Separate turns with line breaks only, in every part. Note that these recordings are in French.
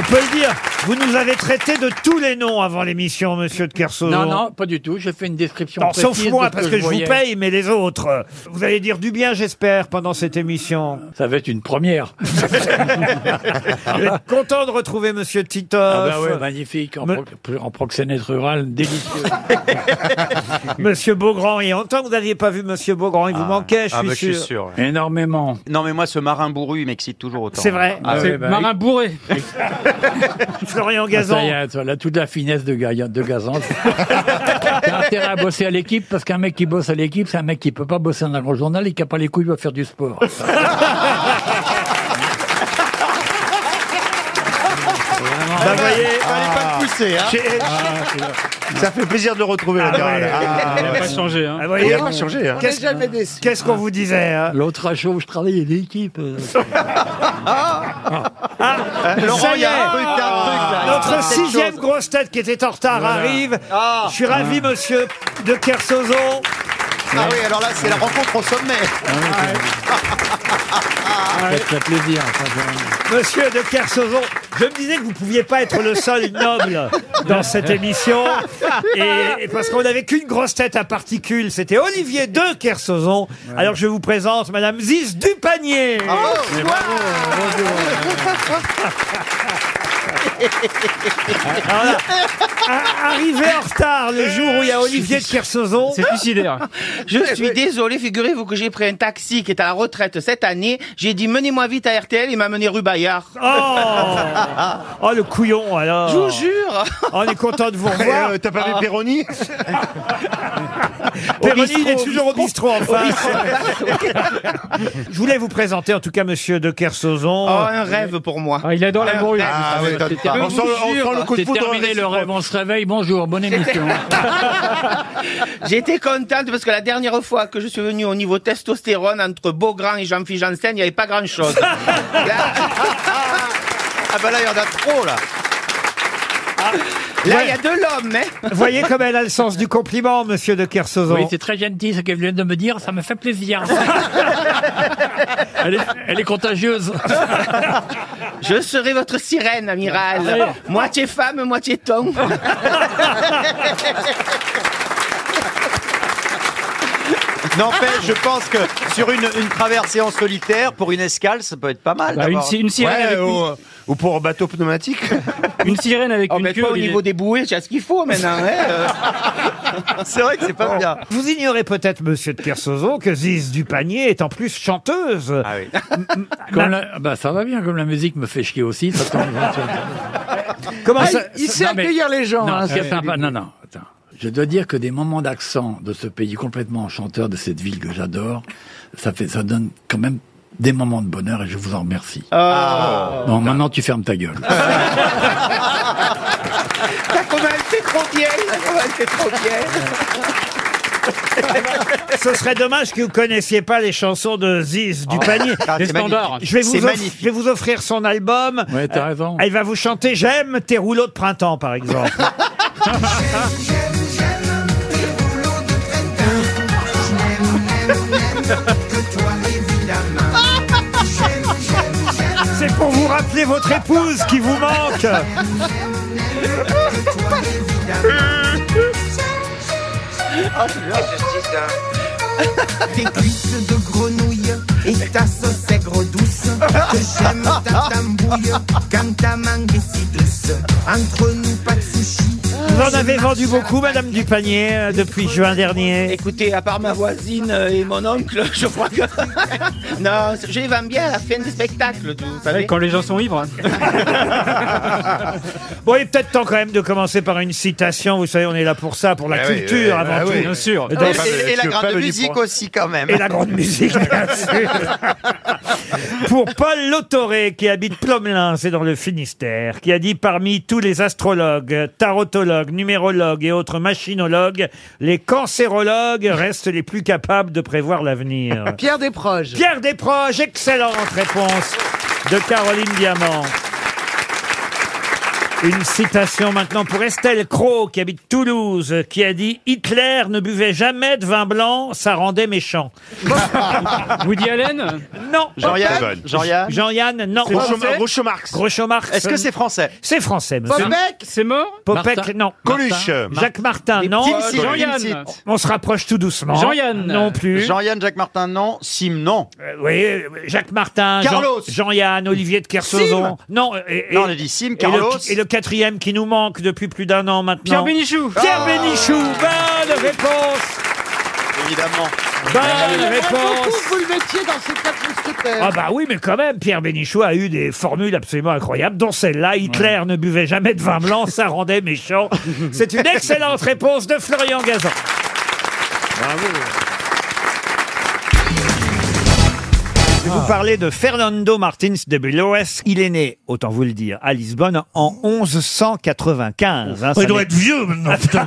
On peut le dire, vous nous avez traité de tous les noms avant l'émission, monsieur de Kersauzon.
Non, non, pas du tout. Je fais une description.
Non, sauf
précise
moi,
de ce
parce
que
que je vous
voyais.
paye, mais les autres. Vous allez dire du bien, j'espère, pendant cette émission.
Ça va être une première.
Vous êtes content de retrouver monsieur Titoff.
Ah bah ouais, magnifique, en,
Me-
pro- en proxénète rural, délicieux.
Monsieur Beaugrand, il y a longtemps que vous n'aviez pas vu Monsieur Beaugrand, il vous manquait, je
Ah
suis
bah,
sûr.
Énormément.
Non, mais moi, ce marin bourru, il m'excite toujours autant.
C'est vrai.
Ah
ouais, bah,
Marin bourré.
Florian
Ah, ça y
Gazan.
est, toi, là, toute la finesse de, Gaïa- de Gazan. T'as intérêt à bosser à l'équipe, parce qu'un mec qui bosse à l'équipe, c'est un mec qui peut pas bosser dans un grand journal et qui a pas les couilles, il doit faire du sport.
Bah, vous voyez,
pas pousser, hein
j'ai-
Ah,
Ça fait plaisir de le retrouver,
Ah,
latéral.
ouais.
Ah,
Il n'a pas changé. Hein.
ah, vous voyez,
il a pas changé, hein
qu'est-ce qu'est-ce qu'on vous disait hein
L'autre à chaud, je travaille à l'équipe. euh.
Euh,
Ah, ça y est, Ah. notre sixième grosse tête qui était en retard arrive. Je suis ravi, monsieur de Kersauzon. Ah
Ah oui, alors là, c'est la rencontre au sommet.
Ça te fait plaisir. ça, c'est-
Monsieur de Kersauzon, je me disais que vous pouviez pas être le seul noble dans cette émission. Et, et parce qu'on n'avait qu'une grosse tête à particules, c'était Olivier de Kersauzon. Alors je vous présente Madame Ziz Dupanier. Alors là, a- Arrivé en retard le jour où il y a Olivier de Kersauzon.
C'est suicidaire.
Je suis désolé, figurez-vous que j'ai pris un taxi qui est à la retraite cette année. J'ai dit menez-moi vite à RTL, il m'a mené rue Bayard.
Oh, oh le couillon alors. Oh,
Je vous jure
On est content
Eh,
de vous
Et,
revoir. Ah.
euh, T'as pas vu Péroni
Péroni, il est toujours au bistrot en face. Ah, Je voulais vous présenter en tout cas Monsieur de Kersauzon.
Oh, un rêve pour moi.
Ah, il adore la bourrure.
Ah oui, t'as-
C'était-
on sent le- on sent le coup de
C'est
foudre.
terminé le rêve, on se réveille, bonjour, bonne émission.
J'étais contente parce que la dernière fois que je suis venu au niveau testostérone entre Beaugrand et Jean-Philippe Janssen, il n'y avait pas grand-chose. Là,
Ah
ben
bah là, il y en a trop, là.
là, il y a de l'homme, hein.
Vous voyez comme elle a le sens du compliment, Monsieur de Kersauzon.
Oui, c'est très gentil ce qu'elle vient de me dire, ça me fait plaisir. elle, est, elle est contagieuse.
Je serai votre sirène,
Ah,
amiral. Moitié femme, moitié ton.
N'empêche, je pense que sur une, une traversée en solitaire, pour une escale, ça peut être pas
Ah,
mal.
Bah, une,
d'avoir-
si- une sirène
Ouais,
avec
ou, ou pour bateau pneumatique.
une, une sirène avec
Oh,
une
mais
queue.
pas au
Olivier.
niveau des bouées, c'est ce qu'il faut maintenant, hein. euh.
C'est vrai que c'est pas bien.
Oh. Vous ignorez peut-être, Monsieur de Kersauzon, que Ziz Dupanier est en plus chanteuse.
Ah oui.
Comme la- bah, ça va bien, comme la musique me fait chier aussi. Ça tombe bien, tu vois.
Comment ça
Ah, il sait accueillir les gens. Non, c'est sympa. Non, non, attends. Je dois dire que des moments d'accent de ce pays complètement enchanteur, de cette ville que j'adore, ça fait, ça donne quand même des moments de bonheur et je vous en remercie.
Ah.
bon, maintenant tu fermes ta gueule.
T'as commencé trop bien, t'as commencé trop bien.
Ce serait dommage que vous connaissiez pas les chansons de Ziz Dupanier.
Ah,
Des
c'est magnifique.
standards.
Je vais, vous
C'est
offrir-
magnifique.
je vais vous offrir son album. Euh,
Ouais, t'as raison.
Elle va vous chanter J'aime tes rouleaux de printemps, par exemple. C'est pour vous rappeler votre épouse qui vous manque.
Ah,
Tes cuisses de grenouille et ta sauce aigre douce. Que j'aime ta tambouille quand ta mangue est si douce. Entre nous, pas de sushi.
Vous en avez vendu beaucoup, Madame Dupanier, euh, depuis juin dernier.
Écoutez, à part ma voisine euh, et mon oncle, je crois que. non, je les vends bien à la fin du spectacle, tout, vous
Ouais,
savez.
Quand les gens sont ivres.
Bon, il est peut-être temps quand même de commencer par une citation. Vous savez, on est là pour ça, pour la
Eh oui,
culture
eh,
avant
eh
tout.
oui.
Bien sûr.
Dans-
pas-
Et, et la
tu veux pas
grande
le
musique
dire.
aussi, quand même.
et la grande musique, bien sûr. Pour Paul Lautoré, qui habite Plomelin, c'est dans le Finistère, qui a dit parmi tous les astrologues, tarotologues, numérologues et autres machinologues, les cancérologues restent les plus capables de prévoir l'avenir.
Pierre Desproges.
Pierre Desproges, excellente réponse de Caroline Diamant. Une citation maintenant pour Estelle Croc, qui habite Toulouse, qui a dit Hitler ne buvait jamais de vin blanc, ça rendait méchant.
Woody Allen
Non.
Jean-Yann Jean-Yann
Jean-Yann, non.
C'est Groucho- français
Groucho Marx.
Est-ce que c'est français
C'est français, monsieur.
C'est mort
Popek,
Martin.
non.
Coluche.
Jacques Martin, non.
Tim Sim,
Jean-Yann.
Tim Sim.
On se rapproche tout doucement.
Jean-Yann.
Non plus.
Jean-Yann, Jacques Martin, non. Sim, non.
Euh, oui, euh, Jacques Martin. Jean-
Carlos.
Jean-Yann, Olivier de Kersauzon. Non, euh, et,
Non, on
et-
a dit Sim,
et le-
Carlos.
et le, quatrième qui nous manque depuis plus d'un an maintenant.
Pierre Bénichou
Ah.
Pierre Bénichou, bonne réponse,
Évidemment.
bonne réponse.
vous le mettiez dans ces quatre mousquetaires.
Ah bah oui, mais quand même, Pierre Bénichou a eu des formules absolument incroyables, dont celle-là, Hitler ne buvait jamais de vin blanc, ça rendait méchant. C'est une excellente réponse de Florian Gazan. Je vais
Ah.
vous parler de Fernando Martins de Beloes. Il est né, autant vous le dire, à Lisbonne en 1195.
Oh,
hein, ça n'est-
vieux maintenant.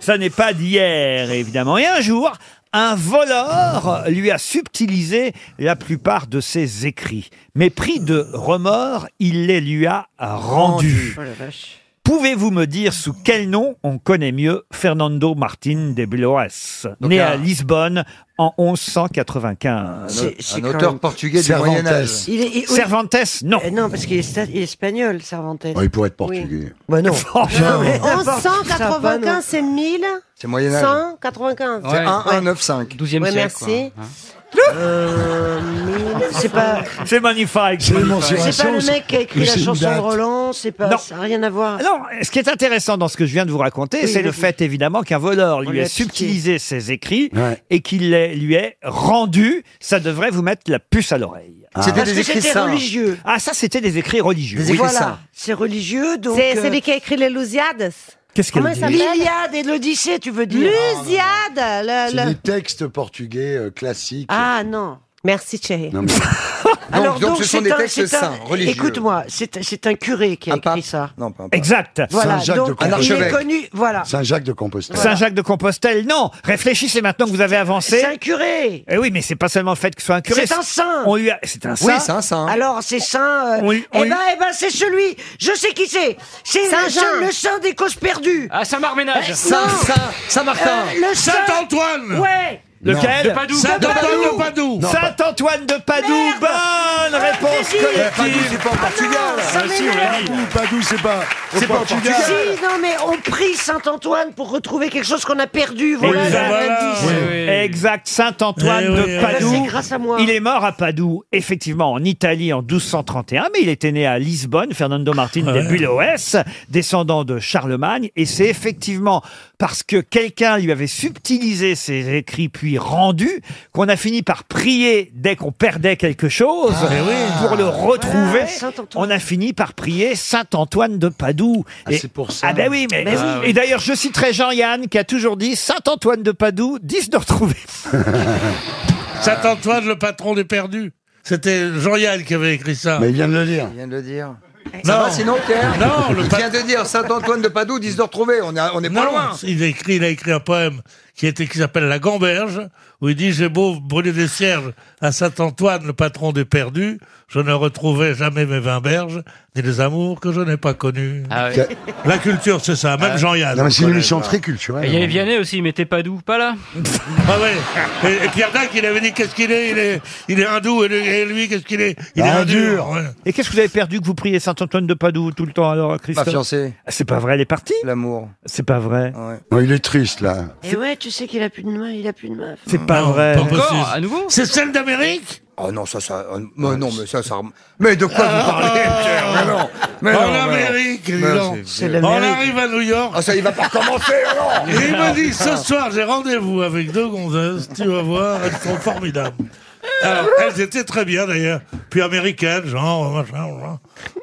ça n'est pas d'hier, évidemment. Et un jour, un voleur lui a subtilisé la plupart de ses écrits. Mais pris de remords, il les lui a rendus.
Oh
Oh,
Pouvez-vous me dire sous quel nom on connaît mieux Fernando Martín de Blois, né à Lisbonne en 1195
Un auteur portugais du Moyen Âge.
Il est, il- oui.
Cervantes, non.
Euh, non, parce qu'il est, sta- il est espagnol, Cervantes.
Oh, il pourrait être
portugais.
Bah non.
Mais n'importe- ça va, non.
c'est 1000.
C'est Moyen Âge.
195.
Ouais.
1, 1, 9, 5.
12e
Ouais,
siècle.
merci.
quoi.
Euh, mille- c'est pas,
C'est magnifique.
C'est
c'est pas le mec qui a écrit
Mais
la
c'est une
chanson de
date.
Roland, c'est pas,
Non.
ça n'a rien à voir.
Alors, ce qui est intéressant dans ce que je viens de vous raconter,
Oui,
c'est le
vas-y.
fait évidemment qu'un voleur lui
lui
ait
a piqué.
subtilisé ses écrits
Ouais.
et qu'il les lui ait rendus. Ça devrait vous mettre la puce à l'oreille.
Ah. C'était
Parce
des
que
écrits
c'était
saints.
religieux.
Ah, ça, c'était des écrits religieux.
Des écrits
Voilà,
saints.
c'est religieux, donc.
C'est
euh,
celui qui a écrit les Lusiades.
Qu'est-ce qu'elle
Comment
dit
ça s'appelle
L'Iliade et l'Odyssée, tu veux dire
Lusiade le-
C'est
le-
des textes portugais euh, classiques.
Ah non.
Merci, chérie.
Non, mais-
Alors
donc, ce sont
c'est
des
un-
textes
c'est un-
saints, religieux.
Écoute-moi, c'est c'est un curé qui a
Un pape.
écrit ça.
Non, pas un pape.
Exact.
Voilà,
Saint-Jacques de
donc il est
Compostelle.
connu, voilà.
Saint-Jacques de Compostelle.
Saint-Jacques de Compostelle, non. Réfléchissez maintenant que vous avez avancé.
C'est un curé.
Eh oui, mais c'est pas seulement le fait que ce soit un curé.
C'est un saint.
On lui a- C'est un
Oui,
saint.
c'est un saint.
Alors c'est saint. euh,
Oui,
eh
oui.
ben, eh ben, c'est celui. Je sais qui c'est. C'est
Saint
le
Jean.
saint, le saint des causes perdues.
Ah,
Eh,
Saint-Marménage
Saint, Saint, Saint Martin.
Euh, le saint.
Antoine
Ouais.
Lequel
Padoue
Saint Antoine de Padoue.
Saint-Antoine de Padoue.
Merde.
Bonne réponse
Merde.
Padoue,
collective.
c'est
Ah
pas en Portugal. Ah,
Ça m'énerve.
Padoue, c'est pas. C'est pas en Portugal.
Si, non mais on prie Saint Antoine pour retrouver quelque chose qu'on a perdu. Voilà.
Exact.
l'indice.
Exact, Saint-Antoine
Eh
de
oui, eh oui.
Eh ben,
Padoue.
c'est grâce à moi.
Il est mort à Padoue, effectivement, en Italie en 1231, mais il était né à Lisbonne, Fernando Martin de Buloes, descendant de Charlemagne, et c'est effectivement parce que quelqu'un lui avait subtilisé ses écrits puis rendus qu'on a fini par prier dès qu'on perdait quelque chose
Ah. Eh
pour le retrouver.
Voilà, Saint-Antoine.
on a fini par prier Saint-Antoine de Padoue.
Ah,
Et-
c'est pour ça.
Ah ben oui, mais... Et d'ailleurs, je citerai Jean-Yann qui a toujours dit Saint-Antoine de Padoue, 10 de retrouver.
Saint-Antoine, le patron des perdus. C'était Jean-Yann qui avait écrit ça.
Mais il vient de le dire.
vient de le dire.
Eh,
non,
sinon, Pierre
non, le
Il
pa-
vient de dire Saint-Antoine de Padoue, 10 de retrouver. On, a- on est pas
non,
loin.
il, a écrit, il a écrit un poème qui, était, qui s'appelle La Gamberge, où il dit J'ai beau brûler des cierges à Saint-Antoine, le patron des perdus, je ne retrouvais jamais mes vingt berges, ni les amours que je n'ai pas connus.
Ah
La culture, c'est ça, même Jean-Yann.
Non, mais c'est une
connaît,
émission
ça.
très culturelle.
Il y avait Vianney aussi, mais t'es pas doux, pas là
Ah ouais. et, et Pierre Dac, il avait dit Qu'est-ce qu'il est il, est il est hindou, et lui, et lui, qu'est-ce qu'il est Il est
Un
hindou.
Ah, dur.
Ah, ouais.
Et qu'est-ce que vous avez perdu que vous priez Saint-Antoine de Padoue tout le temps alors,
Ma
Christophe
fiancée,
Ah, C'est pas vrai, elle est partie
l'amour.
C'est pas vrai.
Ouais.
Non, il est triste, là.
Eh
Et ouais, tu sais qu'il a plus de main, il a plus de main.
C'est pas
Non,
vrai.
pas possible.
Encore À nouveau
C'est celle d'Amérique
Oh non, ça, ça. euh, mais non, mais ça, ça. rem- Mais de
Ah.
quoi vous parlez Pierre Mais non, mais
En
non, mais non.
Amérique, dis
Mais
donc.
c'est-
C'est la
On
mairie.
arrive à New York.
Ah, ça, il va pas recommencer, alors
Et il me dit, ce soir, j'ai rendez-vous avec deux gonzesses, tu vas voir, elles sont formidables. Alors, elles étaient très bien d'ailleurs, puis américaines, genre, machin, machin.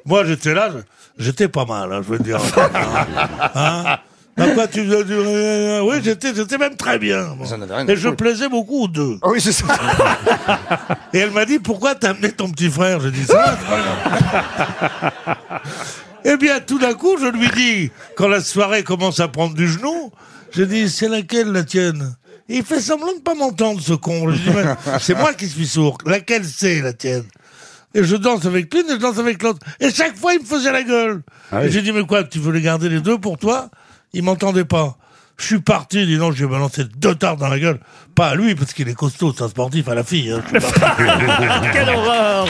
Moi, j'étais là, je- j'étais pas mal, hein, je veux dire. Hein Après, tu faisais du... Oui, j'étais, j'étais même très bien. moi.
Vous en avez rien à
Et je
foutre.
plaisais beaucoup aux deux.
Ah oui, c'est ça.
Et elle m'a dit, pourquoi t'as amené ton petit frère J'ai dit, ça Eh bien, tout d'un coup, je lui dis, quand la soirée commence à prendre du genou, je dis, c'est laquelle la tienne Et il fait semblant de pas m'entendre, ce con. Je dis, mais c'est moi qui suis sourd. Laquelle c'est la tienne Et je danse avec l'une et je danse avec l'autre. Et chaque fois, il me faisait la gueule.
Ah oui.
Et J'ai dit, mais quoi, tu veux les garder les deux pour toi Il m'entendait pas. Je suis parti, dis donc, j'ai balancé deux tartes dans la gueule. Pas à lui, parce qu'il est costaud, c'est un sportif, à la fille. hein. Je suis parti.
Quelle horreur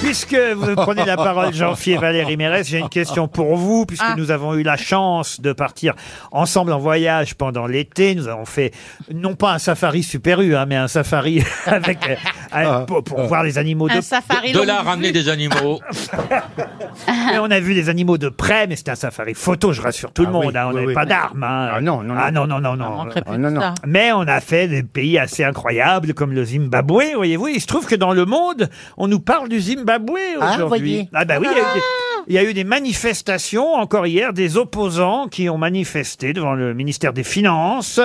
Puisque vous prenez la parole, Jean-Philippe et Valérie Mérès, j'ai une question pour vous, puisque
Ah.
nous avons eu la chance de partir ensemble en voyage pendant l'été. Nous avons fait, non pas un safari Super U, hein, mais un safari avec, euh, euh, pour, pour voir les animaux
Un
de,
safari De longue là, vue. ramener
des animaux. Mais on a vu des animaux de près, mais c'était un safari photo, je rassure tout le monde. hein, on n'avait pas d'armes. hein. Ah non, non, non, non, non,
plus Ah non, de non. ça.
Mais on a fait des pays assez incroyables, comme le Zimbabwe, voyez-vous. Il se trouve que dans le monde, on nous parle du Zimbabwe
Ah,
aujourd'hui.
voyez.
Ah, bah oui, il y a eu des- il y a eu des manifestations encore hier, des opposants qui ont manifesté devant le ministère des Finances.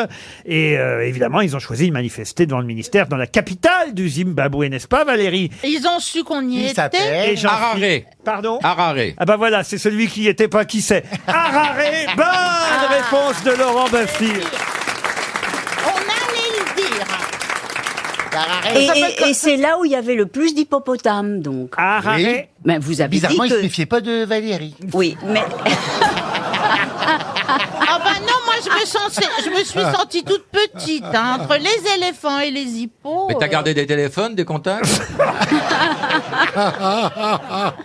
Et euh, évidemment, ils ont choisi de manifester devant le ministère, dans la capitale du Zimbabwe, n'est-ce pas, Valérie
Ils ont su qu'on y était.
Et Jean- Pardon Harare. Ah bah voilà, c'est celui qui n'y était pas, qui sait.
Ah.
Harare,
Ah.
bonne
Ah.
réponse de Laurent Baffy.
On allait le dire.
Et, et- et c'est là où il y avait le plus d'hippopotames, donc.
Ah,
arrêt.
Mais vous avez
Bizarrement,
dit
il se
que...
méfiait pas de Valérie.
Oui, mais...
Ah bah non, moi je me, sens, je me suis
Ah.
sentie toute petite, hein, entre les éléphants et les hippos.
Mais t'as
euh,
gardé des téléphones, des contacts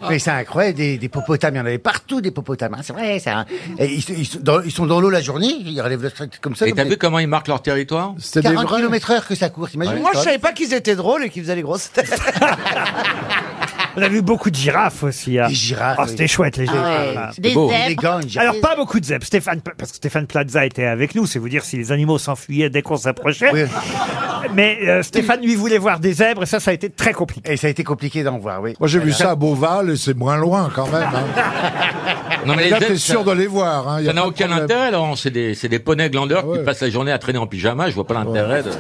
Mais c'est incroyable, des, des popotames, il y en avait partout des popotames, hein, c'est vrai. c'est un- et ils, sont- ils sont dans, ils sont dans l'eau la journée, ils relèvent le truc comme ça.
Et
comme
t'as
des-
vu comment ils marquent leur territoire
40 km heure que ça court, t'imagines
Ah,
Ouais. Moi, je savais
pas qu'ils étaient drôles et qu'ils faisaient les grosses têtes.
On a vu beaucoup de girafes aussi. Des girafes. c'était
oui.
chouette, les
Ah
girafes.
ouais,
Ah.
des C'était beau. zèbres. Élégant, une girafe.
Alors, pas beaucoup de zèbres. Stéphane, parce que Stéphane Plaza était avec nous, c'est vous dire si les animaux s'enfuyaient dès qu'on s'approchait. Mais euh, Stéphane, lui, voulait voir des zèbres, et ça, ça a été très compliqué.
Et ça a été compliqué d'en voir, oui.
Moi, j'ai vu ça à Beauval et c'est moins loin quand même. hein.
Non, mais les
Là,
zèbres,
t'es sûr
ça-
de les voir. hein, y a
Ça n'a
pas de
aucun
problème.
intérêt, Laurent. C'est des, c'est des poneys glandeurs qui passent la journée à traîner en pyjama. Je vois pas l'intérêt de...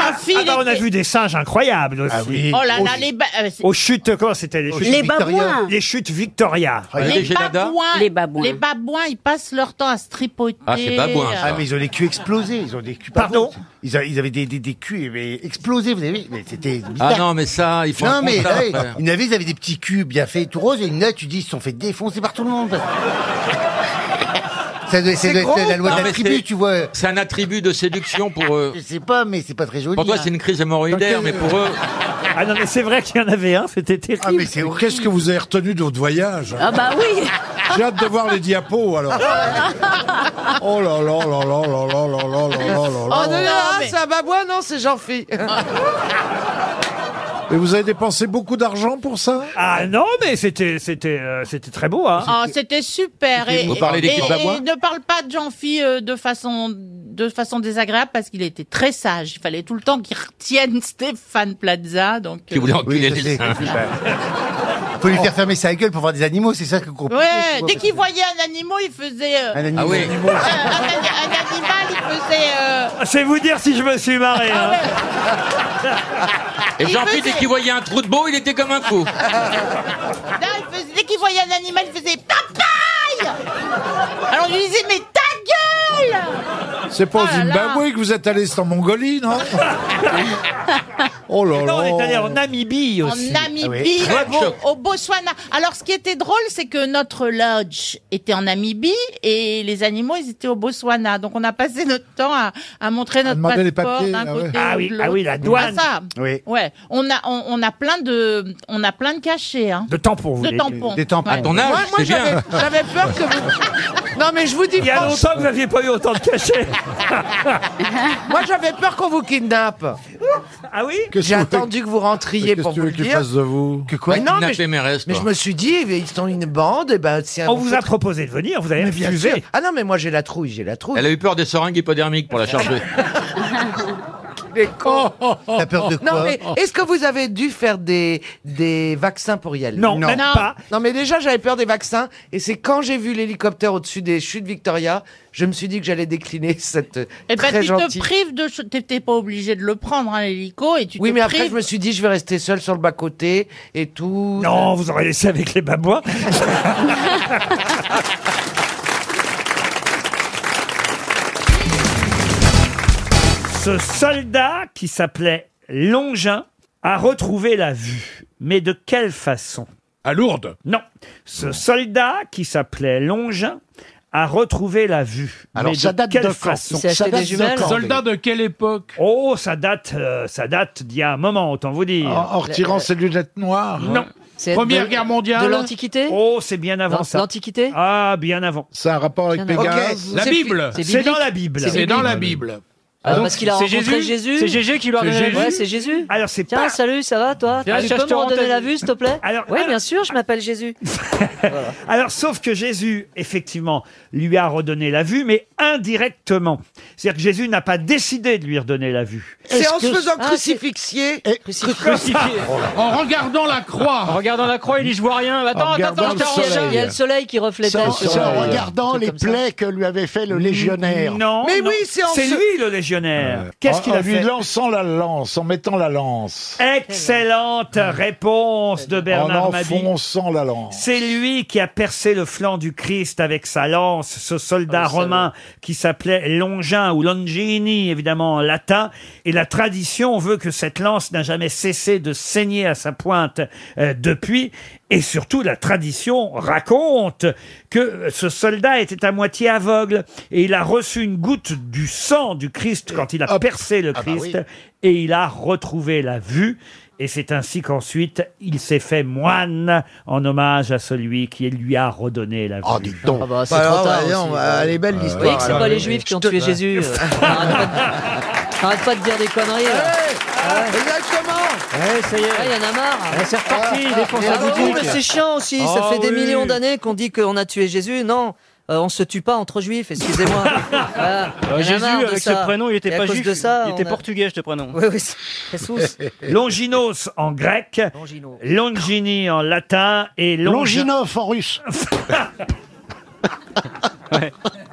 Ah bah, on a vu des singes incroyables aussi.
Oh là là, les, ba- euh,
Aux chutes, comment c'était les
Aux
chutes
chutes Ah, Les Victoria. babouins.
Les chutes Victoria.
les, babouins, les babouins. ils passent leur temps à se tripoter. euh,
Ah, mais ils ont les culs explosés, ils ont des culs Pardon ils, a- ils avaient des, des, des culs mais explosés, vous avez vu Mais c'était bizarre.
Ah non, mais ça, il faut
Non,
un
mais
compteur
là,
après.
ils avaient, ils avaient des petits culs bien faits, tout roses, et là, tu dis, ils se sont fait défoncer par tout le monde. ça doit, ça
C'est
doit
gros.
être la loi
Non,
de
mais
la tribu,
c'est-
tu vois. Ah,
C'est un attribut de séduction pour eux.
Je sais pas, mais c'est pas très joli.
Pour toi,
hein.
c'est une crise hémorroïdaire, mais pour eux...
Ah non, mais c'est vrai qu'il y en avait un, c'était terrible.
mais Qu'est-ce que vous avez retenu de votre voyage hein
Ah bah oui
J'ai hâte de voir les diapos alors. Oh là là là là là là là là là là là
Oh
là.
non, non,
mais-
c'est un babouin, non, c'est jean phi
Et vous avez dépensé beaucoup d'argent pour ça
Ah non, mais c'était c'était euh, c'était très beau. Hein.
Oh, c'était super. Et,
Vous parlez
et-
d'équipe
et-
babouin
et ne parle pas de Jean-Phi euh, de façon de façon désagréable parce qu'il était très sage. Il fallait tout le temps qu'il retienne Stéphane Plaza. Donc euh,
Qui voulait enculer
ça,
les
c'est-
singes.
Faut lui faire fermer sa gueule pour voir des animaux, c'est ça que comprend.
ouais, dès qu'il voyait un animal, il faisait euh,
Un animal.
euh,
Ah oui.
un, un- un animal, il faisait. euh,
C'est vous dire si je me suis marré.
Ah
hein.
Et Jean-Pierre, dès qu'il voyait un trou de beau, il était comme un fou.
non, il faisait- dès qu'il voyait un animal, il faisait papaye. Alors on lui disait mais ta gueule.
C'est pas
Oh
au
là là.
Zimbabwe que vous êtes allé, c'est en Mongolie, non Oh là là.
Non, on est allé en Namibie
En
aussi. Ah
Namibie,
Ah
au, Bo- au Botswana. Alors, ce qui était drôle, c'est que notre lodge était en Namibie et les animaux, ils étaient au Botswana. Donc, on a passé notre temps à, à montrer notre
demander les
passeport
papiers,
d'un
ah
côté
ouais.
ou
Ah
de
oui, ah
l'autre.
oui, la douane.
Ah, ça.
Oui.
Ouais. On a, on, on a plein de, on a plein de cachets. Hein.
De tampons, vous
De
voulez
tampons.
dire. Des tampons.
Ouais.
À ton âge, Moi- moi, c'est j'avais- bien.
J'avais peur que vous. Non, mais je vous dis.
Il y a longtemps que vous n'aviez pas eu autant de cachets.
Moi, j'avais peur qu'on vous kidnappe.
Ah oui
J'ai attendu que vous rentriez pour vous le dire.
de vous
Que quoi Non, mais je,
mes restes,
mais je
toi.
me suis dit, eh ben, ils sont une bande, et ben c'est un-
On vous a proposé de venir, vous avez
Mais bien
refusé.
sûr. Ah non, mais moi j'ai la trouille, j'ai la trouille.
Elle a eu peur des seringues hypodermiques pour la charger.
Les cons.
T'as peur de quoi
Non, mais est-ce que vous avez dû faire des, des vaccins pour y aller
Non, Non. même pas.
Non, mais déjà, j'avais peur des vaccins. Et c'est quand j'ai vu l'hélicoptère au-dessus des chutes Victoria, je me suis dit que j'allais décliner cette
Eh ben,
très
tu te
gentille...
prives de. ch- t'es- T'es pas obligé de le prendre, hein, l'hélico, et tu
Oui,
te
mais après,
prives-
je me suis dit, je vais rester seul sur le bas-côté et tout.
Non, vous aurez laissé avec les babouins. Ce soldat qui s'appelait Longin a retrouvé la vue. Mais de quelle façon À Lourdes Non. Ce soldat qui s'appelait Longin a retrouvé la vue.
Alors,
Mais
ça date
quelle
de quand
façon
Il s'est acheté Ça date des de jumelles quand, Soldat
de quelle époque Oh, ça date, euh, ça date d'il y a un moment, autant vous dire.
En- en
Euh,
Euh,
retirant ses
lunettes noires Non.
C'est Ah, Première de- Guerre mondiale de l'Antiquité
Oh, c'est bien avant
Dans
ça.
l'Antiquité
Ah, bien avant. C'est un rapport avec
Bien avant. Pégase Ok, la Bible. c'est
C'est dans la
biblique.
Bible.
C'est C'est dans biblique. la Bible. Ah, Ah, donc, parce qu'il a c'est rencontré Jésus Jésus C'est Jésus qui lui a C'est donné la Jésus vue Ouais, c'est Jésus.
Alors c'est
Tiens,
pas...
salut, ça va toi
Viens,
Tu
je
peux me
te
redonner
rentable.
la vue, s'il te plaît
Alors,
Oui, bien sûr, je m'appelle Jésus.
Alors, sauf que Jésus, effectivement, lui a redonné la vue, mais indirectement. C'est-à-dire que Jésus n'a pas décidé de lui redonner la vue.
C'est en se faisant
crucifixier.
Crucifié.
En regardant la croix. En regardant la croix, il dit je vois rien. Attends, attends, attends,
il, y a, il y a le soleil qui reflétait.
C'est en- c'est en
regardant les plaies
que lui avait fait le légionnaire. Non.
Mais
non.
oui, c'est en se-
lui le légionnaire. Qu'est-ce qu'il
En-
a
en lui
fait
lançant
la lance, en mettant la lance. Excellente réponse de Bernard
En
Mabie.
enfonçant
la lance. C'est lui qui a percé le flanc du Christ avec sa lance, ce soldat romain qui s'appelait Longin ou Longini, évidemment en latin. Et la tradition veut que cette lance n'a jamais cessé de saigner à sa pointe euh, depuis. Et surtout, la tradition raconte que euh, ce soldat était à moitié aveugle et il a reçu une goutte du sang du Christ quand il a percé le
Ah bah
Christ
oui.
et il a retrouvé la vue. Et c'est ainsi qu'ensuite, il s'est fait moine en hommage à celui qui lui a redonné la vue.
Ah,
Oh, du
Ah
don.
c'est Bah trop alors, tard voyons, aussi. bah, elle est belle, l'histoire,
Oui, que c'est pas les Juifs qui ont tué Jésus. euh. Arrête pas de dire des conneries. là.
Exactement
Ouais, ça y est. il y en a marre.
Ah,
Eh,
c'est
Ah,
reparti, il défonce la boutique.
Ah, mais c'est chiant aussi, ça
Ah
fait des
oui.
millions d'années qu'on dit qu'on a tué Jésus. Non, euh, on se tue pas entre juifs, excusez-moi. Voilà. Il y en a
Euh, Jésus,
marre de
avec
ça.
ce prénom, il
Et
était
à
pas
cause
juif.
de ça,
il
on
était
a-
portugais, ce prénom.
Oui, oui, c'est- Jesus.
Longinos en grec,
Longino.
Longini en latin et
Longinov
en russe.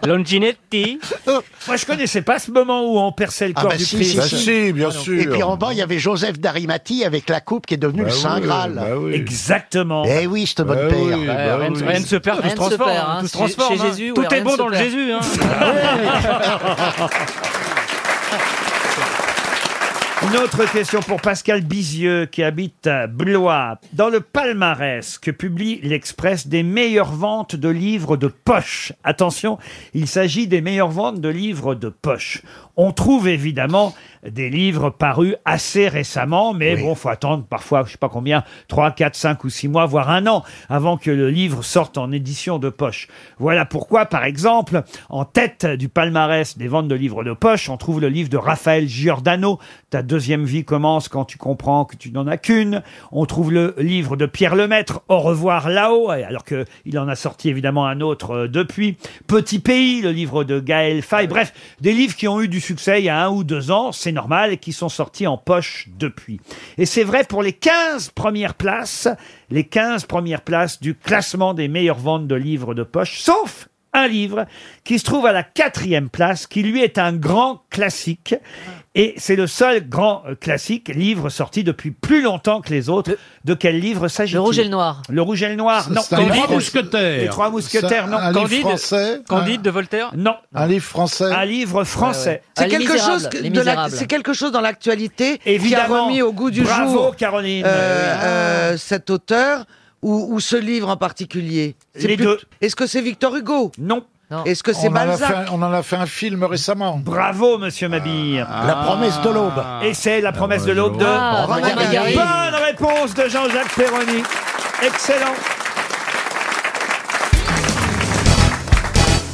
Longinetti.
Moi, je connaissais pas ce moment où on perçait le
Ah
corps
bah
du
si,
Christ.
si, si. Ah non. Et puis en bas, il y avait Joseph d'Arimati avec la coupe qui est devenue le Saint Graal.
Exactement.
Eh bah oui, bah ce bon père.
Bah
tout Eh, se transforme, hein, tout se transforme, hein. Tout est bon dans le Jésus, hein.
Ah Une autre question pour Pascal Bizieux qui habite à Blois. Dans le palmarès que publie l'Express des meilleures ventes de livres de poche. Attention, il s'agit des meilleures ventes de livres de poche. On trouve évidemment des livres parus assez récemment, mais bon, faut attendre parfois, je sais pas combien, 3, 4, 5 ou 6 mois, voire un an, avant que le livre sorte en édition de poche. Voilà pourquoi, par exemple, en tête du palmarès des ventes de livres de poche, on trouve le livre de Raphaël Giordano, Ta deuxième vie commence quand tu comprends que tu n'en as qu'une. On trouve le livre de Pierre Lemaître, Au revoir là-haut, et alors qu'il en a sorti évidemment un autre euh, depuis. Petit pays, le livre de Gaël Fay. Bref, des livres qui ont eu du succès il y a un ou deux ans, c'est normal, et qui sont sortis en poche depuis. Et c'est vrai pour les 15 premières places, les 15 premières places du classement des meilleures ventes de livres de poche, sauf un livre qui se trouve à la quatrième place, qui lui est un grand classique. Et c'est le seul grand euh, classique, livre sorti depuis plus longtemps que les autres. De quel livre s'agit-il Le Rouge et le
Noir.
Le Rouge et le Noir, non.
C'est un livre français.
Les Trois Mousquetaires,
C'est
non.
un livre français.
Candide
Un-
de Voltaire
Non.
Un livre français.
Un livre français.
Ah,
Ah,
C'est quelque, chose que- de la- c'est quelque chose dans l'actualité qui a
Évidemment.
remis au goût du
Bravo,
jour
Caroline.
euh, euh, cet auteur ou, ou ce livre en particulier. C'est
Les
plus-
deux.
Est-ce que c'est Victor Hugo
Non.
Est-ce que c'est
On en a fait
Balzac
un- On en a fait un film récemment.
Bravo, monsieur Mabille.
La promesse de l'aube.
Et c'est la promesse de l'aube de.
Ah, Romain Romain Gary. Gary.
Bonne réponse de Jean-Jacques Perroni. Excellent.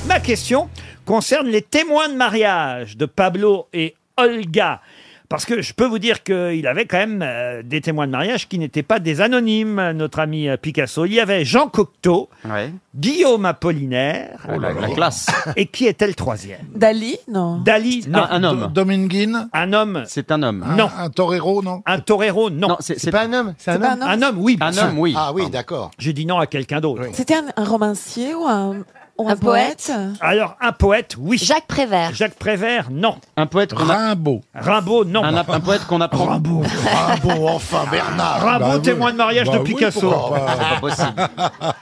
Ma question concerne les témoins de mariage de Pablo et Olga. Parce que je peux vous dire qu'il avait quand même euh, des témoins de mariage qui n'étaient pas des anonymes, euh, notre ami euh, Picasso. Il y avait Jean Cocteau, Guillaume Apollinaire,
Oh la classe.
et qui était le troisième
Dali, non.
Dali, non.
Un- un homme. Do-
Dominguin Un homme.
C'est un homme.
Non. Un torero, non Un torero, non.
c'est pas un homme.
c'est un pas homme. un homme
Un homme, oui.
Un
bien sûr.
homme, oui. Ah oui,
d'accord. J'ai dit non à quelqu'un d'autre.
C'était un, un romancier ou un, ou un poète,
Alors, un poète, oui. Jacques Prévert. Jacques Prévert, non. Un poète Rimbaud. Rimbaud, non. Un, poète qu'on apprend. Rimbaud.
Ah
Rimbaud, enfin, Bernard. Rimbaud,
Bah oui.
témoin de mariage
Bah
de
oui,
Picasso.
pourquoi pas. C'est pas
possible.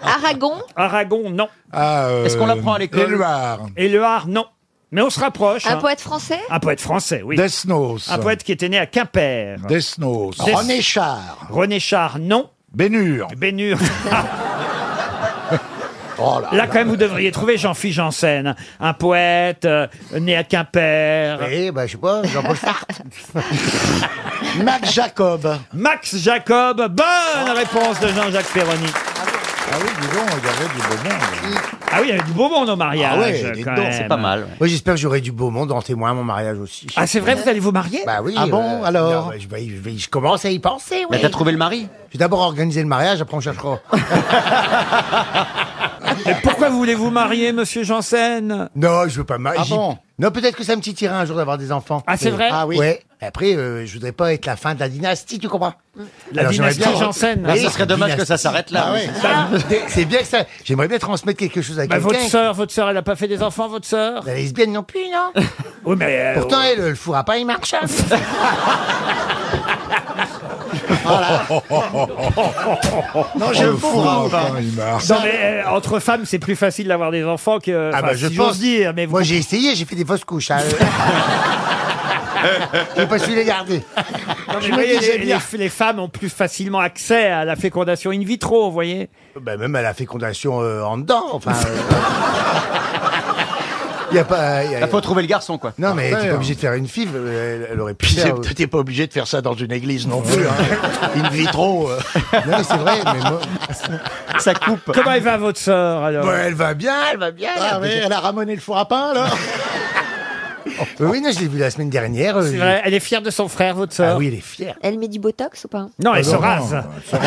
Aragon
Aragon, non.
Ah, euh,
Est-ce qu'on l'apprend à l'école
Éluard.
Éluard, non. Mais on se rapproche.
Un
hein.
poète français
Un poète français, oui. Desnos.
Ah,
Un poète qui était né à Quimper.
Desnos. Ah,
René Char. René Char, non. Bénur. Bénur. Oh là, quand même, vous devriez trouver Jean-Philippe Janssen, un poète euh, né à Quimper. Eh ben, je sais pas, Jean-Paul Max Jacob. Ah. Max Jacob, bonne réponse de Jean-Jacques Perroni.
Ah oui, dis donc, il y avait du beau monde.
Ah oui, il y avait du beau monde au mariage.
Ah ouais, dis
quand
donc,
même.
c'est pas mal. Moi, j'espère que j'aurai du beau monde en témoin à mon mariage aussi.
Ah, c'est vrai, vous allez vous marier
Bah oui.
Ah bon, alors
non, bah, je, bah, je vais- je commence à y penser, oui.
Mais t'as trouvé le
mari J'ai d'abord organisé le mariage, après on cherchera.
Mais pourquoi vous voulez vous marier, monsieur Janssen
Non, je veux pas me marier.
Ah
J'y-
bon
Non, peut-être que ça me titillera un jour d'avoir des enfants.
Ah, c'est
Oui.
vrai
Ah oui.
Ouais.
Mais Après, euh, je voudrais pas être la fin de la dynastie, tu comprends
La
j'aimerais
dynastie Janssen. Ah, ça serait dommage que ça s'arrête là,
Ah
oui,
ouais.
c'est ça.
C'est bien que ça. J'aimerais bien transmettre quelque chose à
Bah,
quelqu'un.
votre sœur, votre sœur, elle a pas fait des enfants, votre sœur
La lesbienne non plus, non
Oui, mais. euh,
Pourtant, elle, le four à pain, il marche. hein. Oh,
Non,
j'ai le four à pain, il marche.
Non, mais euh, entre femmes, c'est plus facile d'avoir des enfants que.
Ah
enfin,
bah, je
si
pense.
j'ose dire, mais vous-
Moi, j'ai essayé, j'ai fait des fausses couches. hein. j'ai pas su les garder.
Non, mais
Je
vous
me
voyez,
disais
les,
bien.
les- les femmes ont plus facilement accès à la fécondation in vitro, vous voyez
Ben, même à la fécondation euh, en dedans, enfin. Il y a pas. y a-
Il faut trouver le garçon, quoi.
Non, mais
Ouais,
t'es pas
hein.
obligé de faire une fille, euh, elle, elle aurait pu
Puis c'est-
faire.
t'es pas obligé de faire ça dans une église non plus. Hein. In vitro. euh.
Non, mais c'est vrai, mais moi.
Ça coupe.
Comment elle va, votre sœur, alors
Ouais, Ben, elle va bien, elle va bien.
Ah oui, elle a ramené le four à pain, alors
Euh, oui, non, je l'ai vue la semaine dernière. euh,
C'est vrai, elle est fière de son frère, votre sœur.
Ah oui, elle est fière.
Elle met du botox ou pas
Non, elle
Ah
se
non,
rase.
non,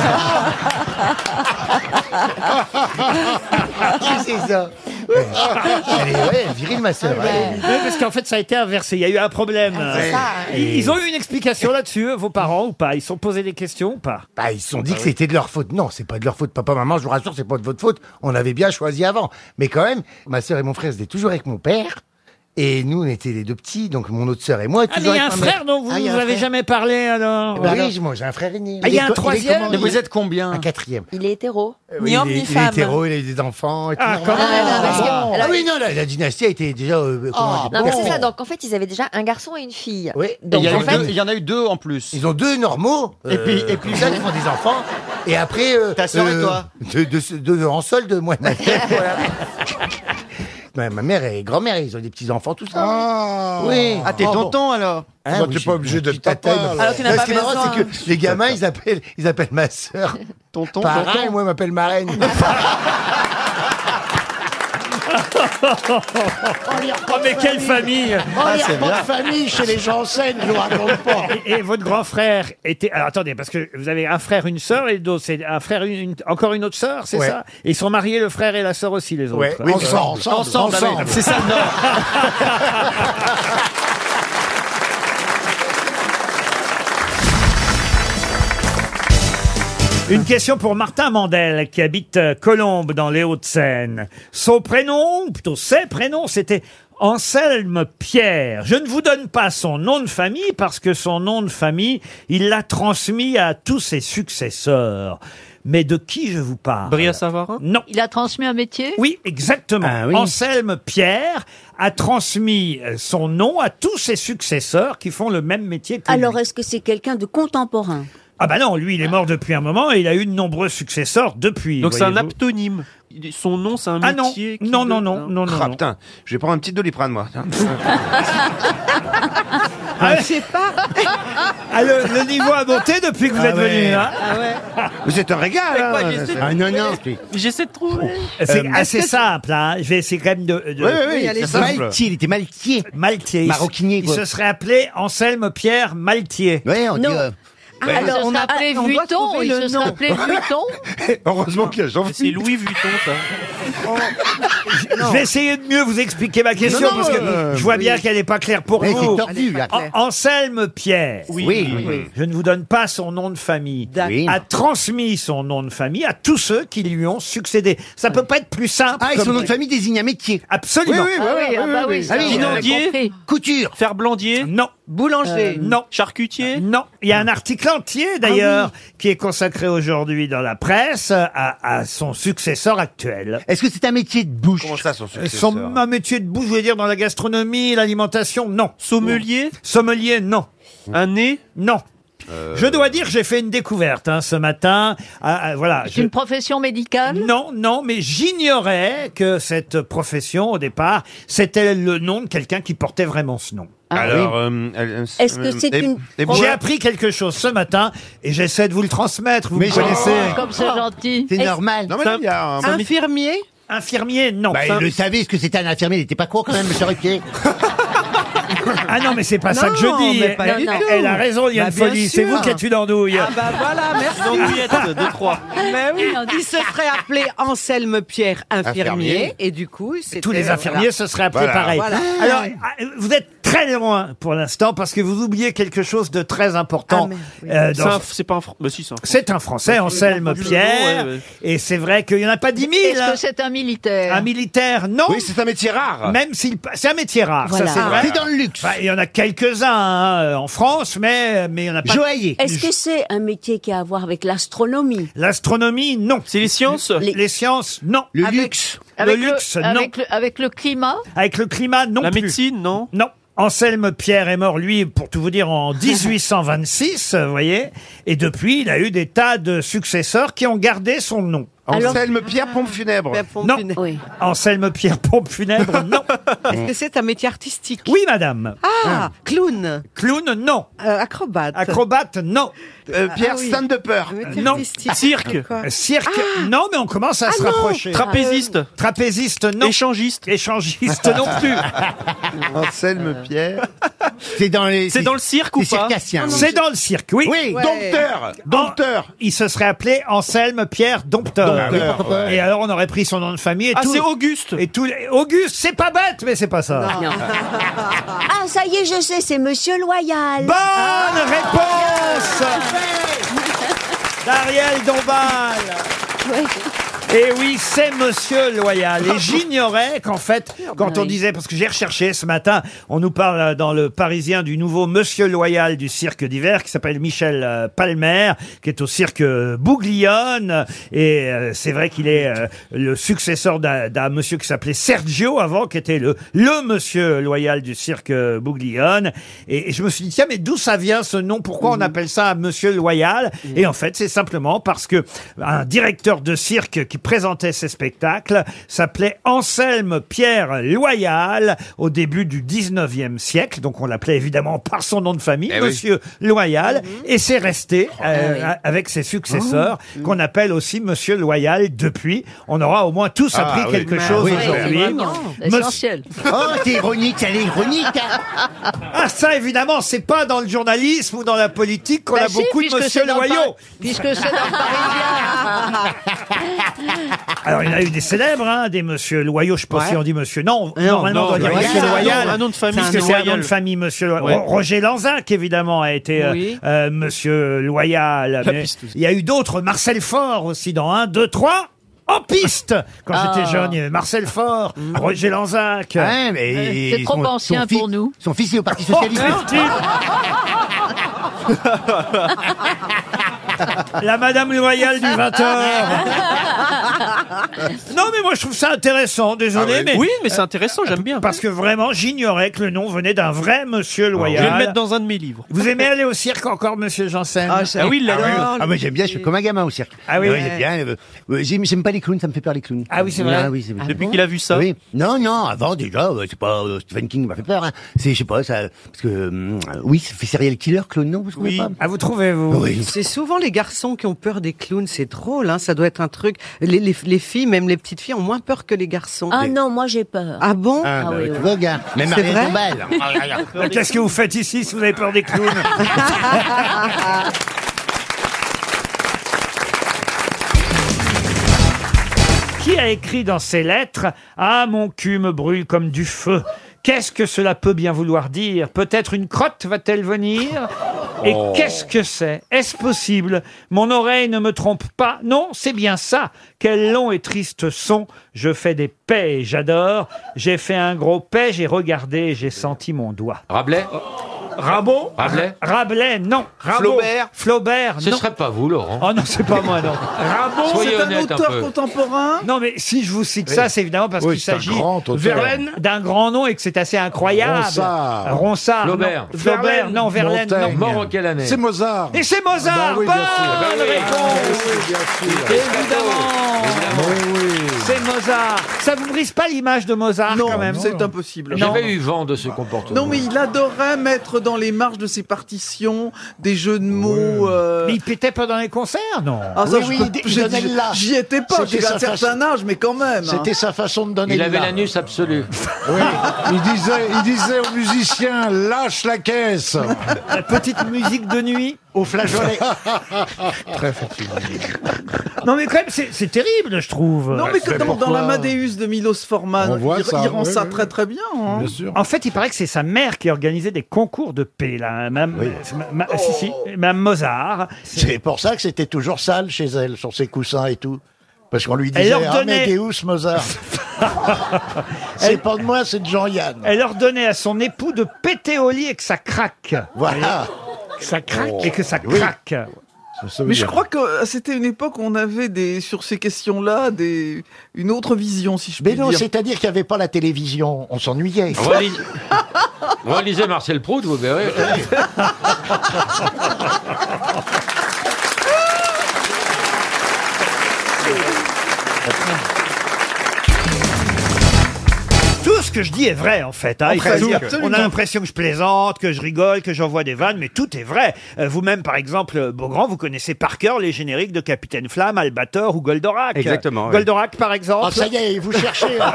c'est ça. Elle est, ouais, elle est virile, ma
Ah,
sœur. hein.
Oui, parce qu'en fait, ça a été inversé. Il y a eu un problème.
c'est ça, hein.
Ils, ils ont eu une explication là-dessus, eux, vos parents ou pas Ils se sont posés des questions ou pas
Bah, ils
Ah,
se sont dit que c'était de leur faute. Non, c'est pas de leur faute. Papa, maman, je vous rassure, c'est pas de votre faute. On avait bien choisi avant. Mais quand même, ma sœur et mon frère, c'était toujours avec mon père. Et nous, on était les deux petits. Donc, mon autre sœur et moi,
Ah, mais
toujours
il y a un
avec ma mère.
frère dont vous
Ah, il y a
nous
un
avez
frère.
jamais parlé alors
Eh ben oui, moi, j'ai un frère aîné.
Ah, il y a
est
un
co- est
troisième
comment,
Mais
il
vous
est-
êtes
combien
Un quatrième.
Euh, Il est hétéro.
Oui, il, est, il est hétéro, il a eu des enfants. Et tout
Ah, quand
normal.
même.
Ah,
parce que-
bon.
alors-
Ah oui, non, la, la dynastie a été déjà. euh, comment dire,
Oh, Non, mais
bon.
c'est ça. Donc en fait, ils avaient déjà un garçon et une fille.
Oui.
Donc
Et il y a
en
eu
fait,
deux-
Il y en a eu deux en plus.
Ils ont deux normaux.
Et puis- et
puis ça, ils font des enfants. Et après. euh,
Ta sœur et
euh,
toi.
Deux deux- deux en solde, moi. et ma mère, voilà. Ma- ma mère et grand-mère, ils ont des petits-enfants, tout ça. Oui.
Ah, t'es
Oh, bon.
tonton alors Ah,
Hein,
Toi, Bah,
oui,
t'es
j'ai
pas
une
obligé d'être
petite tataille.
papa, alors. Alors,
tu n'as
Non,
pas
ce qui est marrant,
besoin,
c'est que les gamins, ils appellent, ils appellent ma sœur
hein. Tonton,
parrain
tonton.
et moi, on m'appelle marraine.
Oh, mais quelle famille
Oh,
Ah,
il y a pas de famille chez les gens je vous raconte pas.
et, et votre grand frère était. Alors attendez, parce que vous avez un frère, une sœur, et d'autres, c'est un frère, une, une- encore une autre sœur, c'est
Ouais.
ça Et ils sont mariés, le frère et la sœur aussi, les autres.
Ouais, oui, ensemble. Ensemble,
Ensemble.
avec-
C'est ça, non.
Une question pour Martin Mandel, qui habite euh, Colombes, dans les Hauts-de-Seine. Son prénom, ou plutôt ses prénoms, c'était Anselme Pierre. Je ne vous donne pas son nom de famille, parce que son nom de famille, il l'a transmis à tous ses successeurs. Mais de qui je vous parle Bria Savarin Non.
il a transmis un métier.
Oui, exactement. Anselme Pierre a transmis euh, son nom à tous ses successeurs qui font le même métier que lui.
Alors, est-ce que c'est quelqu'un de contemporain
Ah bah non, lui, il est mort depuis un moment et il a eu de nombreux successeurs depuis.
Donc c'est un
voyez-vous.
aptonyme. Il- Son nom, c'est un
Ah non,
métier. qui
non, non,
donne-
non, non, non,
Ah
non.
putain, je vais prendre un petit doliprane moi.
Ah, je sais pas. Ah, le, le niveau a monté depuis que vous
Ah
êtes
ouais.
venu. Hein
Vous êtes un régal.
Mais quoi,
hein.
j'essaie de
Ah, non, non.
trouver. J'essaie de trouver.
C'est
Euh,
assez
est-ce que-
simple. Hein. Je vais essayer quand même de. de-
Oui, oui, oui, Oui, allez-y. c'est simple.
Maltier, il était Maltier. Maltier. Il se-
Maroquinier,
Il
quoi.
se serait appelé Anselme Pierre Maltier.
Oui, on
Non.
dirait.
Ah,
Alors, on a appelé
on doit
Vuitton.
trouver
Il
le
se
nom.
serait appelé Vuitton.
Heureusement qu'il y a jean
C'est Louis Vuitton, ça.
Je vais essayer de mieux vous expliquer ma question
Non, non,
parce que
euh,
je vois bien
oui.
qu'elle n'est pas claire pour
Mais
vous.
c'est tordu, là.
An- Anselme Pierre.
Oui, Oui, oui, oui.
Je ne vous donne pas son nom de famille.
Oui.
A transmis son nom de famille à tous ceux qui lui ont succédé. Ça peut pas être plus simple.
Ah, et son
comme-
nom de famille désigne un métier.
Absolument.
Oui, oui,
Ah oui,
oui,
ah
oui,
bah
oui,
oui,
oui.
ça,
Ah,
on avait
Vinandier.
compris.
Couture.
Faire blandier.
Non. Euh,
Boulanger.
Non.
Charcutier.
Non. Il y a un article entier d'ailleurs qui est consacré aujourd'hui dans la presse à, à son successeur actuel. Est-ce que c'est un métier de bouche Comment ça, son
successeur
Un métier de bouche, je veux dire, dans la gastronomie, l'alimentation, non. Sommelier Sommelier, non. Un nez Euh. Non. Je dois dire, j'ai fait une découverte hein, ce matin. Ah, ah, voilà.
C'est
je-
une profession médicale
non, non, mais j'ignorais que cette profession, au départ, c'était le nom de quelqu'un qui portait vraiment ce nom.
Ah
Alors, euh, euh, euh, les- les
J'ai
bourrins-
appris quelque chose ce matin et j'essaie de vous le transmettre. Vous
Mais
me
je-
connaissez.
Oh, comme c'est gentil. C'est Est-ce- normal. Non, mais il y a un-
Infirmier Infirmier, non.
Bah,
Ça-
il le savait, ce que c'était un infirmier, il n'était pas con quand même, monsieur Ruquier.
Ah non, mais c'est pas ça que je dis.
mais pas
elle,
du tout.
elle a raison, il y a
Bah,
une
bien
folie. C'est
sûr.
vous qui êtes une andouille.
Ah bah voilà, merci.
Andouillette de trois.
Mais oui, il se serait appelé Anselme Pierre infirmier,
Infirmier.
et du coup, c'était
Tous les infirmiers,
voilà.
ce serait appelé pareil.
Voilà.
Alors, ah, vous êtes très loin pour l'instant parce que vous oubliez quelque chose de très important. euh, dans-
C'est un- C'est pas un. fr- Bah si, c'est un.
C'est un Français, Anselme
Ouais,
Pierre.
ouais.
Et c'est vrai qu'il n'y en a pas 10 000.
Est-ce
hein.
que c'est un militaire
Un militaire, non.
Oui, c'est un métier rare.
Même s'il, pa- c'est un métier rare,
Voilà.
ça c'est vrai.
C'est dans
le luxe. Il y en a quelques-uns hein, en France, mais mais il y en a pas.
Est-ce que c'est un métier qui a à voir avec l'astronomie
L'astronomie, non. C'est les sciences. Les, sciences, non. Le luxe.
Avec
le luxe, non.
avec le- avec le climat
Avec le climat, non La médecine, non Non. Anselme Pierre est mort, lui, pour tout vous dire, en 1826, euh, vous voyez. Et depuis, il a eu des tas de successeurs qui ont gardé son nom.
Alors- Anselme Pierre Pompe Funèbre. Pierre Pompe
non.
Funèbre.
Anselme Pierre Pompe Funèbre, non.
Est-ce que c'est un métier artistique
Oui, madame.
Ah, clown Euh,
Clown, non.
Acrobate
Acrobate, non.
Euh, Ah, Pierre oui. stand-upper. Un métier
Non.
artistique.
Cirque. Cirque, non, mais on commence à
Ah
se
non.
rapprocher.
Trapéziste.
Trapéziste, non. Échangiste. Échangiste, non plus.
Anselme Pierre.
C'est dans les.
C'est dans le cirque ou c'est pas circassien, oui.
Ah C'est dans le cirque, oui.
Oui. Ouais. Dompteur.
Dompteur. il se serait appelé Anselme Pierre Dompteur.
Dompteur, Ah oui, ouais.
Et alors on aurait pris son nom de famille. Et
Ah,
tout-
c'est Auguste.
Et tout. Auguste, c'est pas bête, mais c'est pas ça.
Ah, ça y est, je sais, c'est Monsieur Loyal. Ah.
Bonne réponse d'Ariel Dombal. Et Eh oui, c'est Monsieur Loyal. Et j'ignorais qu'en fait, quand on disait, parce que j'ai recherché ce matin, on nous parle euh, dans le Parisien du nouveau Monsieur Loyal du cirque d'hiver qui s'appelle Michel euh, Palmer, qui est au cirque euh, Bouglione. Et euh, c'est vrai qu'il est euh, le successeur d'un d'un monsieur qui s'appelait Sergio avant, qui était le, le Monsieur Loyal du cirque euh, Bouglione. Et, et je me suis dit, tiens, mais d'où ça vient ce nom Pourquoi on appelle ça Monsieur Loyal Et en fait, c'est simplement parce que un directeur de cirque qui présentait ses spectacles s'appelait Anselme Pierre Loyal au début du 19e siècle. Donc on l'appelait évidemment par son nom de famille,
Eh oui.
Monsieur Loyal. Et c'est resté euh, avec ses successeurs qu'on appelle aussi Monsieur Loyal depuis. On aura au moins tous
Ah
appris
oui.
quelque
Ah
chose
oui,
aujourd'hui.
vraiment.
Essentiel.
Oh, c'est ironique, elle est ironique. hein.
Ah ça évidemment, c'est pas dans le journalisme ou dans la politique qu'on
Bah
a
si,
beaucoup de
puisque
Monsieur
c'est dans le
Loyau.
Pari- Puisque c'est dans le Parisien.
Alors, il y en a eu des célèbres, hein, des Monsieur Loyaux, je pense
Ouais.
si on dit Monsieur. Non,
Ah Non,
normalement,
non,
on doit dire
Loyal,
Monsieur
c'est un
Loyal.
nom, un nom de famille,
Parce que
c'est un
c'est un
Loyal.
nom de famille, Monsieur Loyal.
Ouais.
Ro- Roger Lanzac, évidemment, a été euh,
Oui.
euh, Monsieur Loyal.
La
Mais
piste aussi.
il y a eu d'autres, Marcel Faure aussi, dans 1, 2, 3... En piste Quand
Ah.
j'étais jeune, il y avait Marcel Faure, Roger Lanzac.
Ouais, mais Ouais, c'est son- trop ancien son fils- pour
nous.
Son fils est au Parti Socialiste.
Oh, La Madame Loyale du 20h. Non, mais moi, je trouve ça intéressant, désolé.
Ah ouais.
mais...
Oui, mais c'est intéressant, j'aime bien.
Parce que vraiment, j'ignorais que le nom venait d'un vrai monsieur
Je
Loyal.
vais le mettre dans un de mes livres.
Vous aimez aller au cirque encore, monsieur Janssen
Ah Ah, mais j'aime bien, je suis comme un gamin au cirque.
Ah oui.
j'aime bien. euh, euh, j'aime j'aime pas les clowns, ça me fait peur les clowns.
Ah oui, c'est vrai.
oui, c'est vrai. Ah
Depuis qu'il a vu ça.
Oui. Non, non, avant déjà, euh, c'est pas euh, Stephen King m'a fait peur. hein. C'est, je sais pas, ça. Parce que. euh, oui, ça fait serial killer, clown, non Vous trouvez pas
Ah, vous trouvez, vous
Oui.
C'est souvent les garçons qui ont peur des clowns, c'est drôle, hein, ça doit être un truc. Les, les- les filles, même les petites filles, ont moins peur que les garçons.
Ah non, moi j'ai peur.
Ah bon
Ah, bah, tu vois, gars, même
C'est
Ariel
vrai
Dombal. Ah, regarde.
Qu'est-ce que vous faites ici si vous avez peur des clowns Qui a écrit dans ses lettres Ah, mon cul me brûle comme du feu Qu'est-ce que cela peut bien vouloir dire Peut-être une crotte va-t-elle venir Et
Oh.
qu'est-ce que c'est Est-ce possible Mon oreille ne me trompe pas Non, c'est bien ça Quel long et triste son Je fais des paix et j'adore J'ai fait un gros paix, j'ai regardé, j'ai senti mon doigt.
Rabelais
Rabot
Rabelais
Rabelais, non. Rabot.
Flaubert
Flaubert,
Ce
non.
serait pas vous, Laurent.
Oh non, c'est pas moi, non.
Rabot, Soyez c'est un honnête un auteur peu.
contemporain Non, mais si je vous cite ça, c'est évidemment parce
Oui,
qu'il
c'est un
s'agit
grand auteur. Verlaine
d'un grand nom et que c'est assez incroyable.
Ronsard.
Ronsard,
Flaubert.
non. Flaubert, non. Verlaine, non.
Montaigne. Mort en quelle année C'est
Mozart. Et c'est Mozart
Ah bah oui, bien
Bonne
sûr. Ah bah oui.
réponse
Évidemment.
C'est Mozart. Ça vous brise pas l'image de Mozart Ah, quand même
c'est impossible.
J'avais eu vent de ce comportement.
Non, mais il adorait mettre dans les marges de ses partitions des jeux de mots. euh,
Mais il pétait pas dans les concerts, non
Ah, ça, je peux- j'ai- J'y étais pas,
C'était
j'avais
sa
un certain âge, mais quand même. hein.
C'était
sa façon de donner
Il
le
avait
là.
l'anus absolu.
Oui. Il disait, il disait aux musiciens, lâche la caisse.
La petite musique de nuit
au flageolet.
Très Non mais quand même, c'est c'est terrible, je trouve.
Non, mais que dans, dans l'Amadeus de Milos Forman,
On voit
il,
Ah, ça,
il rend
oui,
ça
oui.
très très bien. hein.
En fait, il paraît que c'est sa mère qui organisait des concours de paix, là. hein, Madame, c'est ma- ma- si, si, Madame Mozart.
C'est pour ça que c'était toujours sale chez elle, sur ses coussins et tout. Parce qu'on lui
Elle
disait
leur donnait-
Amadeus Mozart. c'est pas de moi, c'est de Jean-Yann.
Elle ordonnait à son époux de péter au lit et que ça craque.
Voilà.
Que ça craque.
Oh.
Et que ça
Oui.
craque.
Mais je crois
euh,
que c'était une époque où on avait des, sur ces questions-là des, une autre vision, si je peux
Mais non,
dire.
c'est-à-dire qu'il n'y avait pas la télévision, on s'ennuyait.
Ah
Relis- Relisez Marcel Proust, vous verrez.
Tout ce que je dis est vrai, en fait. hein.
En
Il faut
pratique,
dire, on
absolument.
a l'impression que je plaisante, que je rigole, que j'envoie des vannes, mais tout est vrai. Euh, Vous-même, par exemple, euh, Beaugrand, vous connaissez par cœur les génériques de Capitaine Flamme, Albator ou Goldorak.
Exactement, oui.
Goldorak, par exemple.
Ah, ça y est, vous cherchez. hein.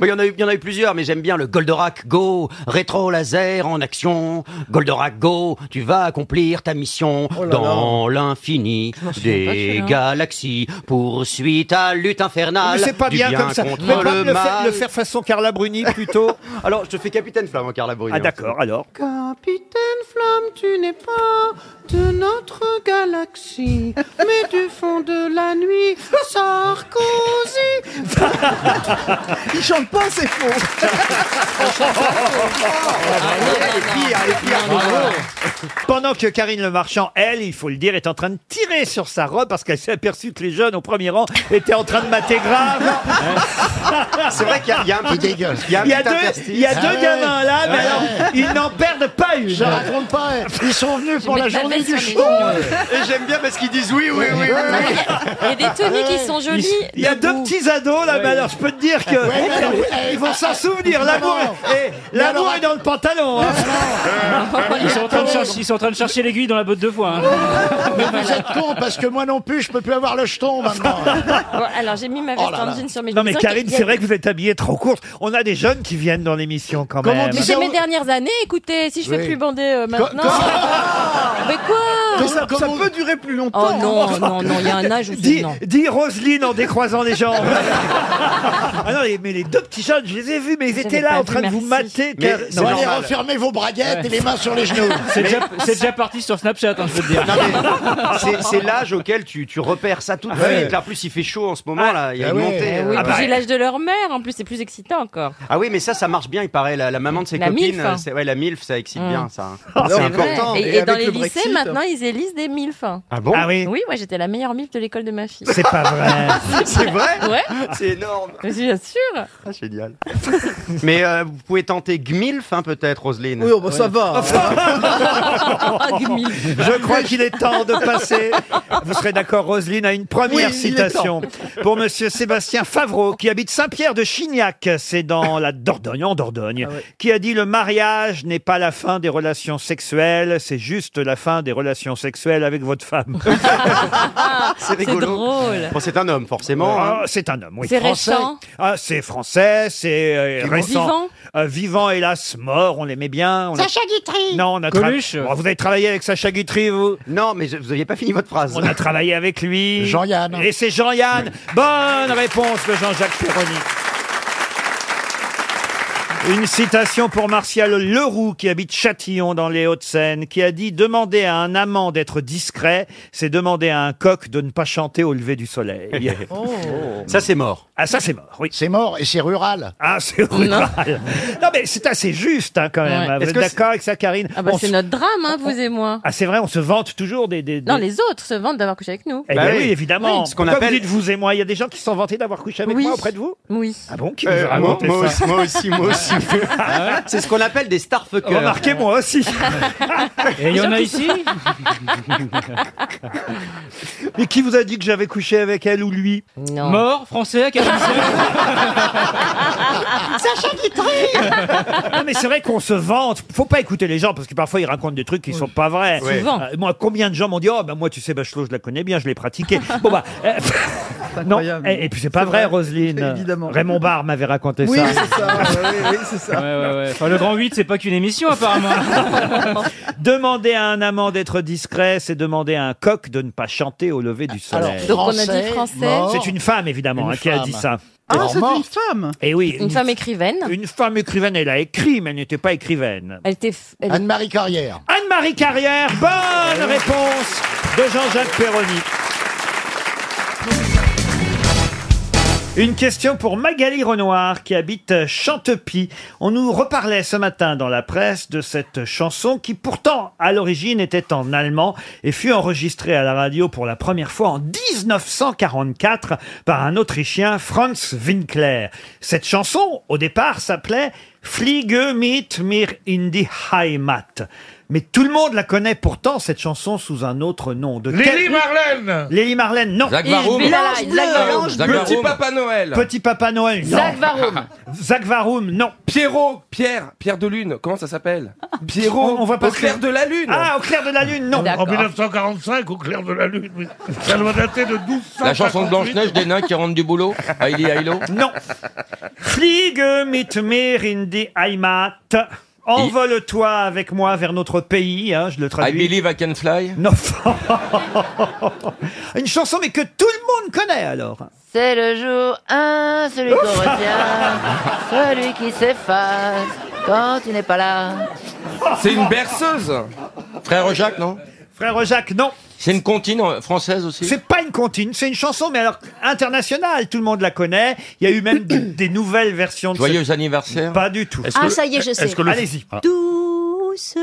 Bon, Il y, en a eu- il y en a eu plusieurs, mais j'aime bien le Goldorak Go, rétro laser en action. Goldorak Go, tu vas accomplir ta mission
Oh
Oh
là dans l'infini pas de des celui-là. galaxies. Poursuite à lutte
Oh,
infernale.
Mais c'est pas
du
bien comme ça.
contre
Mais pas
le,
le faire-
mal.
le faire façon Carla Bruni plutôt.
Alors, je te fais Capitaine Flamme en Carla Bruni. hein.
Ah, d'accord, alors.
Capitaine Flamme, tu n'es pas de notre galaxie, mais du fond de la nuit, Sarkozy.
Il chante pas, c'est faux.
Ah,
Ah,
Pendant que Karine Le Marchand, elle, il faut le dire, est en train de tirer sur sa robe parce qu'elle s'est aperçue que les jeunes au premier rang étaient en train de mater grave.
C'est vrai qu'il y a- il y a un petit-
Il y a,
il y a un petit
deux,
interstice.
il y a
Ah
deux
ouais.
gamins là, mais
Ouais.
alors, ils n'en perdent pas une.
Je raconte pas,
eh.
ils sont venus pour la journée du show.
Et j'aime bien parce qu'ils disent oui, oui, oui.
Il y a des tenues qui sont jolies.
Il y a deux petits ados là, mais alors je peux te dire que
Ouais, mais alors,
Eh, ils vont s'en souvenir. L'amour,
Non.
est-
Mais
l'amour
alors-
est dans le pantalon. hein. euh,
Ils sont, en train de chercher, ils sont en train de chercher l'aiguille dans la botte de foin. hein.
Mais vous êtes con parce que moi non plus, je peux plus avoir le jeton maintenant.
Bon, alors j'ai mis ma veste
Oh là
en
là.
jean sur mes
Non mais
jeans.
Karine,
Il y a-
c'est vrai que vous êtes habillée trop courte. On a des jeunes qui viennent dans l'émission quand
Comment
même.
Mais c'est mes dernières années, écoutez, si je fais
Oui.
plus bander euh, maintenant. Mais quoi
Mais ça, ça peut durer plus longtemps.
Oh non, non, non, il y a un âge où c'est
Dis,
non.
dis Roselyne en décroisant les jambes. ah non, les- mais les deux petits jeunes, je les ai vus, mais ils
J'avais
étaient
pas
là en
vu,
train de vous
merci.
mater.
Mais
car-
c'est Bon, allez, normal. refermez vos braguettes et les mains sur les genoux.
C'est
Mais-
déjà, c'est déjà parti sur Snapchat, hein, je veux te dire.
C'est- C'est l'âge auquel tu, tu repères ça tout de
Ouais.
suite. Là, en plus, il fait chaud en ce moment. là, il y a Ah une ouais. montée.
Eh oui,
Ah
puis
bah.
j'ai l'âge de leur mère, en plus c'est plus excitant encore.
Ah oui, mais ça, ça marche bien, il paraît. La, la maman de ses
La
copines,
MILF.
euh, c'est- ouais, la MILF, ça excite
Mm.
bien,
Ah,
ça. hein.
Et, et dans les lycées, maintenant, ils élisent des milfs.
Ah bon Ah oui.
Oui, moi j'étais la meilleure milf de l'école de ma fille.
C'est pas vrai. C'est vrai
Ouais.
C'est énorme.
Mais Bien sûr.
Génial. mais euh, vous pouvez tenter GMILF, hein, peut-être, Roselyne.
Oui, oh, bah, ça va.
Ah,
Je crois qu'il est temps de passer. Vous serez d'accord, Roselyne, à une première
Oui, il est
citation
temps.
pour Monsieur Sébastien Favreau, qui habite Saint-Pierre de Chignac, c'est dans la Dordogne, en Dordogne,
Ah
qui a dit le mariage n'est pas la fin des relations sexuelles, c'est juste la fin des relations sexuelles avec votre femme.
C'est rigolo.
drôle.
Bon, c'est un homme, forcément.
Ah,
hein.
c'est un homme, oui.
C'est
français.
récent
Ah, c'est français, c'est euh,
Vivant.
récent.
Vivant
Euh, vivant, hélas, mort, on l'aimait bien. on a-
Sacha Guitry.
Non, on a tra-
Coluche.
Bon, Vous avez travaillé avec Sacha Guitry, vous
Non, mais je- vous n'aviez pas fini votre phrase.
On a travaillé avec lui.
Jean-Yann.
Et c'est Jean-Yann. Bonne réponse de Jean-Jacques Perroni. Une citation pour Martial Leroux, qui habite Châtillon dans les Hauts-de-Seine, qui a dit Demander à un amant d'être discret, c'est demander à un coq de ne pas chanter au lever du soleil.
Ça, c'est mort.
Ah, ça, c'est mort, oui.
C'est mort et c'est rural.
Ah, c'est rural. Non, mais c'est assez juste, hein, quand même.
Ouais.
Vous
Est-ce
êtes
que c'est-
d'accord avec ça, Karine
Ah bah
On
c'est
se-
notre drame, hein, vous et moi.
Ah, c'est vrai, on se vante toujours des. des-
Non,
des-
les autres se vantent d'avoir couché avec nous.
Eh bien
Ah
oui, évidemment.
Ce
Ce
qu'on
vous
appelle...
dites vous et moi, il y a des gens qui se sont vantés d'avoir couché avec
Oui.
moi auprès de vous
Oui.
Ah bon Qui
Euh,
vous a raconté
moi- moi
ça
aussi, moi aussi, moi aussi.
Ah ouais
C'est ce qu'on appelle des starfuckers.
Remarquez, moi aussi.
Et il y en a ici
Et qui vous a dit que j'avais couché avec elle ou lui
Mort, français, quel
Sacha Guitry
Non, mais c'est vrai qu'on se vante. Faut pas écouter les gens parce que parfois ils racontent des trucs qui sont pas vrais.
Oui. Souvent.
Euh, moi, combien de gens m'ont dit Oh, bah moi, tu sais, Bachelot, je la connais bien, je l'ai pratiquée. bon, bah. euh, non, et, et puis c'est pas vrai, Roselyne. Raymond Barre m'avait raconté
Oui,
ça.
c'est ça,
oui, c'est ça.
le Grand 8, c'est pas qu'une émission, apparemment.
Demander à un amant d'être discret, c'est demander à un coq de ne pas chanter au lever du soleil.
Alors, Donc, on a dit français, français. mort.
C'est une femme, évidemment,
Une
hein, qui a
femme.
dit ça.
Ah, c'est une
femme
Et Eh oui.
Une femme écrivaine.
Une femme écrivaine, elle a écrit, mais elle n'était pas écrivaine.
Elle était. f- elle-
Anne-Marie Carrière.
Anne-Marie Carrière, bonne réponse de Jean-Jacques Perroni. Une question pour Magali Renoir qui habite Chantepie. On nous reparlait ce matin dans la presse de cette chanson qui pourtant à l'origine était en allemand et fut enregistrée à la radio pour la première fois en 1944 par un Autrichien Franz Winkler. Cette chanson au départ s'appelait Fliege mit mir in die Heimat. Mais tout le monde la connaît pourtant cette chanson sous un autre nom. De
Lily
quel-
Marlène
Lily Marlène, non.
Zach Varum. Il- Blanche Bleue, Blanche Bleue. Petit Papa Noël.
Petit Papa Noël. non.
Zach Varum.
Zach Varum, non. Ah.
Pierrot, Pierre, Pierre de Lune, comment ça s'appelle Pierrot,
On- on va
au
pas se-
clair de la Lune
Ah, au clair de la Lune, non. Oh,
D'accord.
En 1945, au clair de la lune, oui. ça doit dater de 12
La chanson de Blanche-Neige des nains qui rentrent du boulot Heidi Heilo
Non. Fliege mit mir in die Heimat. Envole-toi avec moi vers notre pays, hein, je le
I
traduis.
believe I can fly
Non. Une chanson mais que tout le monde connaît alors.
C'est le jour 1, celui qu'on retient, celui qui s'efface quand tu n'es pas là.
C'est une berceuse Frère Jacques, non
Frère Jacques, non.
C'est une comptine euh, française aussi
C'est pas une comptine, c'est une chanson mais alors internationale, tout le monde la connaît. Il y a eu même des, des nouvelles versions de
Joyeux
cette-
anniversaire
Pas du tout.
Ah, ça y est, je sais.
Allez-y.
Douce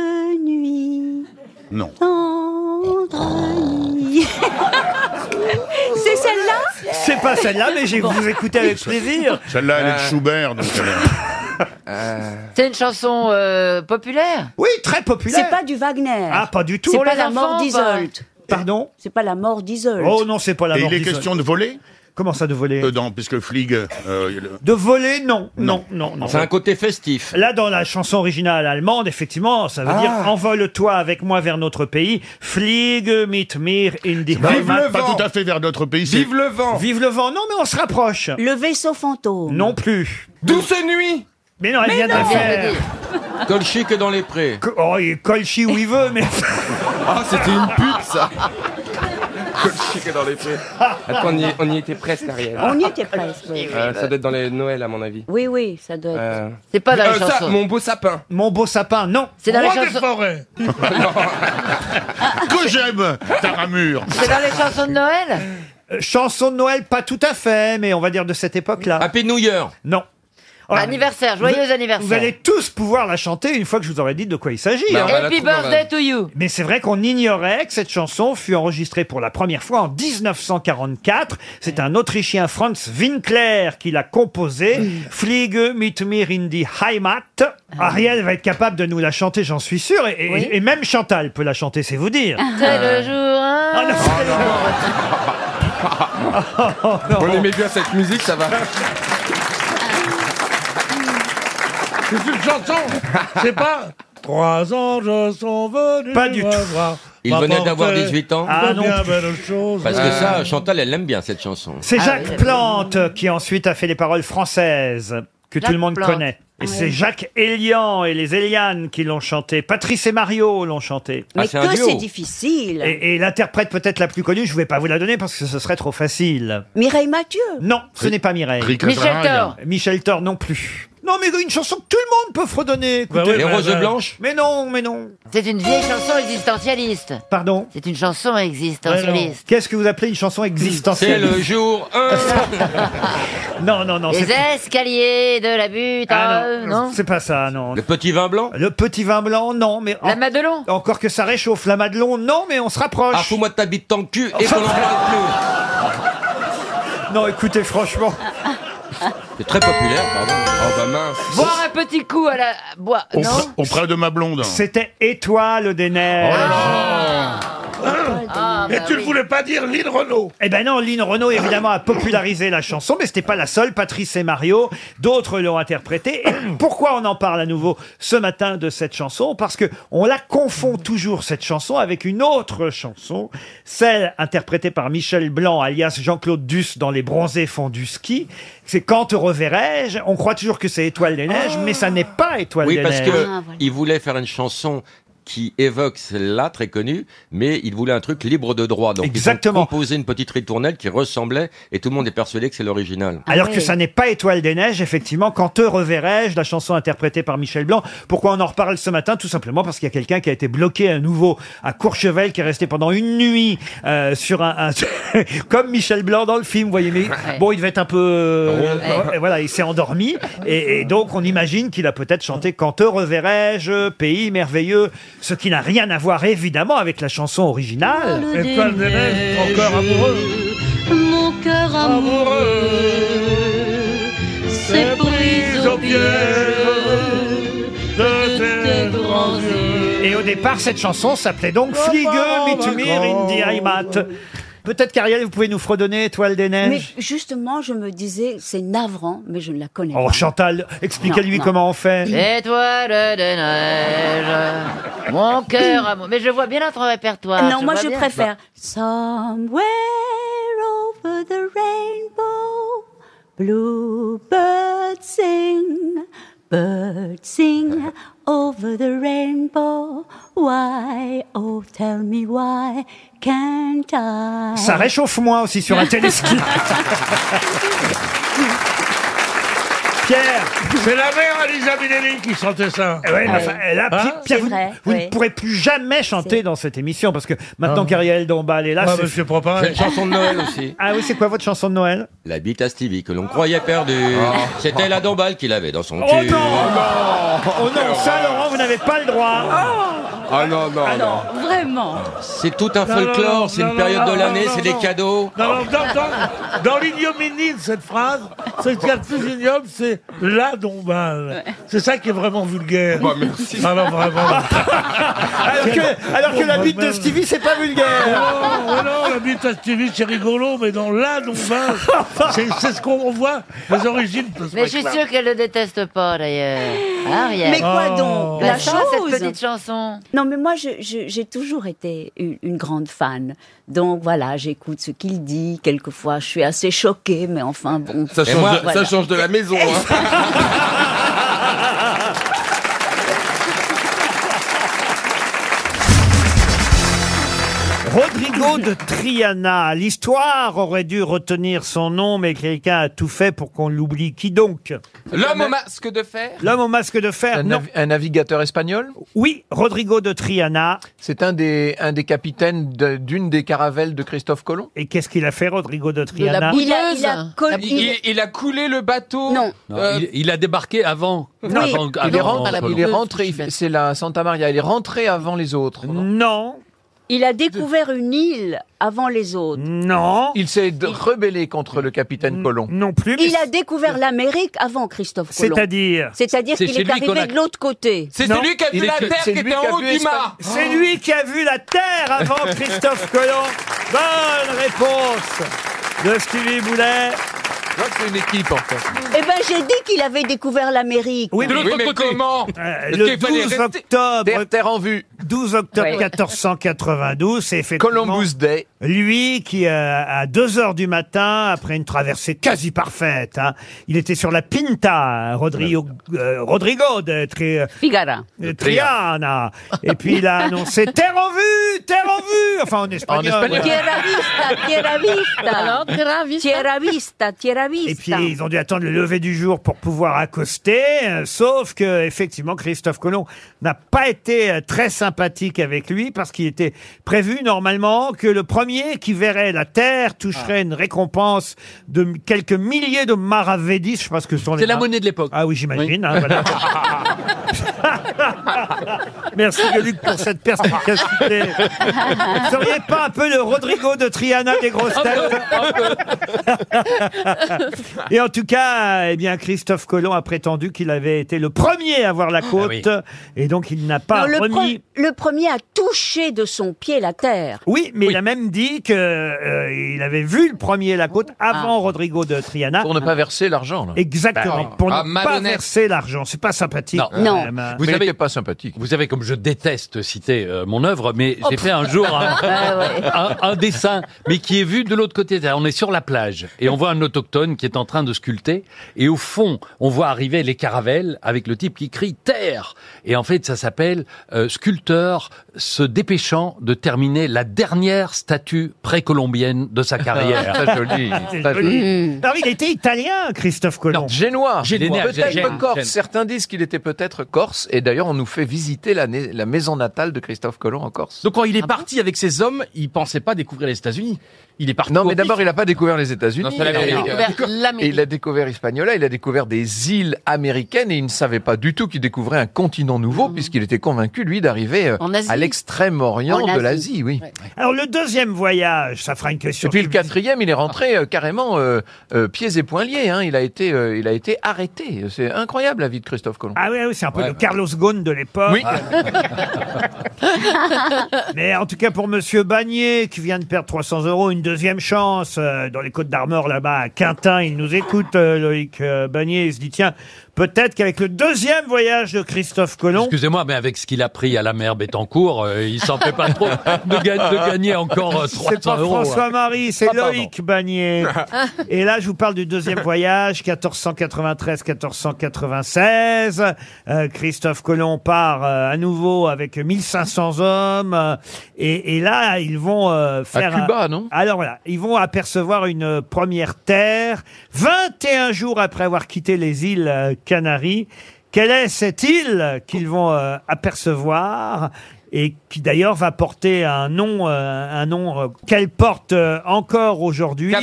nuit.
Non.
Tendre nuit. C'est celle-là
C'est pas celle-là, mais j'ai
Bon.
vous écouter avec plaisir.
Celle-là, elle est de
Euh.
Schubert, donc elle est...
C'est une chanson euh, populaire
Oui, très populaire.
C'est pas du Wagner.
Ah, pas du tout.
C'est
Pour
pas
les
la mort
enfants,
d'Isolt.
Pardon
C'est pas la mort d'Isolt.
Oh non, c'est pas la
Et
mort
il est
d'Isolt.
question de voler
Comment ça de voler
euh, Non, puisque Flig... euh, le-
De voler, non. Non, non, non.
C'est un côté festif.
Là, dans la chanson originale allemande, effectivement, ça veut
Ah.
dire envole-toi avec moi vers notre pays. Fliege mit mir in die
Pas- pas,
Heimat.
tout à fait vers d'autres pays. c'est-
Vive le vent. Vive le vent. Non, mais on se rapproche.
Le vaisseau fantôme.
Non plus. Douce nuit. Mais non, elle
Mais
vient de
non.
la faire.
Colchi que dans les prés.
Que- Oh, il colchi où il veut, mais.
Ah, c'était une pute, ça
Colchi que dans les pieds. Attends, on y, on y était presque, Ariel.
On y était presque. oui.
Ah,
Euh, ça doit être dans les Noël, à mon avis.
Oui, oui, ça doit être.
Euh,
C'est pas dans
euh,
les
ça,
chansons.
Mon beau sapin.
Mon beau sapin, non.
C'est dans les
Roi des
chansons-
forêts.
Que j'aime, Taramur
C'est dans les chansons de Noël
Euh, Chanson de Noël, pas tout à fait, mais on va dire de cette époque-là.
Happy New Year.
Non.
Anniversaire, joyeux
vous-
anniversaire.
Vous allez tous pouvoir la chanter une fois que je vous aurai dit de quoi il
Bah,
s'agit. hein.
Happy birthday to you
Mais c'est vrai qu'on ignorait que cette chanson fut enregistrée pour la première fois en 1944. C'est un Autrichien Franz Winkler qui l'a composée. Fliege mit mir in die Heimat. Ariel va être capable de nous la chanter, j'en suis sûr. Et, et-
Ah. Oui.
et même Chantal peut la chanter, c'est vous dire.
C'est
Euh.
le jour 1.
Ah, Oh,
On aimait bien cette musique, ça va.
C'est une chanson C'est pas... Trois anges sont venus
Pas du
me
tout.
voir,
Il venait d'avoir
m'apporter
18 ans.
de
Ah,
Ah
bien belles choses.
Parce que
Euh,
ça, Chantal, elle l'aime bien cette chanson.
C'est Jacques Plante qui ensuite a fait les paroles françaises que
Jacques
tout le monde
Plante.
connaît. Et
Ah
c'est
oui.
Jacques Elian et les Elianes qui l'ont chanté. Patrice et Mario l'ont chanté.
Ah,
Mais que c'est difficile.
Et, et l'interprète peut-être la plus connue, je ne vais pas vous la donner parce que ce serait trop facile.
Mireille Mathieu.
Non, ce n'est pas Mireille.
Michel Azraï. Thor.
Michel Thor non plus. Non, mais une chanson que tout le monde peut fredonner.
Bah
écoutez.
oui, Les bah, Roses bah. Blanches
Mais non, mais non.
C'est une vieille chanson existentialiste.
Pardon
C'est une chanson
Ouais, non.
existentialiste.
Qu'est-ce que vous appelez une chanson
C'est
existentielle
le jour 1.
Non, non, non.
Les
c'est-
escaliers de la butte.
Ah
euh,
non,
non
c'est pas ça, non. Le
petit vin blanc
Le petit vin blanc, non, mais...
La Madelon
Encore que ça réchauffe, la Madelon, non, mais on se rapproche.
Ah, fous-moi de ta bite ton cul et ton emploi plus.
Non, écoutez, franchement...
C'est très populaire, pardon.
Oh bah mince.
Boire un petit coup à la. Boire.
Au,
Non
pr- auprès de ma blonde.
C'était Étoile des
Oh
neiges.
Ah, bah oui.
voulais pas dire Lynn Renault Eh ben non, Lynn Renault, évidemment, a popularisé la chanson, mais c'était pas la seule. Patrice et Mario, d'autres l'ont interprétée. Et pourquoi on en parle à nouveau ce matin de cette chanson Parce que on la confond toujours, cette chanson, avec une autre chanson, celle interprétée par Michel Blanc, alias Jean-Claude Duss, dans Les Bronzés font du ski. C'est Quand te reverrai-je On croit toujours que c'est Étoile des neiges, mais ça n'est pas Étoile
Ah. Oui,
des
parce
neiges.
que Ah, il voulait faire une chanson qui évoque celle-là, très connue, mais il voulait un truc libre de droit. Donc ils
Exactement.
ont composé une petite ritournelle qui ressemblait, et tout le monde est persuadé que c'est l'original.
Ah
Ah,
Alors que ça n'est pas Étoile des Neiges, effectivement, quand te reverrai-je, la chanson interprétée par Michel Blanc. Pourquoi on en reparle ce matin Tout simplement parce qu'il y a quelqu'un qui a été bloqué à nouveau à Courchevel, qui est resté pendant une nuit euh, sur un... un- comme Michel Blanc dans le film, vous voyez. Mais bon, il devait être un peu... euh,
Ouais.
et Voilà, il s'est endormi. Et, et donc, on imagine qu'il a peut-être chanté Quand te reverrai-je, pays merveilleux, ce qui n'a rien à voir, évidemment, avec la chanson originale.
Étoile des neiges, ton cœur amoureux.
Mon cœur amoureux s'est pris au piège de tes grands yeux.
Et au départ, cette chanson s'appelait donc Fliege Mitumir Indi Heimat. Peut-être qu'Ariel, vous pouvez nous fredonner Étoile des
Mais
Neiges
justement, je me disais, c'est navrant, mais je ne la connais
Oh,
pas.
Chantal, expliquez-lui
Non, non.
comment on fait.
Étoile de neige. Mon cœur amoureux. Mais je vois bien notre répertoire.
non, moi
Bah, vois
je
bien.
préfère Somewhere over the rainbow, bluebird sing, bird sing over the rainbow. Why, oh tell me why can't I?
Ça réchauffe moins aussi sur un téléski. Pierre
C'est la mère Elisa Minelli qui chantait ça. Hein
Eh ouais, mais enfin, là,
Ah,
Pierre- Pierre, vous, vous
oui.
ne pourrez plus jamais chanter dans cette émission parce que
Ah.
maintenant qu'Ariel Dombal est là,
Ah, mais c'est pas pareil.
C'est une chanson de Noël aussi.
Ah oui, c'est quoi votre chanson de Noël
La bite à Stevie que l'on croyait perdue,
Ah.
c'était la dombale qu'il avait dans son
Oh
cul.
non Oh non, ça, Laurent, vous n'avez pas le droit.
Ah non, non, non.
Vraiment.
C'est tout un
Non, non, non,
folklore, c'est
non,
une période
non,
de
non,
l'année,
non,
c'est des
non.
cadeaux.
Non, non, dans, dans- dans l'ignominie de cette phrase, ce qu'il y a de plus ignoble, c'est la dombale. C'est ça qui est vraiment vulgaire. merci. Alors vraiment.
Bah, alors que, alors que la bite de Stevie, c'est pas vulgaire.
Non, mais non, la bite à Stevie, c'est rigolo, mais dans la dombale, c'est c'est ce qu'on voit, les origines de ce
Mais je suis
mec-là.
sûr qu'elle ne déteste pas d'ailleurs. Ariel.
Mais quoi donc
La
La
chanson,
chose
cette petite chanson.
Non, mais moi, je- je- j'ai toujours été une, une grande fan. Donc voilà, j'écoute ce qu'il dit. Quelquefois, je suis assez choquée, mais enfin bon.
Ça change, de, ça
Voilà.
change de la maison. Hein.
Rodrigo de Triana. L'histoire aurait dû retenir son nom, mais quelqu'un a tout fait pour qu'on l'oublie. Qui donc
L'homme au masque de fer.
L'homme au masque de fer.
Un,
non.
navi- un navigateur espagnol
Oui, Rodrigo de Triana.
C'est un des, un des capitaines de- d'une des caravelles de Christophe Colomb.
Et qu'est-ce qu'il a fait, Rodrigo de
Triana
Il a- il a co-
Il, il- il a coulé le bateau.
Non.
Euh,
il, a débarqué avant.
Oui, Avant- il
il, est
avant-
rentré,
avant-
il est rentré, il fait- c'est la Santa Maria, il est rentré avant les autres.
Non.
Il a découvert une île avant les autres.
Non.
Il s'est d- rebellé contre le capitaine Colomb.
Non plus.
Il a découvert l'Amérique avant Christophe Colomb.
C'est-à-dire
C'est-à-dire
C'est
qu'il
chez
est
lui qu'on
arrivé
a-
de l'autre côté.
C'est celui qui a vu la terre qui était en haut du mât.
C'est lui qui a vu la Terre avant Christophe Colomb. Bonne réponse de Stevie Boulet.
c'est une équipe en fait.
Eh ben, j'ai dit qu'il avait découvert l'Amérique.
Oui, mais- Oui, mais comment Euh, Le 12 octobre.
en vue.
12 octobre
Ouais.
1492, c'est effectivement.
Columbus Day.
Lui qui, euh, à 2 heures du matin, après une traversée quasi parfaite, hein, il était sur la Pinta, hein, Rodrigo, euh, Rodrigo de Tri- euh,
Figara.
Triana. Et puis il a annoncé Terre en vue, Terre en vue Enfin en espagnol.
espagnol.
voilà.
Tierra vista, tierra vista.
Alors, terra vista.
Tierra vista, tierra
oui,
Et
c'est
puis
un-
ils ont dû attendre le lever du jour pour pouvoir accoster. euh, Sauf que effectivement, Christophe Colomb n'a pas été euh, très sympathique avec lui parce qu'il était prévu normalement que le premier qui verrait la Terre toucherait une récompense de m- quelques milliers de maravédis. Je sais pas ce que sont les.
C'est la
mar-
monnaie de l'époque.
Ah oui, j'imagine. hein, voilà. Merci Gueluc pour cette perspicacité. Vous seriez pas un peu le Rodrigo de Triana des grosses têtes Et en tout cas, eh bien, Christophe Colomb a prétendu qu'il avait été le premier à voir
Ah
la côte, et donc il n'a pas
Non, le, pre-
remis.
le premier a touché de son pied la terre.
Oui, mais il a même dit que euh, il avait vu le premier la côte
Ah.
avant Rodrigo de Triana.
Pour ne pas verser l'argent. là.
Exactement.
Bah,
pour ne
ah,
pas
malhonnête.
verser l'argent, c'est pas sympathique.
Non.
quand
Non.
même. hein.
Vous savez-
pas sympathique.
Vous savez, comme je déteste citer euh, mon œuvre, mais j'ai fait un jour un,
Ouais, ouais.
un- un dessin, mais qui est vu de l'autre côté. C'est-à-dire, On est sur la plage et on voit un autochtone qui est en train de sculpter, et au fond, on voit arriver les caravelles avec le type qui crie terre. Et en fait, ça s'appelle euh, sculpteur se dépêchant de terminer la dernière statue précolombienne de sa carrière.
Ah, très joli,
C'est
Mm.
joli. Alors, il était italien, Christophe Colomb.
Génois.
Génois. Il est né à Peut-être
Gênes.
corse.
Gênes.
Certains disent qu'il était peut-être corse. Et d'ailleurs, on nous fait visiter la, na- la maison natale de Christophe Colomb en Corse.
Donc quand il
est parti
avec ses hommes, il pensait pas découvrir les États-Unis. Il est parti.
Non, mais d'abord, il n'a pas découvert les États-Unis.
Non, c'est l'Amérique. Il
Et-
a découvert
et-
l'Amérique.
et il a découvert Hispaniola, il a découvert des îles américaines et il ne savait pas du tout qu'il découvrait un continent nouveau
Mmh.
puisqu'il était convaincu, lui, d'arriver euh,
En Asie.
à l'extrême-orient
En
de
Asie.
l'Asie, oui.
Alors, le deuxième voyage, ça fera une question.
Et puis le quatrième, il est rentré euh, carrément euh, euh, pieds et poings liés. hein. Il a été, euh, il a été arrêté. C'est incroyable la vie de Christophe Colomb.
Ah oui, oui, c'est un peu le Carlos Ghosn de l'époque. Euh,
Oui.
Mais en tout cas, pour Monsieur Bagné, qui vient de perdre 300 euros, une deuxième chance euh, dans les Côtes d'Armor, là-bas, à Quintin. Il nous écoute, euh, Loïc euh, Bagné. Il se dit, tiens, peut-être qu'avec le deuxième voyage de Christophe Colomb...
Excusez-moi, mais avec ce qu'il a pris à la mère Bettencourt, euh, il s'en fait pas trop de, ga- de gagner encore euh, 300
C'est pas
euros. hein.
François-Marie, c'est
Ah, pardon.
Loïc Bagné. Et là, je vous parle du deuxième voyage, 1493-1496. Euh, Christophe Colomb part euh, à nouveau avec 1500 hommes. euh, et, et là, ils vont euh, faire...
Cuba,
un-
non
Alors voilà, ils vont apercevoir une euh, première terre, 21 jours après avoir quitté les îles euh, Canaries. Quelle est cette île qu'ils vont euh, apercevoir et qui d'ailleurs va porter un nom, euh, un nom euh, qu'elle porte euh, encore aujourd'hui.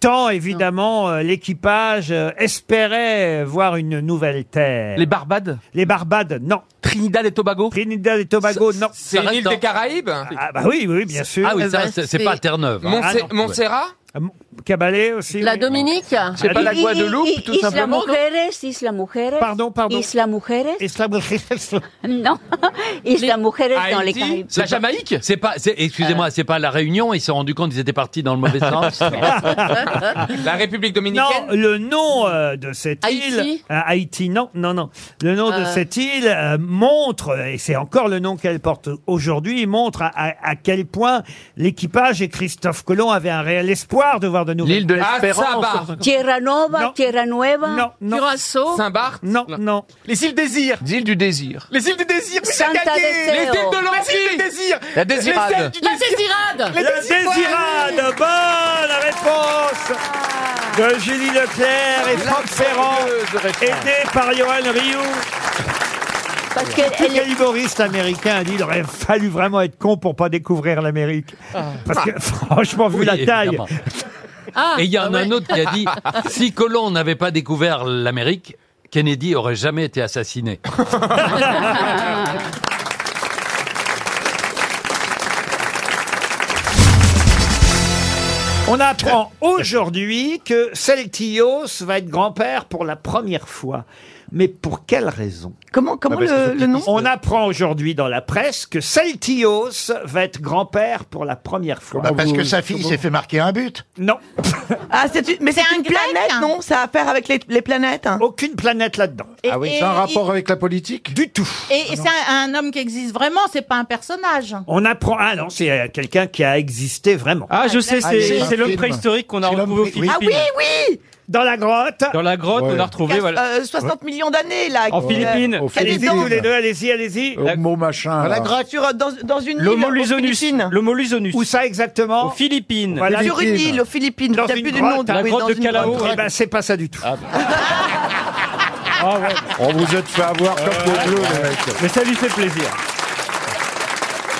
Tant évidemment euh, l'équipage euh, espérait voir une nouvelle terre. Les
Barbades
Les Barbades, non.
Trinidad et Tobago
Trinidad et Tobago, non.
C'est l'île des Caraïbes
Ah bah oui, oui, bien sûr.
Ah oui, ça, c'est c'est pas Terre-Neuve.
bah,
hein.
Montse-
Ah non.
Montserrat
Cabalet aussi.
La
oui.
Dominique
C'est pas la Guadeloupe, tout simplement, non
Isla Mujeres, Isla Mujeres.
Pardon, pardon.
Isla Mujeres.
Isla Mujeres.
Non, Isla Mujeres dans les Caraïbes.
C'est pas- C'est pas, c'est-
Hein
excusez-moi, c'est pas la Réunion. Ils se sont rendus compte qu'ils étaient partis dans le mauvais sens.
La République
Ah. Non,
Dominicaine
le nom euh, de cette
Haïti
île, euh, Haïti, non, non, non. Le nom de
Euh.
cette île euh, montre, et c'est encore le nom qu'elle porte aujourd'hui, montre à, à- à quel point l'équipage et Christophe Colomb avaient un réel espoir de voir de nouvelles.
L'île de l'Espérance.
Ah,
Tierra Nova, Tierra Nueva.
Ah, Non, non.
Saint-Barth
Non, non.
Les îles Désir. Les îles du Désir.
Les îles du désir, mais
Santa
t'as gagné
Deseo.
Les îles de l'envie Les îles du désir
La Désirade.
Les îles du
La
désir.
Désirade.
Les
La Désirade, bonne réponse de Julie Leclerc et Franck Ferrand, aidé par Johan Rioux.
Parce
Tout
qu'elle
quel humoriste américain a dit il aurait fallu vraiment être con pour pas découvrir l'Amérique. Parce que franchement, vu
Oui,
la taille.
évidemment.
Ah,
Et il y en a un autre qui a dit si Colomb n'avait pas découvert l'Amérique, Kennedy aurait jamais été assassiné.
On apprend aujourd'hui que Celtios va être grand-père pour la première fois. Mais pour quelle raison Comment,
comment Bah, parce le- que c'est le nom
On apprend aujourd'hui dans la presse que Celtios va être grand-père pour la première fois.
Bah, parce que sa fille s'est fait marquer un but.
Non.
Ah, c'est une- mais c'est une planète, non Ça a à faire avec les, les planètes. hein.
Aucune planète là-dedans.
Et- Ah oui. et- C'est un rapport
avec la politique Du tout.
Et,
Et c'est un, un homme qui existe vraiment, c'est pas un personnage.
On apprend. Ah non, c'est euh, quelqu'un qui a existé vraiment.
Ah, je sais, c'est- Ah, c'est c'est l'homme l'homme préhistorique
qu'on a retrouvé au
Ah oui, oui
Dans la grotte.
Dans la grotte, on a retrouvé. voilà.
Euh, 60 millions d'années, là.
En
euh,
Philippines. Aux
elle est
Allez-y
dans-
tous les deux, allez-y, allez-y.
Homo machin. là.
Sur, euh,
Ah.
dans, dans une île. aux
L'homolusonus. L'homolusonus.
Où ça exactement
Aux Philippines.
Voilà.
Sur une île aux Philippines,
Dans
t'as
une
plus du
grotte.
nom.
La
oui,
grotte
dans
de
une
Calao,
grotte.
eh ben, c'est pas ça du tout. Ah,
On Oh, vous êtes fait avoir comme
Euh,
des bleus, les mecs.
Mais ça lui fait plaisir.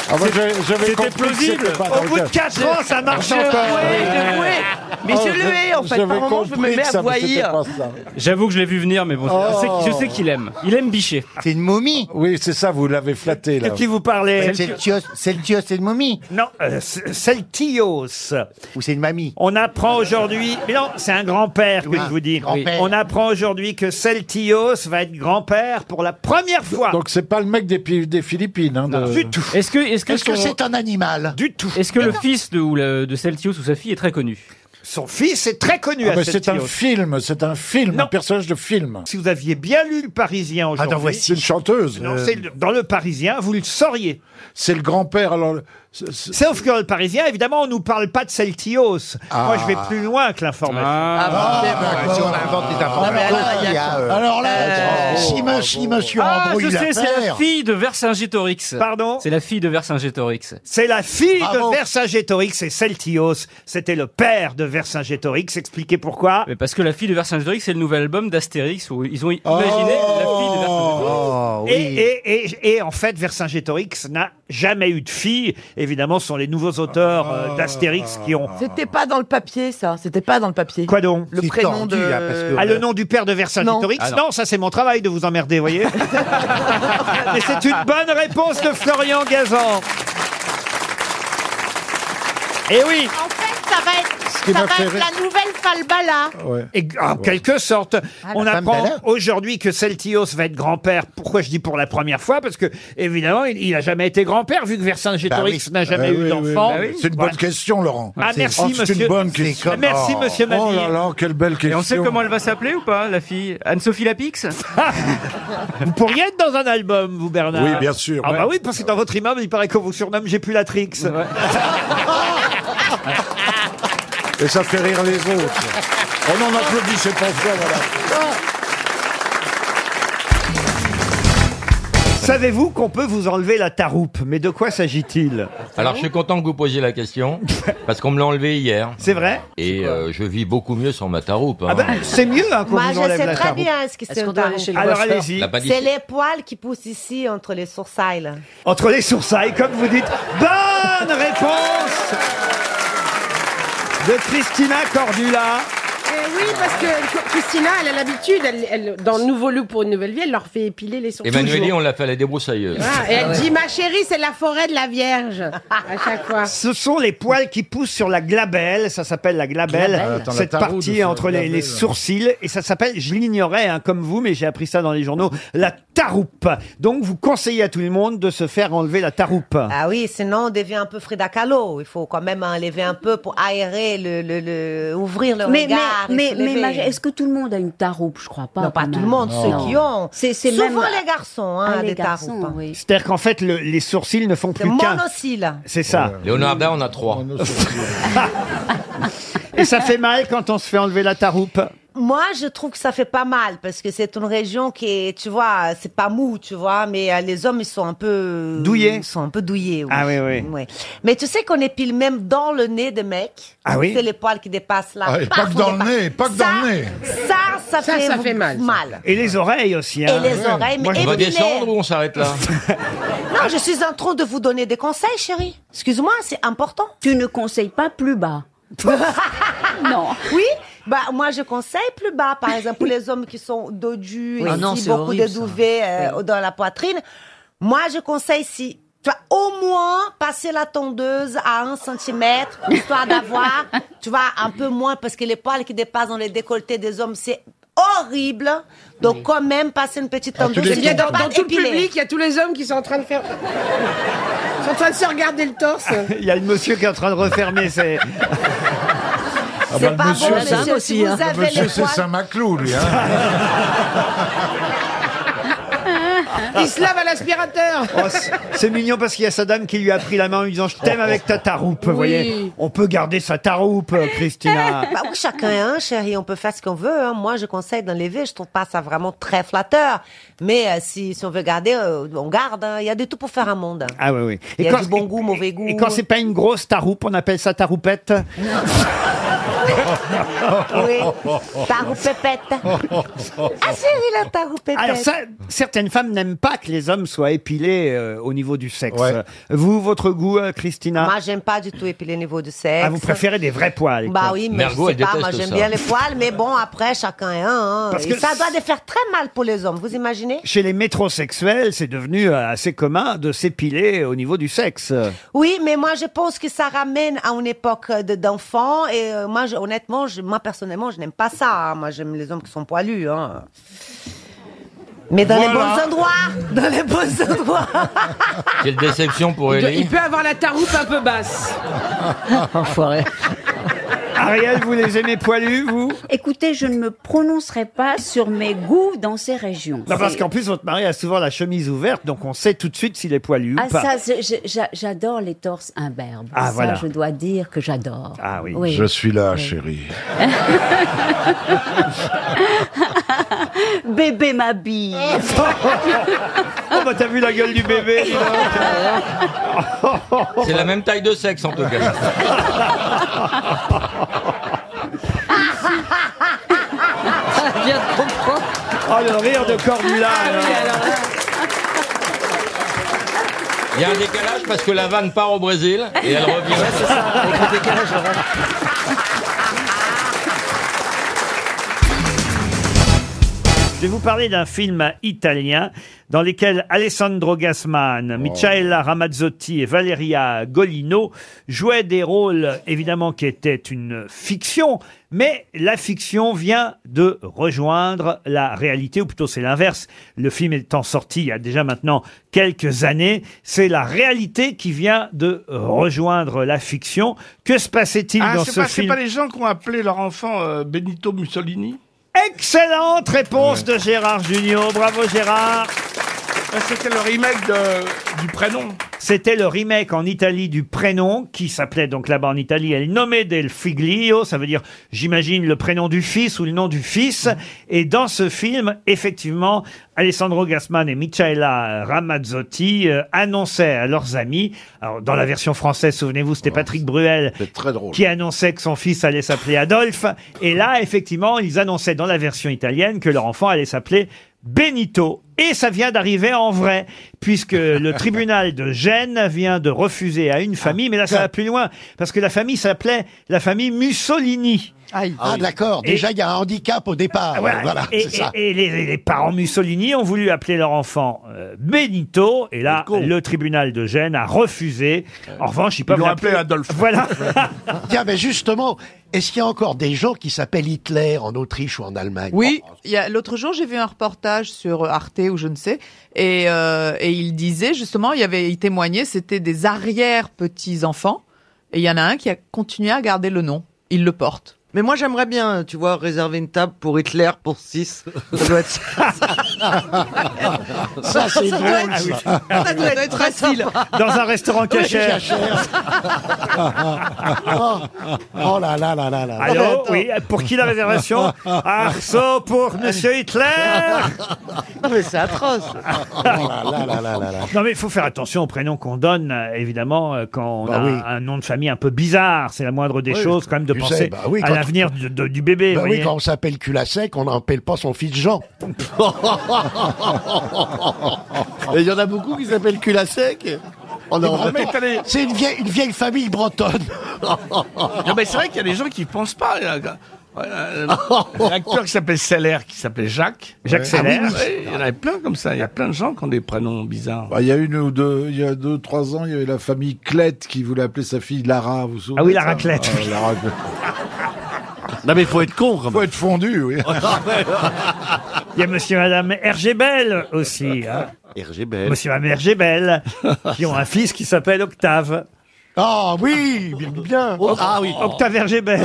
Ah, moi, j'avais- j'avais
C'était
compris que
plausible.
c'était pas
Au
dans le
bout de
cas.
quatre ans, ça marche
Encore.
encore.
Ouais, je jouais. Mais
Oh,
je le hais, en fait. Par
j'avais
moment, je me
compris
mets
que
à
ça- c'était
voyir.
pas ça.
J'avoue que je l'ai vu venir, mais bon,
Oh.
je sais- je sais qu'il aime. Il aime bicher.
C'est une momie.
Oui, c'est ça, vous l'avez flatté, là.
De qui vous parlez
Celtios, Celtios, c'est une momie.
Non, euh, c- Celtios.
Ou c'est une mamie.
On apprend aujourd'hui. Mais non, c'est un grand-père que
Oui,
je vous dis.
grand-père.
On apprend aujourd'hui que Celtios va être grand-père pour la première fois.
Donc, c'est pas le mec des, Pi- des Philippines. Hein, de-
du tout.
Est-ce que, est-ce que,
Est-ce que
son-
c'est un animal
Du tout.
est-ce que le fils de, ou le- de Celtius ou sa fille est très connu
Son fils est très connu
Ah,
à
mais c'est un
Celtios.
film, c'est un film, un personnage de film. Ah,
Si vous aviez bien lu le Parisien aujourd'hui.
C'est une chanteuse.
Non, c'est le- dans le Parisien, vous le sauriez.
C'est le grand-père. Alors, le- c'est- c'est-
Sauf que dans le Parisien, évidemment, on nous parle pas de Celtios.
Ah.
Moi, je vais plus loin que l'information.
Ah,
Ah, Si on invente des informations, il y a, euh,
Alors là,
euh,
si, me- si monsieur
Ah,
embrouille
je sais, c'est la
l'affaire,
fille de Vercingétorix.
Pardon
C'est la fille de Vercingétorix.
C'est la fille
Bravo.
de Vercingétorix et Celtios. C'était le père de Vercingétorix. Expliquez pourquoi.
Mais parce que la fille de Vercingétorix, c'est le nouvel album d'Astérix où ils ont imaginé la fille de Vercingétorix.
Oh, oui.
Et, et- et- et en fait, Vercingétorix n'a jamais eu de fille. Évidemment, ce sont les nouveaux auteurs euh, d'Astérix qui ont.
C'était pas dans le papier, ça. C'était pas dans le papier.
Quoi donc
Le
C'est
prénom
tordu,
de.
hein, parce que-
Ah, le nom du père de Vercingétorix
Non. Ah,
non.
non.
ça c'est mon travail de vous emmerder, voyez. Mais c'est une bonne réponse de Florian Gazan. Eh oui,
En fait, ça va être, ça
qui m'a
va
fait
être
rire-
la nouvelle Falbala.
ouais.
Et ah. en quelque sorte, on
femme
apprend
d'Alain.
aujourd'hui que Celtios va être grand-père. Pourquoi je dis pour la première fois Parce que évidemment, il n'a jamais été grand-père vu que Vercingétorix
Bah oui.
n'a jamais
Ah
eu
oui,
d'enfant. Bah
oui, oui. C'est une bonne
Voilà.
question, Laurent.
Ah,
C'est-
merci,
Oh, C'est
monsieur.
une bonne
C'est
question.
comme-
Merci, monsieur
Oh
Mabille.
là là, quelle belle question.
Et on sait comment elle va s'appeler ou pas, la fille Anne-Sophie Lapix
Vous pourriez être dans un album, vous, Bernard
Oui, bien sûr,
Ah
ouais.
bah oui, parce que dans votre immeuble, il paraît qu'on vous surnomme J'ai plus la Trix.
Et ça fait rire les autres. Oh On en applaudit, c'est pas ça, voilà.
Savez-vous qu'on peut vous enlever la taroupe Mais de quoi s'agit-il
Alors, je suis content que vous posiez la question, parce qu'on me l'a enlevé hier.
C'est vrai
Et euh, je vis beaucoup mieux sans ma taroupe. hein.
Ah ben, c'est mieux hein, qu'on
Moi, Bah,
vous
je
enlève
sais
la
très
taroupe.
bien ce que c'est
Est-ce
un
qu'on doit aller
tarot.
chez le
Alors
coiffeur
allez-y,
La balice-
C'est les poils qui poussent ici, entre les sourcils. là.
entre les sourcils, comme vous dites. Bonne réponse de Christina Cordula.
Eh oui, parce que Christina, elle a l'habitude, elle, elle- dans le Nouveau Loup pour une nouvelle vie, elle leur fait épiler les sourcils.
Emmanuelie,
Toujours.
on l'a fait à la débroussailleuse.
Ah, et elle dit, ma chérie, c'est la forêt de la Vierge, à chaque fois.
Ce sont les poils qui poussent sur la glabelle, ça s'appelle la glabelle,
Glabelle.
Attends, la
cette
taroude,
partie
c'est la
entre les, les
glabelle.
sourcils, et ça s'appelle, je l'ignorais hein, comme vous, mais j'ai appris ça dans les journaux, la taroupe. Donc vous conseillez à tout le monde de se faire enlever la taroupe.
Ah oui, sinon on devient un peu Frida Kahlo. Il faut quand même enlever un peu pour aérer, le, le- le- ouvrir le
Mais, mais,
regard. et
mais, mais,
soulever.
Maja, est-ce que tout le monde a une taroupe Je crois pas.
non, pas
quand
tout le
même.
monde,
Non.
ceux qui ont.
C'est c'est
Souvent
même
les garçons, hein,
Ah, les
des
garçons,
taroupes.
oui.
C'est-à-dire qu'en fait, le- les sourcils ne font
C'est
plus qu'un.
monocyle.
C'est ça.
Leonarda, on a trois.
Et ça fait mal quand on se fait enlever la taroupe.
Moi, je trouve que ça fait pas mal parce que c'est une région qui est, tu vois, c'est pas mou, tu vois, mais euh, les hommes ils sont un peu
Douillés.
ils sont un peu douillés. Oui.
Ah oui, oui.
Ouais. Mais tu sais qu'on épile même dans le nez des mecs.
Ah oui
C'est les poils qui dépassent là.
Ah, et pas que
Partout
dans le
dépassent.
nez, pas que
Ça,
dans le nez.
Ça, ça, Ça, fait, ça fait mal, ça.
Et les oreilles aussi.
Et
hein.
les oreilles, mais
Moi, je
On va
épilées.
descendre ou on s'arrête là
Non, je suis en train de vous donner des conseils, chérie. Excuse-moi, c'est important.
Tu ne conseilles pas plus bas. non.
Oui, bah moi je conseille plus bas, par exemple pour les hommes qui sont dodus
Oui.
et
Ah non,
qui
c'est
beaucoup
horrible,
de
ça.
douvets euh, dans la poitrine. Moi je conseille si tu vas au moins passer la tondeuse à un centimètre histoire d'avoir, tu vois, un peu moins parce que les poils qui dépassent dans les décolletés des hommes c'est horrible. Donc quand même passer une petite
Ah, tu
tondeuse.
les
c'est
Il
de
y a
pas
dans-
épiler. il y a tous les hommes qui sont en train de faire, sont en train de se regarder le torse.
Il y a le monsieur qui est en train de refermer ses...
Ah
C'est
bah,
pas bon,
le monsieur, c'est-
Euh, monsieur, si
aussi,
vous
hein.
avez
monsieur,
les
c'est
poils
Saint-Maclou, lui. Hein.
Il se lave à l'aspirateur.
Oh, c'est- c'est mignon parce qu'il y a sa dame qui lui a pris la main en lui disant Je t'aime avec ta taroupe. Vous
Oui.
voyez, on peut garder sa taroupe, euh, Christina.
Bah oui, chacun est un, chérie, on peut faire ce qu'on veut. hein. Moi, je conseille d'enlever, je trouve pas ça vraiment très flatteur. Mais euh, si, si on veut garder, euh, on garde. hein. Il y a de tout pour faire un monde. hein.
Ah oui, oui.
Il y a du bon goût, mauvais goût.
Et quand c'est pas une grosse taroupe, on appelle ça taroupette.
Oui, taroupépette. Ah, chérie, la taroupépette.
Alors ça, certaines femmes n'aiment pas que les hommes soient épilés euh, au niveau du sexe. Vous, votre goût, euh, Christina
Moi, j'aime pas du tout épiler le niveau du sexe.
Ah, vous préférez des vrais poils
Bah
quoi.
oui, mais je sais pas, moi j'aime bien les poils, mais bon, après, chacun est un. hein.
Parce
Et
que
ça doit les faire très mal pour les hommes, vous imaginez
Chez les métrosexuels, c'est devenu euh, assez commun de s'épiler au niveau du sexe.
Oui, mais moi je pense que ça ramène à une époque euh, de- d'enfants et euh, moi je- honnêtement, je- moi personnellement, je n'aime pas ça. hein. Moi j'aime les hommes qui sont poilus. hein. Mais dans
Voilà.
les bons endroits, dans les bons endroits.
Quelle déception pour
Il doit-
Ellie.
Il peut avoir la taroupe un peu basse.
Enfoiré.
Ariel, vous les aimez poilus, vous
Écoutez, je ne me prononcerai pas sur mes goûts dans ces régions.
Non, parce
C'est-
qu'en plus, votre mari a souvent la chemise ouverte, donc on sait tout de suite s'il est poilu ou
Ah
pas.
ça, c'est- je- j'a- j'adore les torses imberbes.
Ah,
ça,
voilà.
je dois dire que j'adore.
Ah oui.
Oui.
Je suis là,
Oui.
chérie.
Bébé ma bille.
Oh bah t'as vu la gueule du bébé dis
Ah,
donc.
C'est la même taille de sexe en tout cas.
Bien comprendre.
Oh le rire de Cordula
Ah,
alors.
Il y a un décalage parce que la vanne part au Brésil et elle revient.
Je vais vous parler d'un film italien dans lequel Alessandro Gassman, Michaela Ramazzotti et Valeria Golino jouaient des rôles évidemment qui étaient une fiction, mais la fiction vient de rejoindre la réalité, ou plutôt c'est l'inverse. Le film étant sorti il y a déjà maintenant quelques années, c'est la réalité qui vient de rejoindre la fiction. Que se passait-il
Ah,
dans
c'est
ce
pas, c'est
film
pas les gens qui ont appelé leur enfant euh, Benito Mussolini
Excellente réponse de Gérard Junior. Bravo Gérard.
C'était le remake de- du prénom.
C'était le remake en Italie du prénom qui s'appelait donc là-bas en Italie El Nome del Figlio, ça veut dire j'imagine le prénom du fils ou le nom du fils. Et dans ce film, effectivement, Alessandro Gassman et Michaela Ramazzotti euh, annonçaient à leurs amis, alors dans la version française, souvenez-vous, c'était Patrick Bruel qui annonçait que son fils allait s'appeler Adolphe. Et là, effectivement, ils annonçaient dans la version italienne que leur enfant allait s'appeler Benito. Et ça vient d'arriver en vrai, puisque le tribunal de Gênes vient de refuser à
Ah.
une famille, mais là ça va plus loin, parce que la famille s'appelait la famille Mussolini.
Ah d'accord,
Et- Ah,
déjà il y a un handicap au départ.
voilà.
Voilà,
et,
c'est ça.
et- et les, les parents Mussolini ont voulu appeler leur enfant euh, Benito, et là le tribunal de Gênes a refusé. En revanche, ils peuvent
Euh, Ils l'ont
l'appeler-
appelé Adolphe.
Voilà.
Tiens, mais justement, est-ce qu'il y a encore des gens qui s'appellent Hitler en Autriche ou en Allemagne
Oui,
Oh,
il y a- l'autre jour j'ai vu un reportage sur euh, Arte ou je ne sais, et, euh, et il disait justement, il y avait, il témoignait, c'était des arrière petits enfants, et il y en a un qui a continué à garder le nom. Il le porte.
Mais moi, j'aimerais bien, tu vois, réserver une table pour Hitler pour 6. Ça doit être ça.
Ça, c'est
doit
drôle,
être-
ça.
ça doit être facile.
Dans un restaurant
Oui,
cachère.
cachère. oh, oh là là là là là.
Allô, oui, pour qui la réservation Arceau pour Monsieur Hitler
Non, mais c'est atroce.
Oh là là là là là là.
Non mais il faut faire attention au prénom qu'on donne, euh, évidemment, euh, quand on
Bah
a
oui.
un nom de famille un peu bizarre. C'est la moindre des
Oui,
choses Ah quand même de
tu
penser
sais, bah oui,
à
quand-
l'avenir du, de- du bébé.
Ben
vous
oui,
voyez.
quand on s'appelle Culassec, on n'appelle pas son fils Jean. Et il y en a beaucoup qui s'appellent Culassec C'est une vieille, une vieille famille bretonne.
Non, mais c'est vrai qu'il y a des gens qui pensent pas. Il y a- euh, L'acteur qui s'appelle Seller, qui s'appelait Jacques.
Jacques
Ouais.
Seller.
Ah oui, oui. Il y en avait plein comme ça. Il y a plein de gens qui ont des prénoms bizarres.
Bah, il y a une ou deux, il y a deux, trois ans, il y avait la famille Clette qui voulait appeler sa fille Lara, vous vous souvenez Ah oui, de Lara ça Clette. Ah, Lara Clette.
Non, mais il faut être con, quand
Faut être fondu, oui.
Il y a Monsieur et Madame Hergébel aussi. hein.
Hergébel.
Monsieur et Madame Hergébel, qui ont un fils qui s'appelle Octave.
Ah oui, bien, bien, bien.
Ah oui. Octave Hergébel.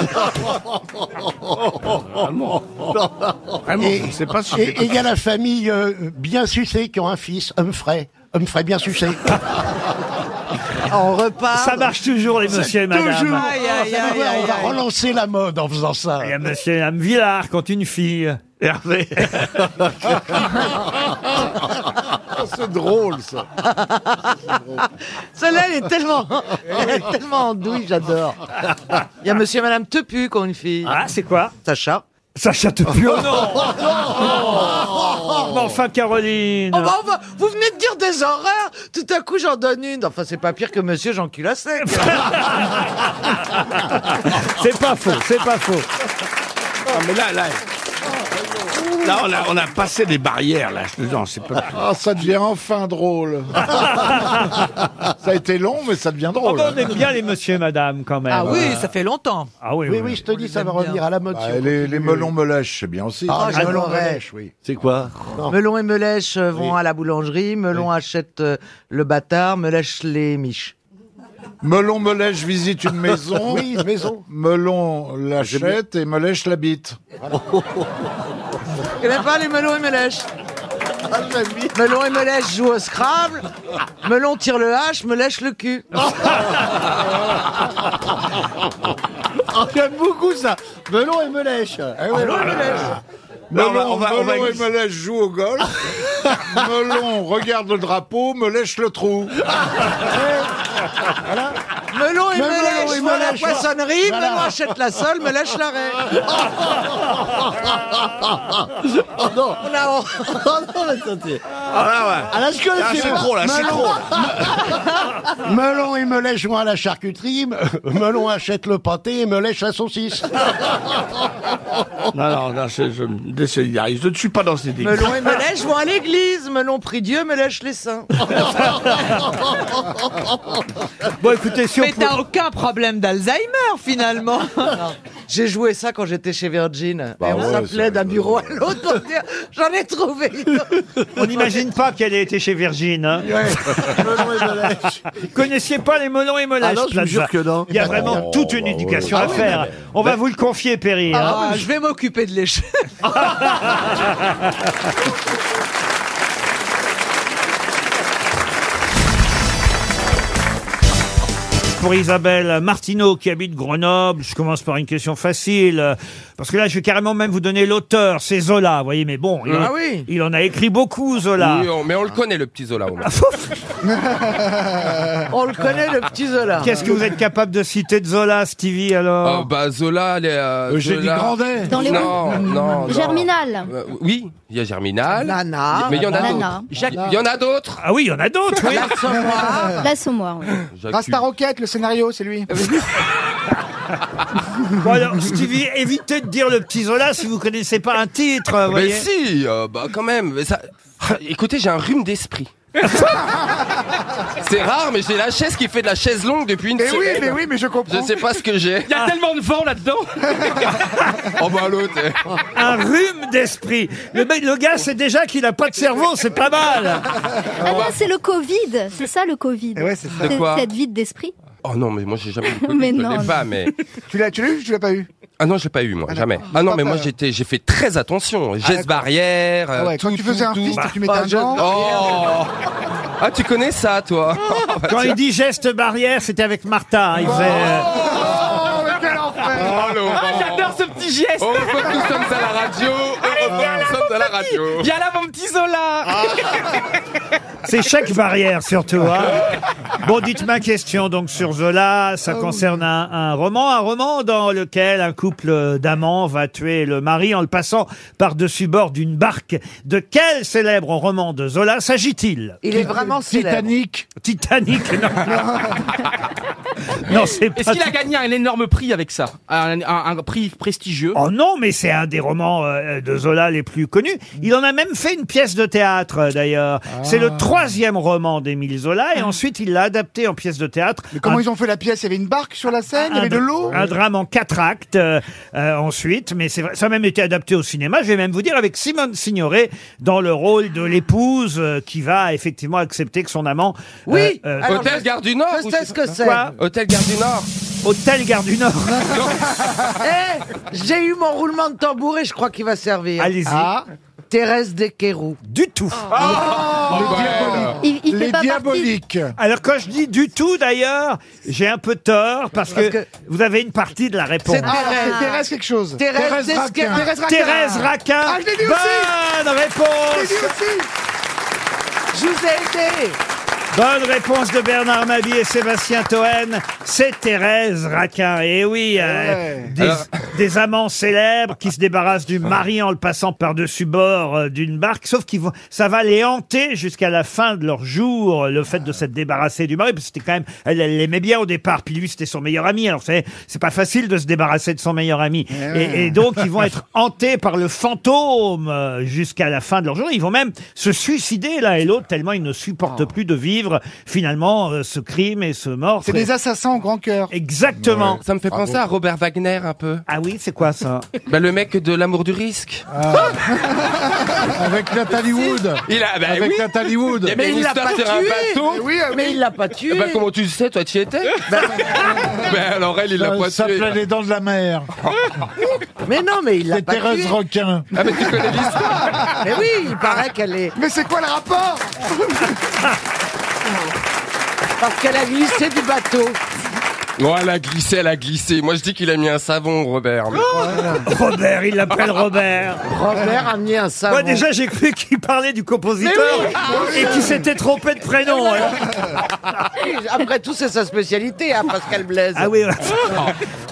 Vraiment.
Vraiment, je ne sais pas si je vais
Et
pas
et il y a la famille euh, bien sucée qui ont un fils, Humphrey. Humphrey bien sucé.
On repart. Ça marche toujours, les monsieur et madame.
Toujours.
Aïe, aïe,
Ça veut dire,
aïe,
on va
aïe, aïe.
relancer la mode en faisant ça.
Il y a monsieur et madame Villard quand une fille. Hervé.
Oh, C'est drôle, ça.
Celle-là, elle est tellement, elle est tellement andouille, j'adore. Il y a monsieur et madame Tepu qui ont une fille.
Ah, c'est quoi
Sacha.
Sacha Tepu.
Oh non
Oh.
Mais enfin, Caroline.
Oh, bah, on va- vous venez de dire des horreurs, tout à coup j'en donne une. Enfin, c'est pas pire que monsieur Jean Culassec.
C'est pas faux, c'est pas faux.
Non, Ah, mais là, là. Là, on a, on a passé des barrières, là. Non, c'est pas.
Ah, ça devient enfin drôle. ça a été long, mais ça devient drôle.
Oh, on aime bien les monsieur et madame quand même.
Ah oui,
ça
fait longtemps.
Ah oui,
Oui, oui, je te dis, ça va revenir à la mode.
Bah,
si on
les,
continue.
les melons me lèchent, c'est bien aussi.
Ah,
j'adore
melon
les
rêche, oui. C'est quoi
Melon et Melèche euh, vont à la boulangerie, Melon achète euh, le bâtard, Melèche les miches.
Melon me lèche, visite une maison.
Oui, une maison.
Melon l'achète et me lèche la bite.
Il n'aime pas les melons et melèches.
Ah,
Melon et melèche jouent au Scrabble. Melon tire le hache, me lèche le cul.
Ah, Oh, J'aime beaucoup ça. Melon et me lèche.
Ah
Ah
melon et me
Melon,
on va- on va-
Melon et me lèche joue au golf. melon regarde le drapeau, me lèche le trou.
Melon et
Mais
melèche
melon et
vont à la
melèche, voilà.
poissonnerie.
Voilà.
Melon achète la sole, me lèche l'arrêt.
Oh non.
On a...
Oh non, la santé.
Ah
Ah là, je connais
Ah, c'est trop, là, c'est trop.
Melon et me lèche vont à la charcuterie. Melon achète le pâté et me lèche la saucisse.
Ah,
Non, non, non, je, je me désolidarise. Je ne suis pas dans ces délires.
Melon et melèche vont à l'église. Melon prie Dieu, me lèche les seins.
Bon, écoutez, si on
Mais t'as aucun problème d'Alzheimer finalement. J'ai joué ça quand j'étais chez Virgin.
Bah
et on
ouais,
s'appelait d'un bureau à l'autre pour dire j'en ai trouvé. une autre.
On n'imagine pas qu'elle ait été chez Virgin. Hein. Connaissiez pas les melons et molèches
Ah non, je vous
Plaza.
jure que non.
Il y a vraiment
Oh,
toute une
bah oui.
éducation
Ah
à
oui,
faire.
mais-
On va vous le confier, Perry.
Ah,
hein.
je vais m'occuper de l'échelle.
Ah, Pour Isabelle Martineau qui habite Grenoble, je commence par une question facile. euh, Parce que là, je vais carrément même vous donner l'auteur, c'est Zola, vous voyez, mais bon, il, en-
Ah oui.
il en a écrit beaucoup, Zola.
Oui, oh on- mais on le connaît, le petit Zola. au moins.
On le connaît, le petit Zola.
Qu'est-ce que vous êtes capable de citer de Zola, Stevie, alors
Ah, bah, Zola, les. euh,
Eugénie
Zola-
Oh. Grandet. Dans les
Non,
rues. Mmh.
non, non.
Germinal.
Euh, oui, il y a Germinal.
Nana.
Mais il y en a
Nana.
d'autres. Il y en a d'autres.
Ah oui, il y en a d'autres, oui.
L'assommoir. bah, oui.
J'accuse.
Rasta Rocket, le scénario, c'est lui.
Bon, alors, Stevie, évitez de dire le petit Zola si vous connaissez pas un titre, vous
Mais
voyez.
si, euh, bah quand même. mais ça- Écoutez, j'ai un rhume d'esprit. C'est rare, mais j'ai la chaise qui fait de la chaise longue depuis une
Eh
Mais oui,
semaine.
mais oui, mais je comprends.
Je sais pas ce que j'ai.
Il y a tellement de vent là-dedans.
Oh bah l'autre. eh.
Un rhume d'esprit. Le, mec- le gars sait déjà qu'il n'a pas de cerveau, c'est pas
Ah
mal.
non, c'est le Covid. C'est ça le Covid.
Eh ouais, c'est ça.
De quoi
cette vide d'esprit.
Oh non, mais moi j'ai jamais eu le Covid,
Mais
je
non,
l'ai
non.
pas, mais.
Tu l'as, tu l'as eu ou tu l'as pas eu
Ah non, je l'ai pas eu moi, jamais. Ah non, mais moi j'étais, j'ai fait très
Ah,
attention. Geste barrière. euh,
Ah ouais, quand
tout,
tu faisais
tout,
un
tout.
fist, tu mettais un gant.
Oh Ah, tu connais ça, toi Oh, bah,
Quand
tiens.
il dit geste barrière, c'était avec Martha.
Bah.
hein, Il faisait, euh,
Oh, mais quel enfer
Oh, Laurent.
Ah,
J'adore ce petit geste.
Oh, nous sommes à la radio. Oh, nous sommes à la radio.
Viens là, mon petit Zola.
Ah.
C'est chaque barrière surtout. hein. Bon, dites ma question donc sur Zola.
Ah,
Ça concerne un, un roman, un roman dans lequel un couple d'amants va tuer le mari en le passant par-dessus bord d'une barque. De quel célèbre roman de Zola s'agit-il
Il est vraiment célèbre.
Titanic. Non, non c'est pas.
Est-ce qu'il a gagné un énorme prix avec ça un, un- un prix prestigieux
Oh non, mais c'est un des romans euh, de Zola les plus connus. Il en a même fait une pièce de théâtre, euh, d'ailleurs. C'est
Ah.
le troisième roman d'Émile Zola, et ensuite il l'a adapté en pièce de théâtre.
Mais comment
Un-
ils ont fait la pièce Il y avait une barque sur la Seine, il y
un
avait de
dra-
l'eau
Un drame en quatre actes euh, euh, ensuite, mais c'est vrai, ça a même été adapté au cinéma, je vais même vous dire, avec Simone Signoret dans le rôle de l'épouse euh, qui va effectivement accepter que son amant...
Oui,
euh, euh,
alors,
Hôtel Gare du Nord
Je sais ce que c'est.
Quoi
l'hôtel Gare du Nord.
Hôtel Gare du Nord.
Eh, J'ai eu mon roulement de tambour et je crois qu'il va servir.
Allez-y.
Ah, Thérèse Desqueroux.
Du tout. Ah.
Il- il fait Les pas partie- diaboliques.
Oh Alors quand je dis du tout d'ailleurs, j'ai un peu tort parce, que, vous avez une partie de la réponse.
C'est Ah, Thérèse. c'est Thérèse quelque chose. Thérèse
Thérèse
Desca-
Raquin.
Thérèse Raquin.
Thérèse Raquin.
Ah, je l'ai dit aussi.
Bonne
Je l'ai dit
réponse.
aussi.
Je vous ai aidé.
Bonne réponse de Bernard Mabie et Sébastien Toen. C'est Thérèse Raquin. Et oui, euh,
Ouais.
des,
Alors-
des amants célèbres qui se débarrassent du mari en le passant par-dessus bord euh, d'une barque. Sauf qu'ils vont, ça va les hanter jusqu'à la fin de leur jour, euh, le fait de s'être débarrassé du mari. Parce que c'était quand même, elle, elle l'aimait bien au départ. Puis lui, c'était son meilleur ami. Alors, vous savez, c'est pas facile de se débarrasser de son meilleur ami. Et, et donc, ils vont être hantés par le fantôme euh, jusqu'à la fin de leur journée. Ils vont même se suicider l'un et l'autre tellement ils ne
Ah.
supportent plus de vivre finalement euh, ce crime et ce mort.
C'est des assassins au grand cœur.
Exactement.
Ça me fait Bravo. penser à
Robert Wagner un peu. Ah oui, c'est quoi ça bah, Le mec de l'amour du risque.
Ah. Avec Nathalie Wood.
Il a- bah
Avec
oui.
Nathalie Wood.
Il y avait une moustache sur un bateau.
Mais oui, mais il l'a pas tué.
Bah, comment tu le sais, toi, tu y étais Mais alors elle, il l'a
Ça-
Euh,
pas
Ça
tué.
s'appelait Les Dents de la Mer.
Mais non, mais il l'a
C'est
pas
Thérèse
tué.
Requin.
Ah, mais tu connais
l'histoire. Mais oui, il paraît qu'elle est.
Mais c'est quoi le rapport
Parce qu'elle a glissé du bateau.
Non, elle a glissé, elle a glissé. Moi, je dis qu'il a mis un savon, Robert.
Oh. Robert, il l'appelle Robert.
Robert a mis un savon.
Moi déjà j'ai cru qu'il parlait du compositeur
Mais oui.
et qu'il s'était trompé de prénom. hein. alors.
Après tout, c'est sa spécialité, hein, Pascal Blaise.
Ah oui.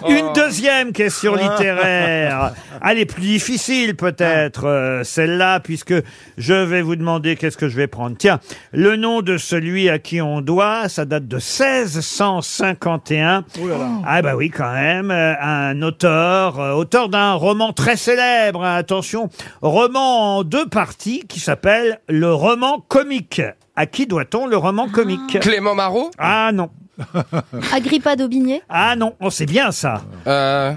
Oh.
Une deuxième question
Ah.
littéraire. Allez, plus difficile
Ah.
peut-être euh, celle-là, puisque je vais vous demander qu'est-ce que je vais prendre. Tiens, le nom de celui à qui on doit, ça date de 1651.
Ouh là là.
Ah bah oui, quand même. euh, Un auteur, euh, auteur d'un roman très célèbre, hein, attention, roman en deux parties qui s'appelle Le roman comique. À qui doit-on le roman comique
Ah. Clément Marot
Ah non.
Agrippa d'Aubigné
Ah non, on sait bien ça.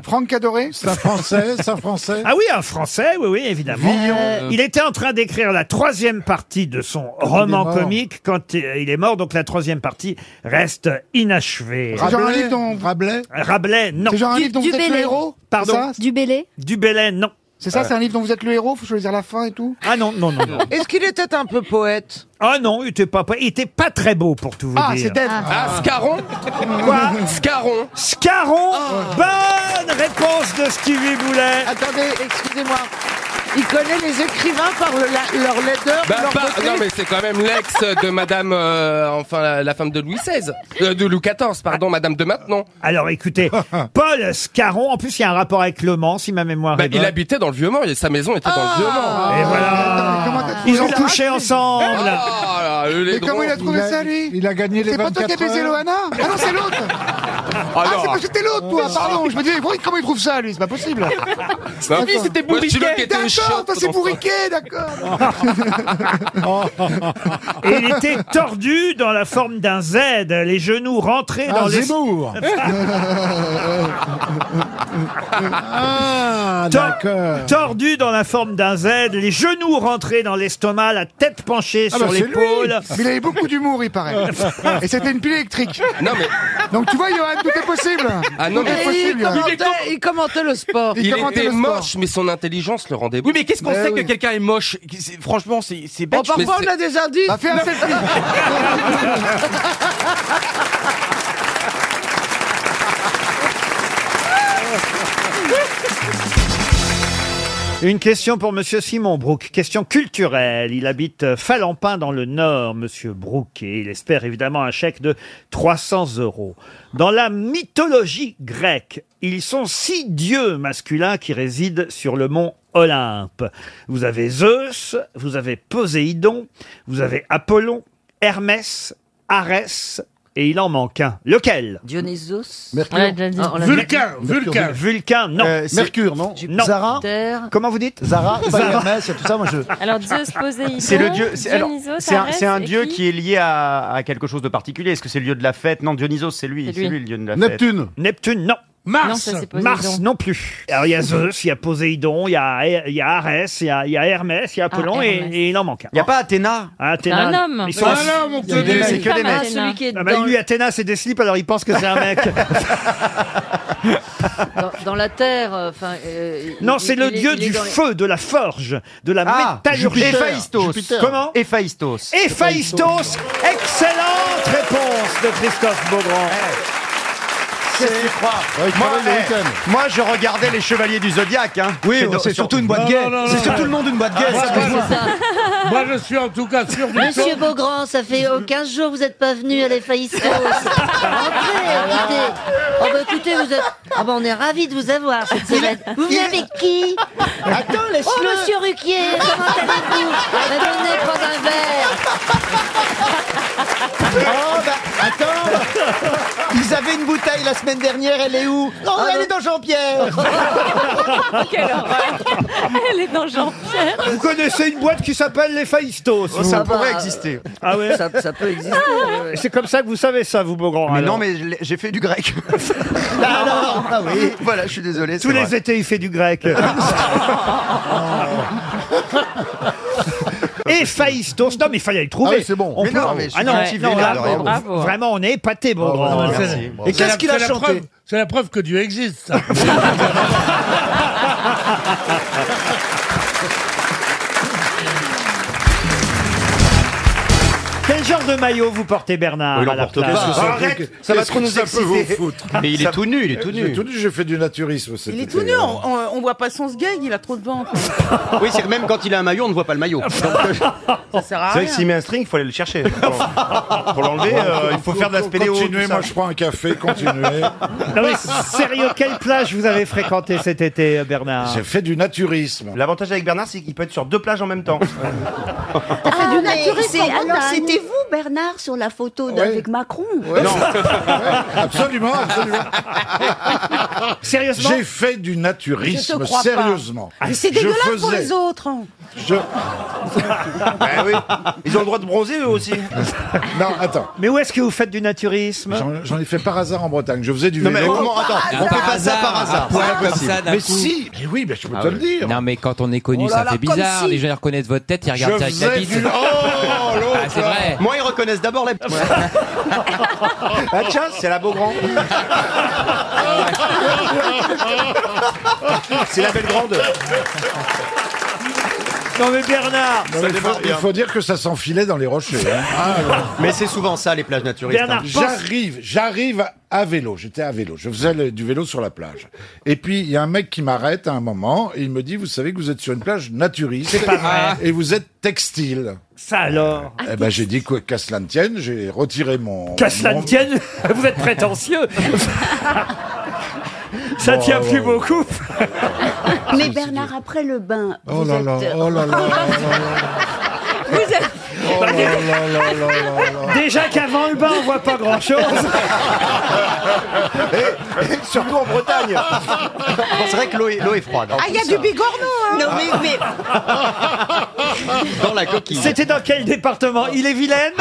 Franck Cadoré
C'est un Français, c'est un Français. Ah oui, un Français, oui, oui, évidemment.
Villon.
Euh, Il était en train d'écrire la troisième partie de son roman
Ah, mort.
comique quand euh, il est mort, donc la troisième partie reste inachevée.
C'est genre un livre dont...
Rabelais Rabelais, non.
C'est genre un livre dont vous êtes le héros c'est
Pardon
ça
Du Bélé
Du Bélé, non.
C'est ça, c'est un livre dont vous êtes le héros, faut choisir la fin et tout
Ah non, non, non. non.
Est-ce qu'il était un peu poète
Ah non, il était pas, il était pas très beau pour tout vous
Ah,
dire.
c'est Dead. Ah.
Ah, Scarron
Quoi
Scarron. Oh.
Scarron Bonne réponse de Stevie Boulet.
Attendez, excusez-moi. Il connaît les écrivains par le la- leur laideur,
Bah,
leur
pas-
beauté.
non, mais c'est quand même l'ex de madame, euh, enfin, la, la femme de Louis XVI. Euh, de Louis XIV, pardon, madame de maintenant.
Alors écoutez, Paul Scarron, en plus il y a un rapport avec Le Mans, si ma mémoire
Bah,
est bonne.
il habitait dans le Vieux-Mans, et sa maison était dans le Ah. Vieux-Mans.
Eh ben. Et voilà. Ils ont couché ensemble.
Ah, le lait
Mais comment
drôle.
il a trouvé ça, lui
Il a gagné les
C'est pas
24
toi qui as baisé
heures.
Loana Ah non, c'est l'autre
Ah,
Ah,
non.
c'est parce que t'es l'autre, toi Pardon, je me disais, pourquoi- comment il trouve ça, lui C'est pas possible Bah,
Stevie, c'était bourriquet. Moi, je suis l'autre qui était
D'accord,
chiant
toi, c'est
dans ce
bourriquet, d'accord
Et il était tordu dans la forme d'un Z, les genoux rentrés
Ah,
dans les...
Zemmour. Ah,
Tor-
d'accord.
Tordu dans la forme d'un Z, les genoux rentrés dans l'estomac, la tête penchée
Ah bah,
sur
c'est lui.
l'épaule.
Mais il avait beaucoup d'humour, il paraît. Et c'était une pile électrique.
Non, mais.
Donc tu vois, Johan, tout est possible.
Ah non,
Tout est
mais-
possible.
Il commentait, il commentait le sport.
Il,
commentait
était
le sport.
moche, mais son intelligence le rendait beau.
Oui, mais qu'est-ce qu'on sait que quelqu'un est moche C'est- Franchement, c'est c'est bête.
Bon, Oh, parfois,
mais
on a des indices.
Bah, fais un
Non.
selfie.
Une question pour Monsieur Simon Brook, question culturelle. Il habite euh, Falampin dans le Nord, Monsieur Brook, et il espère évidemment un chèque de 300 euros. Dans la mythologie grecque, ils sont six dieux masculins qui résident sur le mont Olympe. Vous avez Zeus, vous avez Poséidon, vous avez Apollon, Hermès, Arès, et il en manque un. Lequel
Dionysos.
Mercure. Ah,
Ouais, je l'ai dit.
Ah,
Vulcain, Vulcain. Vulcain, non.
Mercure, non
Non.
Zara
Terre.
Comment vous dites
Zara, pas
Zara.
Hermès, et tout ça, moi je.
Alors Zeus Poséidon.
C'est le dieu. C'est alors,
Dionysos,
c'est un,
Arès,
c'est un
et
dieu qui, est lié à, à quelque chose de particulier. Est-ce que c'est le lieu de la fête Non, Dionysos, c'est lui.
C'est
C'est
lui.
lui le dieu de la fête.
Neptune, non. Mars.
Non, ça, c'est Poséidon.
Mars non plus. Alors il y a Zeus, il y a Poséidon, il y a, il y a Arès, il y a, il y a Hermès, il y a Apollon
Ah,
et,
Hermès.
et il en manque. Il n'y a pas Athéna Athéna.
Un homme.
Ils sont
Un homme, on peut Il y a des- c'est que des mecs.
Ah,
Celui qui est
bah,
dans
lui,
le-
Athéna, c'est des slips, alors il pense que c'est un mec.
Dans, dans la terre, enfin. euh, il-
non,
il-
c'est le
il est-
dieu
il est
du
dans les-
feu, de la forge, de la
Ah,
métallurgie.
Jupiter. Héphaïstos. Jupiter.
Comment
Héphaïstos.
Héphaïstos. Excellente réponse de Christophe Beaugrand.
Qu'est-ce que tu crois moi, eh, moi, je regardais les Chevaliers du Zodiaque. Hein.
Oui,
do-
c'est
sur-
surtout une boîte gay. C'est surtout le nom d'une boîte gay.
Ah,
excuse-moi.
voilà.
Moi, je suis en tout cas sûr du
Monsieur Beaugrand, ça fait euh, 15 jours que vous n'êtes pas venu à les Faïstos.
Ah
Rentrez, écoutez. Oh bah écoutez, vous êtes... Ah bah on est ravis de vous avoir cette semaine. Vous venez avec qui Attends,
laisse-le.
Oh, monsieur Ruquier, comment allez-vous Ben, Venez prendre un verre.
Oh, bah, attends Ils avaient une bouteille la semaine dernière, elle est où Non,
Ah
elle est dans Jean-Pierre
Quelle horreur.
Elle est dans Jean-Pierre.
Vous connaissez une boîte qui s'appelle les Faïstos
Oh, ça pourrait exister.
Ah ouais
Ça- ça peut exister, ouais, ouais.
C'est comme ça que vous savez ça, vous, Beaugrand.
Mais
alors.
non, mais je l'ai- j'ai fait du grec.
alors, ah oui.
Voilà, je suis désolé.
Tous les étés, il fait du grec. Et Faïstos, non mais il fallait le trouver.
Ah oui, c'est bon.
On
Mais
peut-
non, mais je suis
ah non,
gentil,
non,
vénère,
là,
bravo.
on-
Bravo.
vraiment, on est épaté, Oh, bon.
Bravo,
grand.
Oh, merci,
Et
bravo.
qu'est-ce qu'il a
C'est la
chanté
preuve- C'est la preuve que Dieu existe. ça.
Quel genre de maillot vous portez, Bernard
Oh, il en
à la
porte
plage
pas. Ah, arrête, ça va
Qu'est-ce
trop
que
nous
Bah, ça peut vous
exciter.
foutre
Mais il est
Ça-
tout nu, il est tout
Il
nu.
est tout nu, j'ai fait du naturisme cet
Il est
été,
tout nu,
euh.
on, on- on voit pas son sgeg, il a trop de ventre.
Oui, c'est que même quand il a un maillot, on ne voit pas le maillot. euh,
Ça sert à
C'est vrai
rien.
que s'il met un string, il faut aller le chercher. Pour l'enlever, euh, il faut faire de la spéléo.
Ah, Continuez,
tout ça.
moi je prends un café, continuez.
Non mais sérieux, quelle plage vous avez fréquenté cet été, euh, Bernard
J'ai fait du naturisme.
L'avantage avec Bernard, c'est qu'il peut être sur deux plages en même temps.
Ah,
du
mais
naturisme,
c'est-
alors
alors
t'as
c'était vous, Bernard, sur la photo avec Macron.
absolument, absolument.
Sérieusement
J'ai fait du
Je te
naturisme,
crois pas. Ah,
sérieusement.
Ah,
Mais c'est
Je
dégueulasse pour
faisais-
les autres. hein.
Je...
Ben Ils ont le droit de bronzer eux aussi.
Non, attends.
Mais où est-ce que vous faites du naturisme
J'en- J'en ai fait par hasard en Bretagne. Je faisais du
Non, mais
vélo.
comment- attends, on fait pas ça Ah, par hasard.
Ouais,
Ah, comme
possible.
ça, d'un
mais
coup.
si, mais oui, mais je peux
Ah
te
ouais.
le dire.
Non, mais quand on est
Oh
connu, ça fait bizarre. Les gens ils reconnaissent votre tête, ils regardent
Je
direct la
faisais
bite.
du- Oh, l'autre,
Ah, c'est
là.
vrai.
Moi, ils reconnaissent d'abord la. ah tiens, c'est la Beaugrand. c'est la belle grande.
Non Ah, mais Bernard
Non, mais il, faut, il faut dire que ça s'enfilait dans les rochers. hein.
Mais c'est souvent ça les plages naturistes. hein.
Bernard, j'arrive, j'arrive à- à vélo. J'étais à vélo. Je faisais le- du vélo sur la plage. Et puis il y a un mec qui m'arrête à un moment et il me dit "Vous savez que vous êtes sur une plage naturiste
C'est pas vrai.
et vous êtes textile."
Ça alors
eh ben j'ai dit quoi qu'à cela ne tienne, j'ai retiré mon
Qu'à cela ne
mon-
tienne, vous êtes prétentieux Ça
Bon,
tient
ouais,
plus
ouais.
beaucoup
Mais Bernard, après le bain,
Oh
vous
là
êtes-
là, oh là là, oh là
Vous êtes-
Oh là là là là là là.
Déjà qu'avant le bain, on voit pas grand-chose
Surtout en Bretagne. c'est vrai que l'eau est, l'eau est froide.
Ah, il y a du bigorneau, hein
Non, mais, mais-
Dans la coquille.
C'était dans quel département Il est vilaine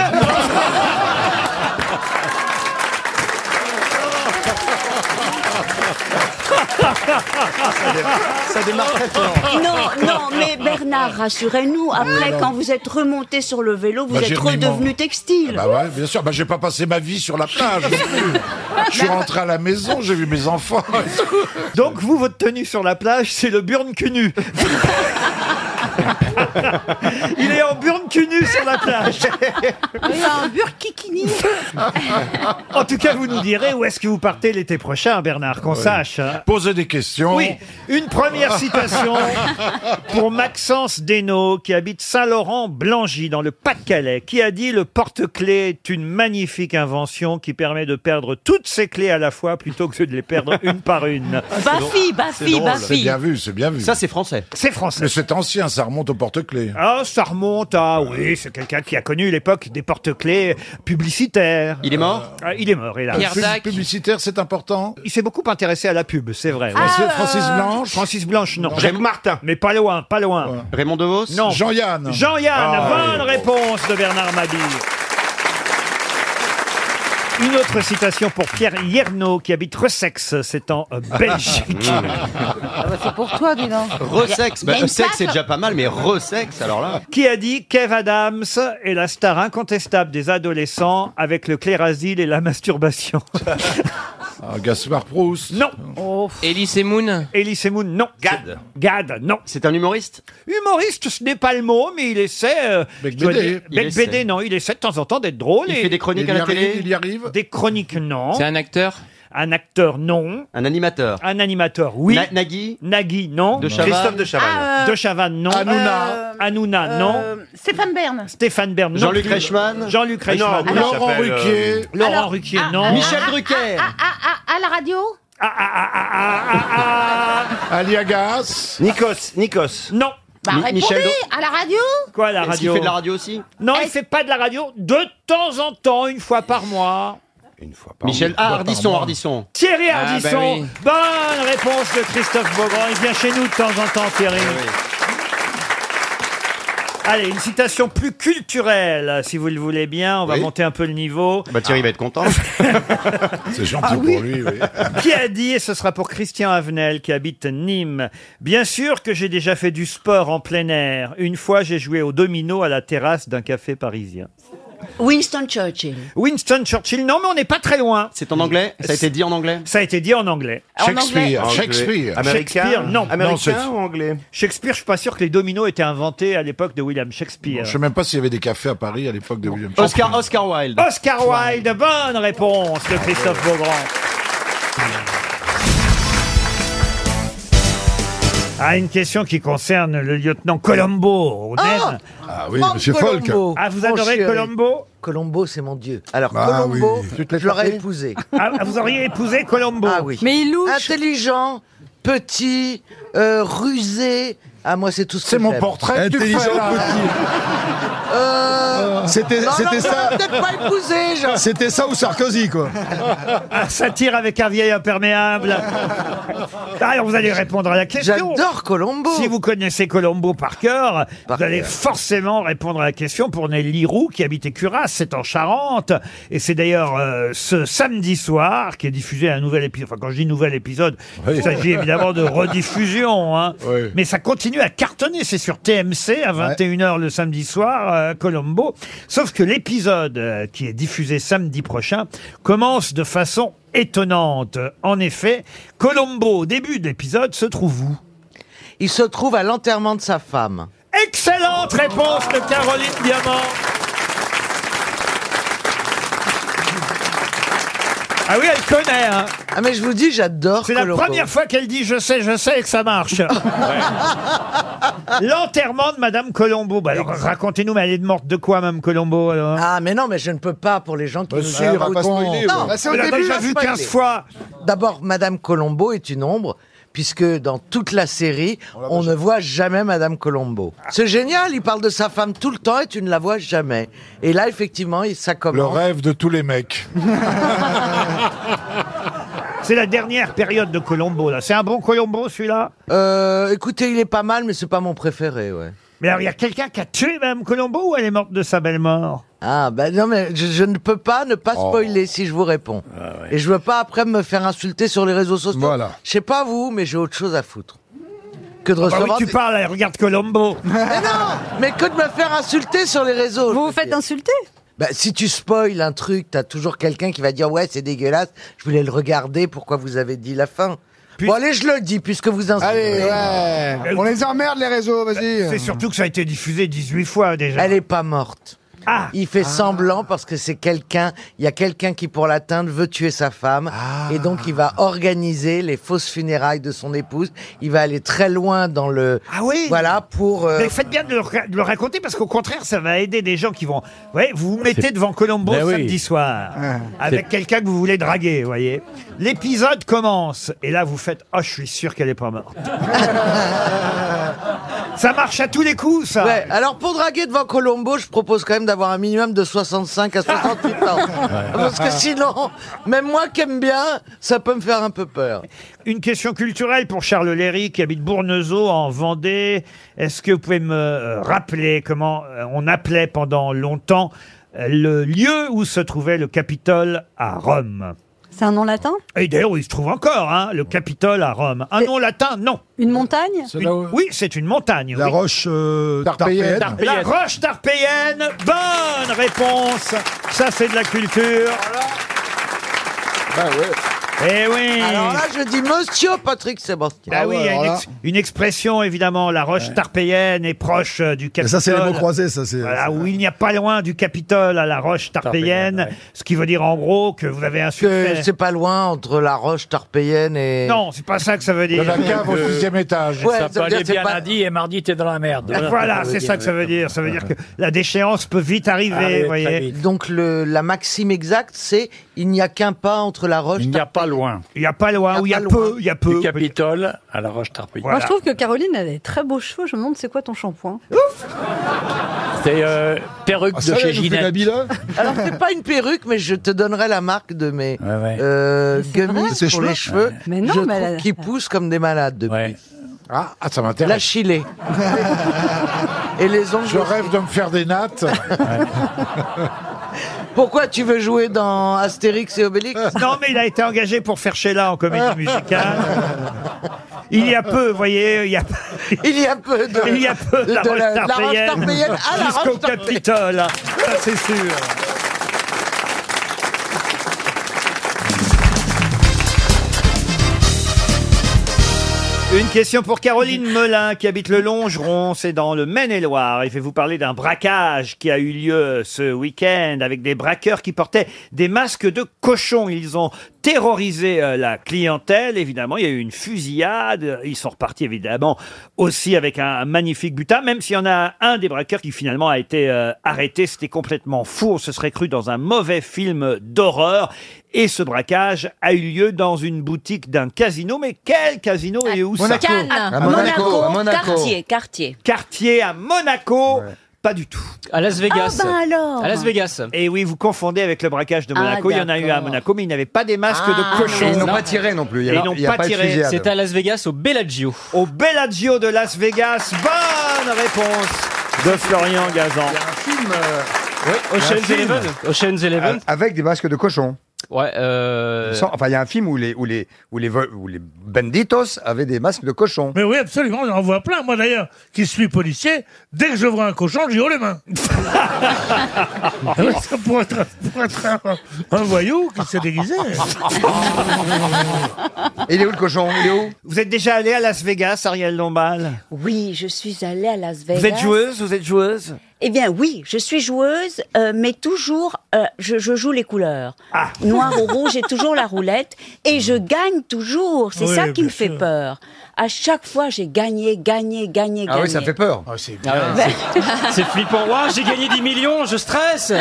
Ça démarre très fort.
non, non, mais Bernard, rassurez-nous, après,
non.
quand vous êtes remonté sur le vélo, vous
Bah, j'ai
êtes
remis mon-
redevenu textile.
Bah ouais, bien sûr. Bah j'ai pas passé ma vie sur la plage. non plus. Je suis rentré à la maison, j'ai vu mes enfants.
Donc vous, votre tenue sur la plage, c'est le burn cunu. Il est en burn cunu sur la plage.
Il y a un burkikini.
En tout cas, vous nous direz où est-ce que vous partez l'été prochain, Bernard, qu'on sache. hein.
Poser des questions.
Oui, une première citation pour Maxence Desnaux, qui habite Saint-Laurent-Blangy, dans le Pas-de-Calais, qui a dit « Le porte-clés est une magnifique invention qui permet de perdre toutes ses clés à la fois plutôt que de les perdre une par une.
Bafi, Bafi,
C'est
Bafi.
bien vu, c'est bien vu. Ça,
c'est français. »
C'est français.
Mais c'est ancien, ça remonte au porte-clés.
Ah, ça remonte à, oui, c'est quelqu'un qui a connu l'époque des porte-clés publicitaires.
Il est mort
Ah, il est mort, hélas.
Pierre
Pub-
Dac.
Publicitaire, c'est important.
Il s'est beaucoup intéressé à la pub, c'est vrai.
Ah, Monsieur Francis Blanche
Francis Blanche, non.
Jacques Martin.
Mais pas loin, pas loin.
Raymond DeVos
Non.
Jean-Yann.
Jean-Yann,
Ah,
bonne réponse de Bernard Mabille. Une autre citation pour Pierre Yernaud, qui habite Ressex, c'est en euh, Belgique.
c'est pour toi, dis donc.
Resex,
Il y a-
bah,
il y a une
sexe c'est
page-
déjà pas mal, mais resex, alors là.
qui a dit Kev Adams est la star incontestable des adolescents avec le clérazil et la masturbation.
Ah.
Ah, Gaspard Proust.
Non.
Elise et Moon.
Elise Moon, non.
Gad.
Gad, non.
C'est un humoriste
Humoriste, ce n'est pas le mot, mais il essaie. euh,
Bec
je dois
Bédé.
dire-
Il
Bec
essaie.
Bédé, non, il essaie de temps en temps d'être drôle.
Il
et-
fait des chroniques Il y à la arrive, télé il y
arrive.
Des chroniques, non.
C'est un acteur
Un acteur, non.
Un animateur
Un animateur, oui.
Na- Nagui
Nagui, non.
De Chavannes Christophe de Chavannes.
Ah, euh,
De Chavannes, non. Euh,
Hanouna.
Hanouna, non.
Euh, Stéphane Bern.
Stéphane Bern, non.
Jean-Luc
plus.
Reichmann
Jean-Luc
Ah non,
Reichmann.
comment il Laurent s'appelle, euh, Ruquier.
Laurent
Alors,
Ruquier,
ah,
non.
ah, Michel ah, Drucker.
Ah, ah, ah, à la radio
ah. Aliagas.
Nikos, Nikos.
Non.
Bah,
Mi-
répondez
Michel
À la radio
Quoi, la
Est-ce qu'il
radio
fait de la radio aussi
Non, il fait pas de la radio de temps en temps, une fois par mois.
Michel
Pardon.
ah, Ardisson, Ardisson.
Thierry
Ah,
Ardisson,
bah oui.
bonne réponse de Christophe Beaugrand. Il vient chez nous de temps en temps, Thierry.
Ah
Allez, une citation plus culturelle, si vous le voulez bien. On va monter un peu le niveau.
Bah Thierry va être content.
C'est gentil
Ah
pour lui, oui.
Qui a dit, et ce sera pour Christian Avenel qui habite Nîmes, bien sûr que j'ai déjà fait du sport en plein air. Une fois, j'ai joué au domino à la terrasse d'un café parisien.
bah.
Winston Churchill.
Winston Churchill, non, mais on n'est pas très loin.
C'est en anglais Ça a été dit en anglais
Ça a été dit en anglais.
En Shakespeare, anglais.
Shakespeare.
Shakespeare. Américain
Shakespeare, non.
Américain
ou anglais Shakespeare, je suis pas sûr que les dominos étaient inventés à l'époque de William Shakespeare.
Je sais même pas s'il y avait des cafés à Paris à l'époque de William
Oscar, Oscar Wilde.
Oscar Wilde, bonne réponse de Christophe Beaugrand. Ah, une question qui concerne le lieutenant Colombo. On aime.
Ah
oui, monsieur Folk. Ah, vous adorez Colombo
Colombo, c'est mon dieu. Alors,
Ah oui.
Colombo,
Tu te l'es
je l'aurais
tapé
épousé.
Ah, vous auriez épousé Colombo
Ah oui. Mais il louche. Intelligent, petit, euh, rusé. Ah, moi, c'est tout ce que
C'est mon
j'aime.
portrait que tu Intelligent, fais, là.
Euh,
C'était-
non,
c'était
non,
ça.
mais Peut-être Ah, pas épousé, genre.
C'était ça ou Sarkozy, quoi.
Ah, ça tire avec un vieil imperméable. Ah, Alors vous allez répondre à la question.
J'adore Colombo.
Si vous connaissez Colombo par cœur, vous allez forcément répondre à la question pour Nelly Roux qui habitait Curas, c'est en Charente. Et c'est d'ailleurs euh, ce samedi soir qui est diffusé un nouvel épisode. Enfin, quand je dis nouvel épisode,
Oui.
il s'agit évidemment de rediffusion. hein. Mais ça continue à cartonner. C'est sur TMC à 21h le samedi soir, euh, Colombo. Sauf que l'épisode euh, qui est diffusé samedi prochain commence de façon étonnante. En effet, Colombo, au début de l'épisode, se trouve où
Il se trouve à l'enterrement de sa femme.
Excellente réponse de Caroline Diamant. Ah oui, elle connaît. hein.
Ah, mais je vous dis, j'adore
C'est la
Colombo.
première fois qu'elle dit je sais, je sais et que ça marche. L'enterrement de Madame Colombo. Bah alors racontez-nous, mais elle est morte de quoi, Madame Colombo alors hein
Ah, mais non, mais je ne peux pas pour les gens qui nous
si, on va pas
écoutent.
spoiler, ouais. Bah, c'est au
on l'a
début,
déjà
on va
vu
spoiler.
15 fois. D'abord, Madame Colombo est une ombre, puisque dans toute la série, on, ne voit jamais Madame Colombo. C'est génial, il parle de sa femme tout le temps et tu ne la vois jamais. Et là, effectivement, il- ça
Le
commence.
rêve de tous les mecs.
C'est la dernière période de Colombo là. C'est un bon Colombo celui-là.
Euh, écoutez, il est pas mal, mais c'est pas mon préféré, ouais.
Mais alors il y a quelqu'un qui a tué Madame Colombo ou elle est morte de sa belle mort Oh.
Ah, ben non, mais je, je ne peux pas ne pas spoiler si je vous réponds.
Ah,
Et je veux pas après me faire insulter sur les réseaux sociaux. Voilà. Je sais pas vous, mais j'ai autre chose à foutre. Que de
Ah bah oui,
recevoir.
tu
des-
parles, elle regarde Colombo.
Mais non Mais que de me faire insulter sur les réseaux Vous vous faites insulter bah, si tu spoil un truc, t'as toujours quelqu'un qui va dire ouais c'est dégueulasse. Je voulais le regarder. Pourquoi vous avez dit la fin Bon allez, je le dis puisque vous insultez.
Allez, ouais. On les emmerde, les réseaux, vas-y.
Euh, C'est surtout que ça a été diffusé 18 fois déjà. Ah.
Elle est pas morte.
Ah.
Il fait semblant parce que c'est quelqu'un, il y a quelqu'un qui pour l'atteindre veut tuer sa femme
Ah.
et donc il va organiser les fausses funérailles de son épouse. Il va aller très loin dans le
Ah oui
voilà pour euh,
Mais faites bien de le, ra- de le raconter parce qu'au contraire, ça va aider des gens qui vont. Vous voyez, vous vous mettez devant Colombo
Ben oui.
samedi soir avec quelqu'un que vous voulez draguer, vous voyez. L'épisode commence et là vous faites Oh, je suis sûr qu'elle est pas morte. ça marche à tous les coups, ça.
Ouais, alors pour draguer devant Colombo, je propose quand même d'avoir un minimum de 65 à 68 ans. Parce que sinon, même moi qui aime bien, ça peut me faire un peu peur.
Une question culturelle pour Charles Léry qui habite Bournezeau en Vendée. Est-ce que vous pouvez me euh, rappeler comment euh, on appelait pendant longtemps le lieu où se trouvait le Capitole à Rome.
C'est un nom latin
Et d'ailleurs, il se trouve encore, hein, le Capitole à Rome. Un nom latin, non.
Une montagne
Une- Oui, c'est une montagne. La roche
Tarpéienne.
La roche tarpéienne. Bonne réponse. Ça, c'est de la culture. Eh oui.
Alors là, je dis monsieur Patrick Sébastien.
Bah oui, il y a une, ex- une expression évidemment, la roche tarpéienne est proche euh, du Capitole.
ça, c'est les mots croisés, ça, c'est-
Voilà, où il n'y a pas loin du Capitole à la roche tarpéienne, ce qui veut dire en gros que vous avez un
Que
succès.
c'est pas loin entre la roche tarpéienne et.
Non, c'est pas ça que ça veut dire.
De la cave au sixième
étage.
Ah, Ouais, Ça ça peut veut
Eh
dire aller c'est bien pas-
lundi et mardi t'es dans la merde. Voilà,
Voilà,
c'est ça que ça veut dire. Ça veut dire que la déchéance peut vite arriver, vous voyez.
Donc le- la maxime exacte, c'est il n'y a qu'un pas entre la roche. Il n'y a pas
loin. Il n'y a pas loin, ou il y a peu, il y a peu. Du Capitole
à la roche tarpille.
Moi, je trouve que Caroline a des très beaux cheveux. Je me demande, c'est quoi ton shampoing
C'est euh, perruque
Ah, ça,
de
elle
chez
nous fait la hein
Ginette.
bille, Alors c'est pas une perruque, mais je te donnerai la marque de mes euh, gummies
vrai. De ses
pour les
cheveux
cheveux.
Mais non,
je
mais
trouve
elle a-
qu'ils poussent comme des malades depuis. Ah, ça m'intéresse. La Chilée. Et les ongles. Je rêve de me faire des nattes. Pourquoi tu veux jouer dans Astérix et Obélix Ah.
Non, mais il a été engagé pour faire Sheila en comédie musicale. Il y a peu, vous voyez, il y a
il y a peu de
il y a peu de la
de
roche
la- la roche
tarpéienne
tarpéienne à la
jusqu'au
roche tarpéienne.
Capitole. Ça c'est sûr. Une question pour Caroline Melin qui habite le Longeron, c'est dans le Maine-et-Loire. Et Je vais vous parler d'un braquage qui a eu lieu ce week-end avec des braqueurs qui portaient des masques de cochon. Ils ont terrorisé euh, la clientèle, évidemment. Il y a eu une fusillade. Ils sont repartis, évidemment, aussi avec un magnifique butin, même s'il y en a un des braqueurs qui finalement a été euh, arrêté. C'était complètement fou. On se serait cru dans un mauvais film d'horreur. Et ce braquage a eu lieu dans une boutique d'un casino. Mais quel casino et où ça
Cannes, quartier, quartier.
Quartier à Monaco. Pas du tout. À Las
Vegas. Ah, bah alors. À Las
Vegas. Et oui, vous confondez avec le braquage de
Ah,
Monaco. il y en a eu un à
d'accord.
Monaco, mais il n'avait pas des masques
Ah,
de cochon.
non. Ils n'ont
pas tiré non plus. Il y a
Et
pas-
ils n'ont
il y a
pas
pas de
tiré.
fusillade. C'était
à Las Vegas, au Bellagio. Au Bellagio de Las Vegas. Bonne réponse de Florian Gazan.
Film, euh,
Ocean's Eleven.
Ocean's Eleven. Euh, Avec des masques de cochon.
Ouais, euh...
Sans- enfin, il y a un film où les, où, les, où, les, vo- où les banditos avaient des masques de cochon.
Mais oui, absolument, on en voit plein. Moi d'ailleurs, qui suis policier, dès que je vois un cochon, je lui haut les mains. Ah oui, ça pourrait être, pour être un, un voyou qui s'est déguisé.
Ah. Il est où le cochon Il est où
Vous êtes déjà allé à Las Vegas, Ariel Dombal
Oui, je suis allée à Las Vegas.
Vous êtes joueuse Vous êtes joueuse
Eh bien oui, je suis joueuse, euh, mais toujours euh, je, je joue les couleurs.
Ah.
Noir ou rouge, j'ai toujours la roulette et je gagne toujours. C'est
Oui,
ça qui
bien
me fait peur. À chaque fois, j'ai gagné, gagné, gagné,
Ah
gagné.
oui, ça fait peur.
Ah ouais, c'est- c'est flippant. Ouah, j'ai gagné 10 millions, je stresse.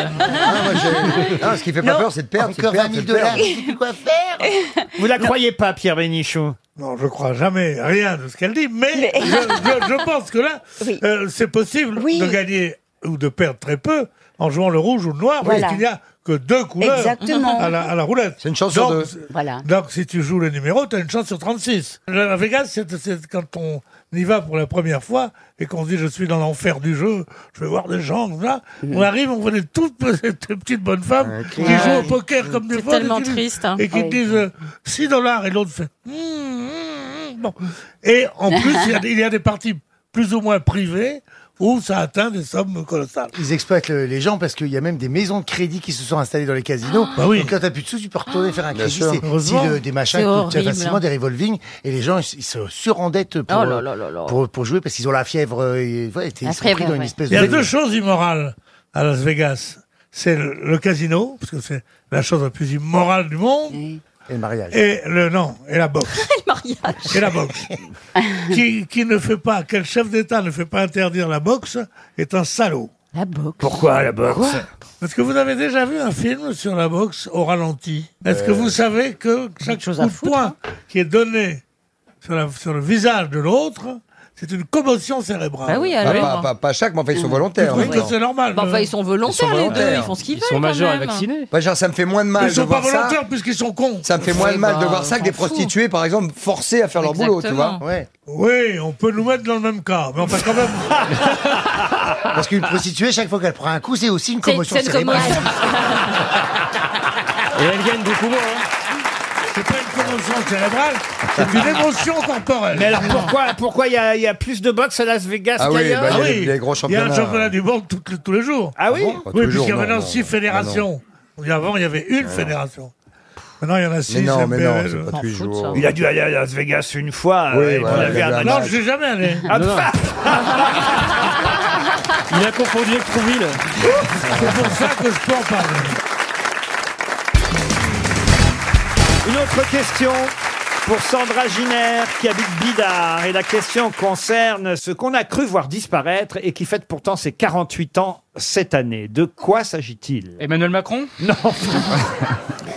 Ah, ce qui fait pas peur, c'est de perdre. c'est de perdre, c'est de perdre.
quoi
Oh
faire
Vous la croyez pas, Pierre Bénichou
Non, je crois jamais rien de ce qu'elle dit, mais, je, je- je pense que là, euh, c'est possible de gagner ou de perdre très peu en jouant le rouge ou le noir,
Voilà.
parce qu'il n'y a que deux couleurs
Exactement.
À, la, à la roulette. C'est une chance
sur
donc,
deux. Voilà.
Donc, si tu joues le numéro, tu as une chance sur 36. La Vegas, c'est c'est quand on y va pour la première fois et qu'on se dit je suis dans l'enfer du jeu, je vais voir des gens, là.
Mm.
On arrive, on voit des toutes pe- des petites bonnes femmes qui
Ouais.
jouent au poker comme des folles. et
tellement
qui-
triste, hein.
Et qui
Oui.
disent euh, 6 dollars et l'autre fait Hum, Bon. Et en plus, il y, a, il y a des parties plus ou moins privées où ça atteint des sommes colossales.
Ils exploitent le- les gens parce qu'il y a même des maisons de crédit qui se sont installées dans les casinos.
Bah oui.
Donc quand t'as plus de sous, tu peux retourner faire un
Bien
crédit.
sûr.
c'est- Si
Heureusement.
le- des machins
C'est
qui obtiennent
horrible,
facilement
hein.
des revolving et les gens ils, ils se surendettent pour,
Oh là là là là.
pour, pour jouer parce qu'ils ont la fièvre. euh, et, ouais, t'es- ils sont pris dans une espèce
Il y a
de...
deux choses immorales à Las Vegas. C'est le, le casino, parce que c'est la chose la plus immorale du monde.
Et le mariage.
Et le non, et la boxe. Et la boxe. qui, qui ne fait pas, quel chef d'État ne fait pas interdire la boxe est un salaud.
La boxe.
Pourquoi
la boxe
Parce que vous avez déjà vu un film sur la boxe au ralenti. Est-ce que
Euh,
vous savez que chaque chose coup de poing qui est donné sur, la- sur le visage de l'autre, c'est une commotion cérébrale.
Bah oui, alors.
pas, pas- pas chaque, mais enfin, ils sont volontaires.
Oui,
maintenant.
c'est normal.
Bah, enfin, ils sont volontaires,
Ils sont
les deux,
volontaires.
ils font ce qu'ils Ils veulent, sont quand majeurs et même. vaccinés.
Bah, genre, ça me fait moins de mal
Ils
de
sont pas
voir ça.
volontaires puisqu'ils sont cons.
Ça me fait
Eh
moins de
ben,
mal de voir ça que des prostituées, par exemple, forcées à faire leur boulot, tu vois.
Oui, on peut nous mettre dans le même cas, mais enfin quand même.
Parce qu'une prostituée, chaque fois qu'elle prend un coup, c'est aussi une commotion cérébrale.
Et elles gagnent beaucoup moins. hein. C'est pas une commotion cérébrale, c'est une émotion corporelle.
Mais alors pourquoi pourquoi il y, a- il y a plus de boxe à Las Vegas
Ah oui,
qu'ailleurs
bah, il y a Ah oui. les gros
Il y a un
championnats.
championnat
du monde toutes les- tous les jours.
Ah oui
Oui, puisqu'il y a maintenant six fédérations. Avant, il y avait une
Non.
fédération. Maintenant, il y en a six.
non, mais non,
MPL.
c'est pas tous les jours.
Il a dû aller à Las Vegas une
Ah,
fois.
Oui,
euh,
voilà,
on a
il
vu
avait
un
un
Non,
match.
je suis jamais allé.
Ah, bah,
Il a confondu avec Trouville. C'est pour ça que je peux en parler.
Une autre question pour Sandra Giner qui habite Bidart. Et la question concerne ce qu'on a cru voir disparaître et qui fête pourtant ses 48 ans cette année. De quoi s'agit-il Emmanuel Macron Non.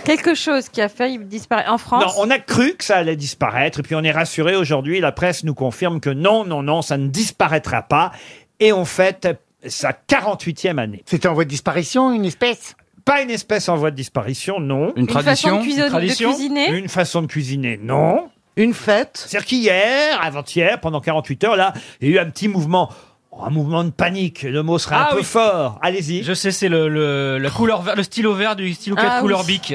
Quelque chose qui a failli disparaître en
Non,
France.
on a cru que ça allait disparaître, et puis on est rassuré aujourd'hui. La presse nous confirme que non, non, non, ça ne disparaîtra pas. Et on fête sa 48e année. C'était en voie de disparition, une espèce Pas une espèce en voie de disparition, non.
Une Une tradition façon de cuisonner- de Tradition
cuisiner
Une façon de cuisiner, non. Une fête C'est-à-dire qu'hier, avant-hier, pendant 48 heures, là, il y a eu un petit mouvement. Un mouvement de panique, le mot sera un
Ah
peu
oui.
fort. Allez-y. Oh.
Je sais, c'est le, le- la couleur vert- le stylo vert du stylo
Ah
4
oui.
couleur bic.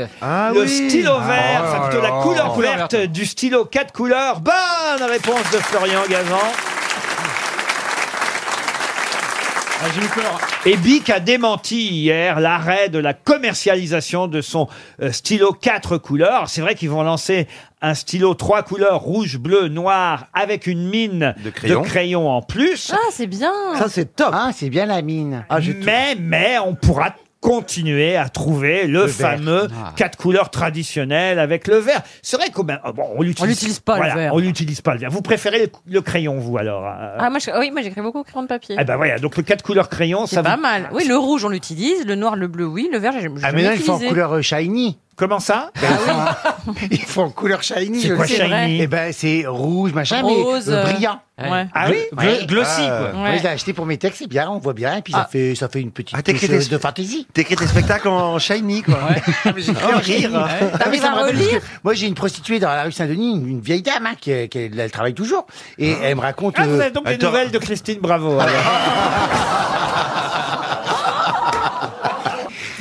le stylo vert,
Ah,
enfin plutôt la
alors.
couleur
Couleur
verte du stylo quatre couleurs. Bonne réponse de Florian Gazan. Ah, Et Bic a démenti hier l'arrêt de la commercialisation de son euh, stylo quatre couleurs. C'est vrai qu'ils vont lancer un stylo trois couleurs, rouge, bleu, noir, avec une mine de crayons
crayon.
en plus.
Ah, c'est bien.
c'est top. Ah, c'est bien la mine.
Ah,
mais, mais on pourra continuer à trouver le,
Le vert.
fameux
Ah.
quatre couleurs traditionnel avec le vert. C'est vrai qu'on ben, ah bon, on l'utilise
On l'utilise pas, le
Voilà,
vert.
On l'utilise pas le vert. Vous préférez le, le crayon, vous alors euh,
Ah, moi, je- oui, moi j'écris beaucoup au crayon de papier.
Eh ben voilà, donc le quatre couleurs crayon, ça
C'est pas
vous-
mal. Oui, le rouge, on l'utilise. Le noir, le bleu, oui. Le vert, j'ai j'ai jamais
Ah, mais là, ils font en
utilisé.
couleur euh, shiny.
Comment ça
Ils font en couleur Ben, shiny.
C'est quoi C'est shiny vrai.
Eh ben, c'est rouge, machin,
Rose,
mais euh,
euh,
brillant.
ouais.
Ah
Gl-
oui
ouais.
Glossy,
Ah,
quoi.
Moi,
Ouais.
je l'ai acheté pour mes textes, c'est bien, on voit bien, et puis ça, fait, ça fait une petite
Ah,
touche
t'écris
euh,
tes-
de fantaisie.
T'écris tes spectacles en shiny, quoi.
Oh, rire.
Ouais.
Ah, mais ça
T'arrives
me
à
rappelle parce que
relire
Moi, j'ai une prostituée dans la rue Saint-Denis, une, une vieille dame, hein, qui, est- qui est- elle travaille toujours, et elle me raconte...
Ah, vous
euh,
avez donc des nouvelles de Christine Bravo. alors.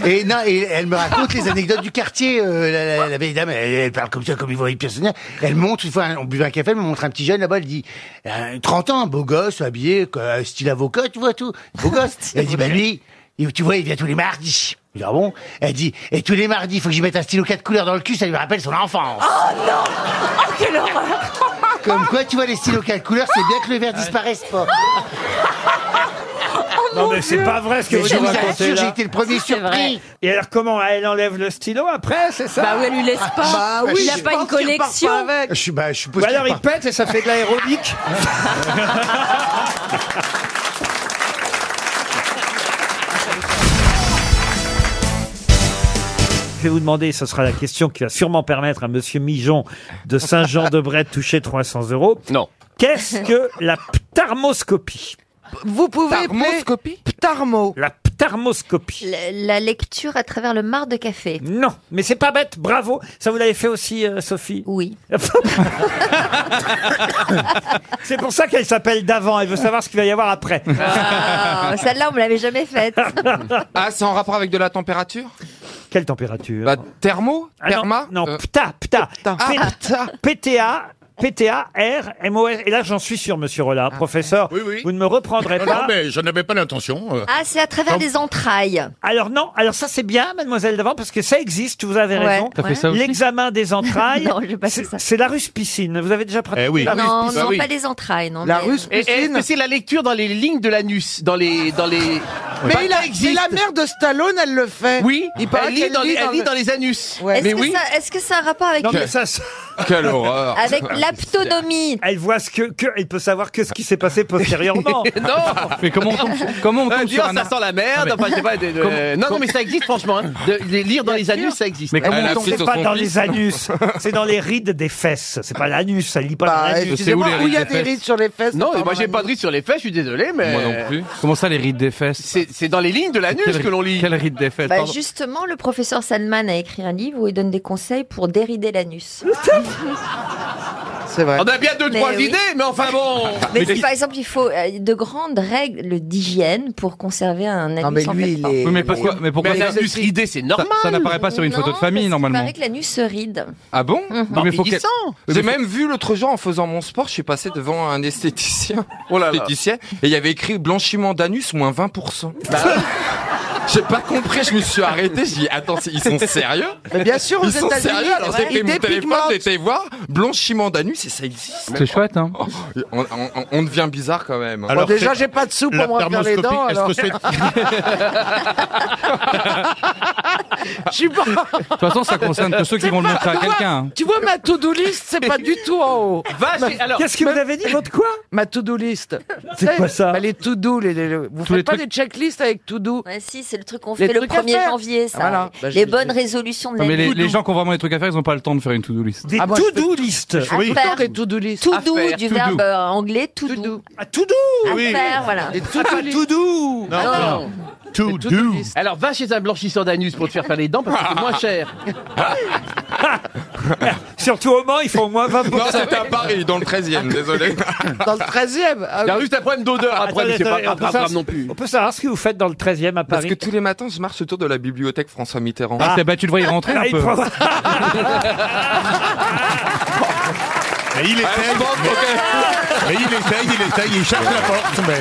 Et non, et elle me raconte les anecdotes du quartier. euh, la, la- la vieille dame, elle, elle parle comme ça, comme ils voient une personne. Elle montre, une fois, on buvait un café, elle me montre un petit jeune là-bas, elle dit euh, 30 ans, beau gosse, habillé, quoi, euh, style avocat, tu vois, tout. Beau gosse. elle dit, bah lui, il- tu vois, il vient tous les mardis. Je dis, ah bon Elle dit, et tous les mardis, il faut que j'y mette un stylo quatre couleurs dans le cul, ça lui rappelle son enfance.
Oh, quelle horreur
Comme quoi, tu vois, les stylos quatre couleurs, c'est bien que le verre disparaisse pas.
non mais c'est pas vrai ce que
Mais
vous
je
nous
vous
racontez
assure,
là.
j'ai été le premier
c'est
surpris.
vrai.
Et alors comment elle enlève le stylo après, c'est ça
Bah oui, elle lui laisse pas.
Ah, bah,
il
je
n'a
sais
pas une collection.
Je suis, bah, je suppose
Ou alors
qu'il
il
part.
pète et ça fait de l'aérobic. Je vais vous demander, ce sera la question qui va sûrement permettre à Monsieur Mijon de Saint-Jean-de-Bret de toucher 300 euros. Non. Qu'est-ce que la ptarmoscopie
Vous pouvez Ptarmoscopie
Ptarmo. La ptarmoscopie.
La, la lecture à travers le mar de café.
Non, mais c'est pas bête, bravo. Ça vous l'avez fait aussi, euh, Sophie
Oui.
C'est pour ça qu'elle s'appelle d'avant, elle veut savoir ce qu'il va y avoir après.
Ah, Celle-là, on me l'avait jamais faite.
Ah, c'est en rapport avec de la température Bah,
Quelle température
Thermo
Ah non,
Therma Euh. Ah,
Non, pta, pta. P- PTA. PTA, R, MOS. Et là, j'en suis sûr, monsieur
Ah,
Rollard, professeur. Vous ne me reprendrez
Non,
pas.
non, mais je n'avais pas l'intention. euh.
Ah, c'est à travers
Donc-
des entrailles.
Alors non, alors ça c'est bien, mademoiselle d'avant, parce que ça existe, vous avez
Ouais.
raison.
T'as fait ça aussi
L'examen des entrailles,
Non, j'ai pas fait
c'est-
ça.
c'est la russe piscine. Vous avez déjà pratiqué la russe
Non,
piscine Ah
non, pas les entrailles, non. mais-
Et- et Est-ce que c'est la lecture dans les lignes de l'anus Dans les. Dans les.
Mais
Bah,
il a-
ça existe.
mais la mère de Stallone, elle le fait.
Oui,
il paraît
elle lit
qu'elle
dans les- elle lit dans les anus. Ouais.
Est-ce
Mais
que,
oui.
ça- est-ce que ça a un rapport avec...
Quelle horreur.
Avec
Ah,
l'aptonomie.
Elle voit ce que, que- elle peut savoir que ce qui s'est passé postérieurement.
Non.
Mais comment on tombe, comment
Euh, dis, oh, ça sent la merde.
Non, Ah, mais-
enfin, je sais pas, de- de-
Comment-
euh, non, non, mais ça existe, franchement. hein. De- les lire dans les anus, ça existe.
Mais comment on tombe C'est pas dans les anus, c'est dans les rides des fesses. C'est pas l'anus, ça lit pas
Bah,
l'anus.
excusez-moi, C'est où les où il y a rides des des fesses rides
sur les fesses
Non, mais moi j'ai pas de rides sur les fesses, je suis désolé, mais.
Moi non plus. Comment ça, les rides des fesses
C'est dans les lignes de l'anus
Quelle-
que l'on lit.
Quelle ride des fesses
Bah,
pardon
justement, le professeur Sandman a écrit un livre où il donne des conseils pour dérider l'anus.
C'est vrai.
On a bien deux,
Mais
trois
oui.
idées, mais enfin bon.
Mais si, par exemple, il faut euh, de grandes règles d'hygiène pour conserver un anus. en fait, propre.
Oui, mais pourquoi Mais pourquoi
Mais
ça-
un anus ridé, c'est normal.
Ça, ça n'apparaît pas sur une
Non,
photo de famille
Il
normalement.
paraît que l'anus se ride.
Ah bon
Hum,
Non,
mais faut
il
qu'elle-
sent.
Mais
Bah, J'ai
faut-
même vu l'autre jour en faisant mon sport, je suis passé devant un esthéticien, oh
là là.
esthéticien et il y avait écrit blanchiment d'anus moins 20%.
Bah
J'ai pas compris, je me suis arrêté, j'ai dit attends, c'est- ils sont sérieux
Mais bien sûr, aux
ils sont
États-Unis,
sérieux. Alors j'ai
ouais.
pris
Ils
mon téléphone,
dépigmentent.
j'ai été voir blanchiment d'anus et ça existe.
C'est chouette, hein
Oh, on, on- on devient bizarre quand même.
Alors, Bon, déjà, j'ai pas de soupe pour me refaire les dents. Alors. Je suis pas. De
toute façon, ça concerne que ceux qui vont le montrer à quelqu'un, hein.
Tu vois, ma to-do list, c'est pas du tout en haut.
Va
Ma-
chez- alors- Qu'est-ce que vous
avez dit, votre quoi
Ma to-do list.
C'est quoi ça
Bah, Les to-do, les, les- les- vous faites
les
pas
trucs-
des checklists avec to-do.
Ouais, si, c'est le truc qu'on
Les
fait le
trucs à
1er
faire.
janvier, ça.
Ah, voilà. Bah,
les
j'ai-
bonnes résolutions de
Non, mais les,
l'année.
les gens qui ont vraiment des trucs à faire, ils n'ont pas le temps de faire une to-do list.
Des to-do list.
À faire.
to-do list.
To
À
do,
faire.
du
To
verbe
do.
euh, anglais to do.
Ah,
À to
À
do
faire, voilà.
tout doux.
Non, non.
Tout doux. Alors va chez un blanchisseur d'anus pour te faire faire les dents parce que c'est moins cher.
Surtout au Mans, il faut au moins Ah, 20%.
Non, c'était à Paris, dans le 13 e désolé.
Dans le 13e. ah oui.
Il y a juste un problème d'odeur après,
Attendez,
mais c'est pas
attendez,
grave
on peut
grave
savoir-
non plus.
On peut savoir ce que vous faites dans le 13e à
Parce
Paris.
que tous les matins, je marche autour de la bibliothèque François Mitterrand.
Ah, bah, tu devrais y rentrer un peu.
Ah,
Mais il
Ah,
essaye. Mais il essaye, il essaye, il cherche la porte, mais.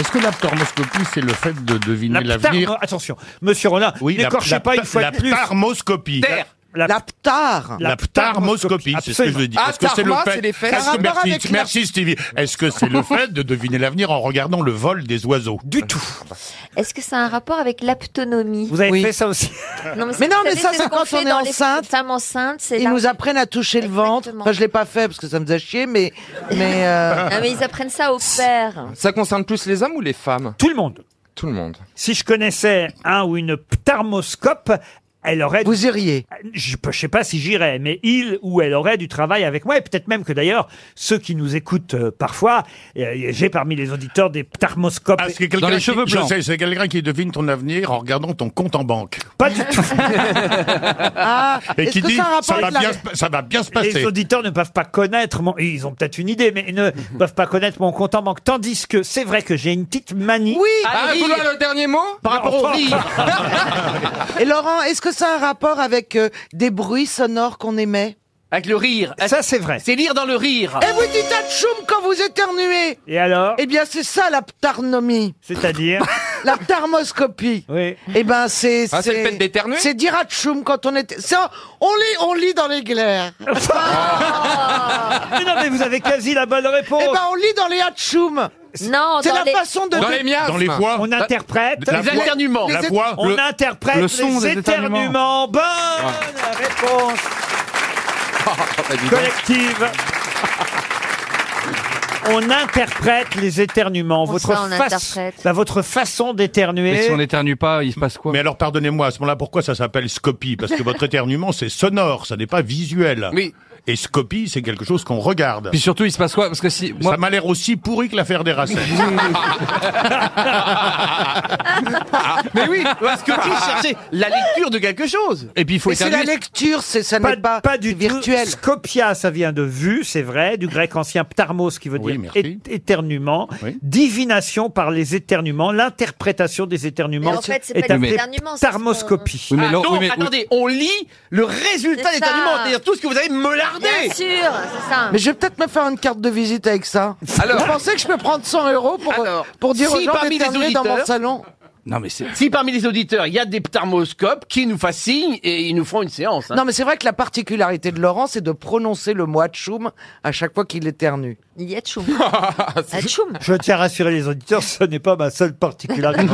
Est-ce que la ptarmoscopie, c'est le fait de deviner
l'avenir
Attention, monsieur Roland,
Oui, la-
n'écorchez
la-
pas une fois
la
de plus.
ptarmoscopie.
Terre. La,
ptar.
La ptarmoscopie, c'est ce que je dis.
Ah,
Est-ce que c'est le
tarma,
fait
c'est les fesses.
Est-ce
Ça a
que-
rapport avec
Merci,
la-
merci Stevie. Est-ce que c'est le fait de deviner l'avenir en regardant le vol des oiseaux
Du tout.
Est-ce que ça a un rapport avec l'aptonomie
Vous avez fait ça aussi
Mais non,
vous
mais
savez,
ça,
ce
c'est
qu'on
quand
fait
on est
dans les
enceinte.
femmes enceintes, c'est
Ils
là.
nous apprennent à toucher le ventre. Enfin, je l'ai pas fait parce que ça me faisait chier, mais. mais euh,
Non, Ah, mais ils apprennent ça au père.
Ça concerne plus les hommes ou les femmes
Tout le monde.
Tout le monde.
Si je connaissais un ou une ptarmoscope, elle aurait. Vous
iriez
Je ne sais pas si j'irais, mais il ou elle aurait du travail avec moi. Et peut-être même que d'ailleurs, ceux qui nous écoutent euh, parfois, euh, j'ai parmi les auditeurs des ptarmoscopes.
Ah, c'est quelqu'un qui- Je sais, c'est quelqu'un qui devine ton avenir en regardant ton compte en banque.
Pas du tout.
Ah,
Et
est-ce
qui
que
dit
ça a un rapport
ça va,
avec la-
bien, se- ça va bien se
Les
passer.
auditeurs ne peuvent pas connaître mon... Ils ont peut-être une idée, mais ils ne peuvent pas connaître mon compte en banque. Tandis que c'est vrai que j'ai une petite manie. Oui,
Ah, vouloir le dernier mot
Par rapport au rire.
Et Laurent, est-ce que ça a un rapport avec euh, des bruits sonores qu'on émet
Avec le rire.
Ça, c'est vrai. Eh
C'est lire dans le rire.
Et vous dites atchoum quand vous éternuez
Et alors
Eh bien, c'est ça la ptarnomie.
C'est-à-dire
La ptarmoscopie.
Oui.
Eh ben, c'est.
Ah, c'est le fait d'éternuer
C'est dire atchoum quand on est. c'est- On lit, on lit dans les glaires.
Mais non, mais vous avez quasi la bonne réponse.
Eh ben, on lit dans les atchoum.
Non,
C'est
dans
la
les-
façon de.
Dans les miasmes. Dans les voix.
On interprète.
La voix.
Les
La
é-
voix.
On
Le-
interprète
le son
les
des éternuements.
éternuements. Bonne réponse
Oh, bah,
collective. On interprète les éternuements.
Comment
votre,
ça, on
fa-
interprète
bah, votre façon d'éternuer.
Mais si on
n'éternue pas, il se passe quoi
Mais alors, pardonnez-moi, à ce moment-là, pourquoi ça s'appelle scopie Parce que votre éternuement, c'est sonore, ça n'est pas visuel.
Oui.
Et scopie, c'est quelque chose qu'on regarde.
Puis surtout, il se passe quoi Parce que si.
Ça m'a l'air aussi pourri que l'affaire des racines.
Mais oui, parce que tu cherchais la lecture de quelque chose.
Et puis
Mais c'est la lecture, c'est ça n'est pas,
du virtuel. Scopia, ça vient de vue, c'est vrai, du grec ancien ptarmos qui veut dire é- éternuement, divination par les éternuements, l'interprétation des éternuements
Mais en fait, c'est
est
pas des
appelée
éternuements, c'est ce qu'on-
ptarmoscopie.
Oui, mais
Ah
Laure-
non,
oui, mais-
attendez, on lit le résultat
C'est
des aliments,
ça.
c'est-à-dire tout ce que vous avez melardé.
Bien sûr, c'est ça.
Mais je vais peut-être me faire une carte de visite avec ça.
Alors-
vous pensez que je peux prendre 100 euros pour, pour dire
si
aux gens
parmi les
d'éternuer dans mon
auditeurs-
salon
Non, mais c'est.
Si parmi les auditeurs, il y a des thermoscopes qui nous fassent signe et ils nous feront une séance. hein.
Non, mais c'est vrai que la particularité de Laurent, c'est de prononcer le mot atchoum à chaque fois qu'il éternue.
Il y a tchoum. Ah,
Je tiens à rassurer les auditeurs, ce n'est pas ma seule particularité.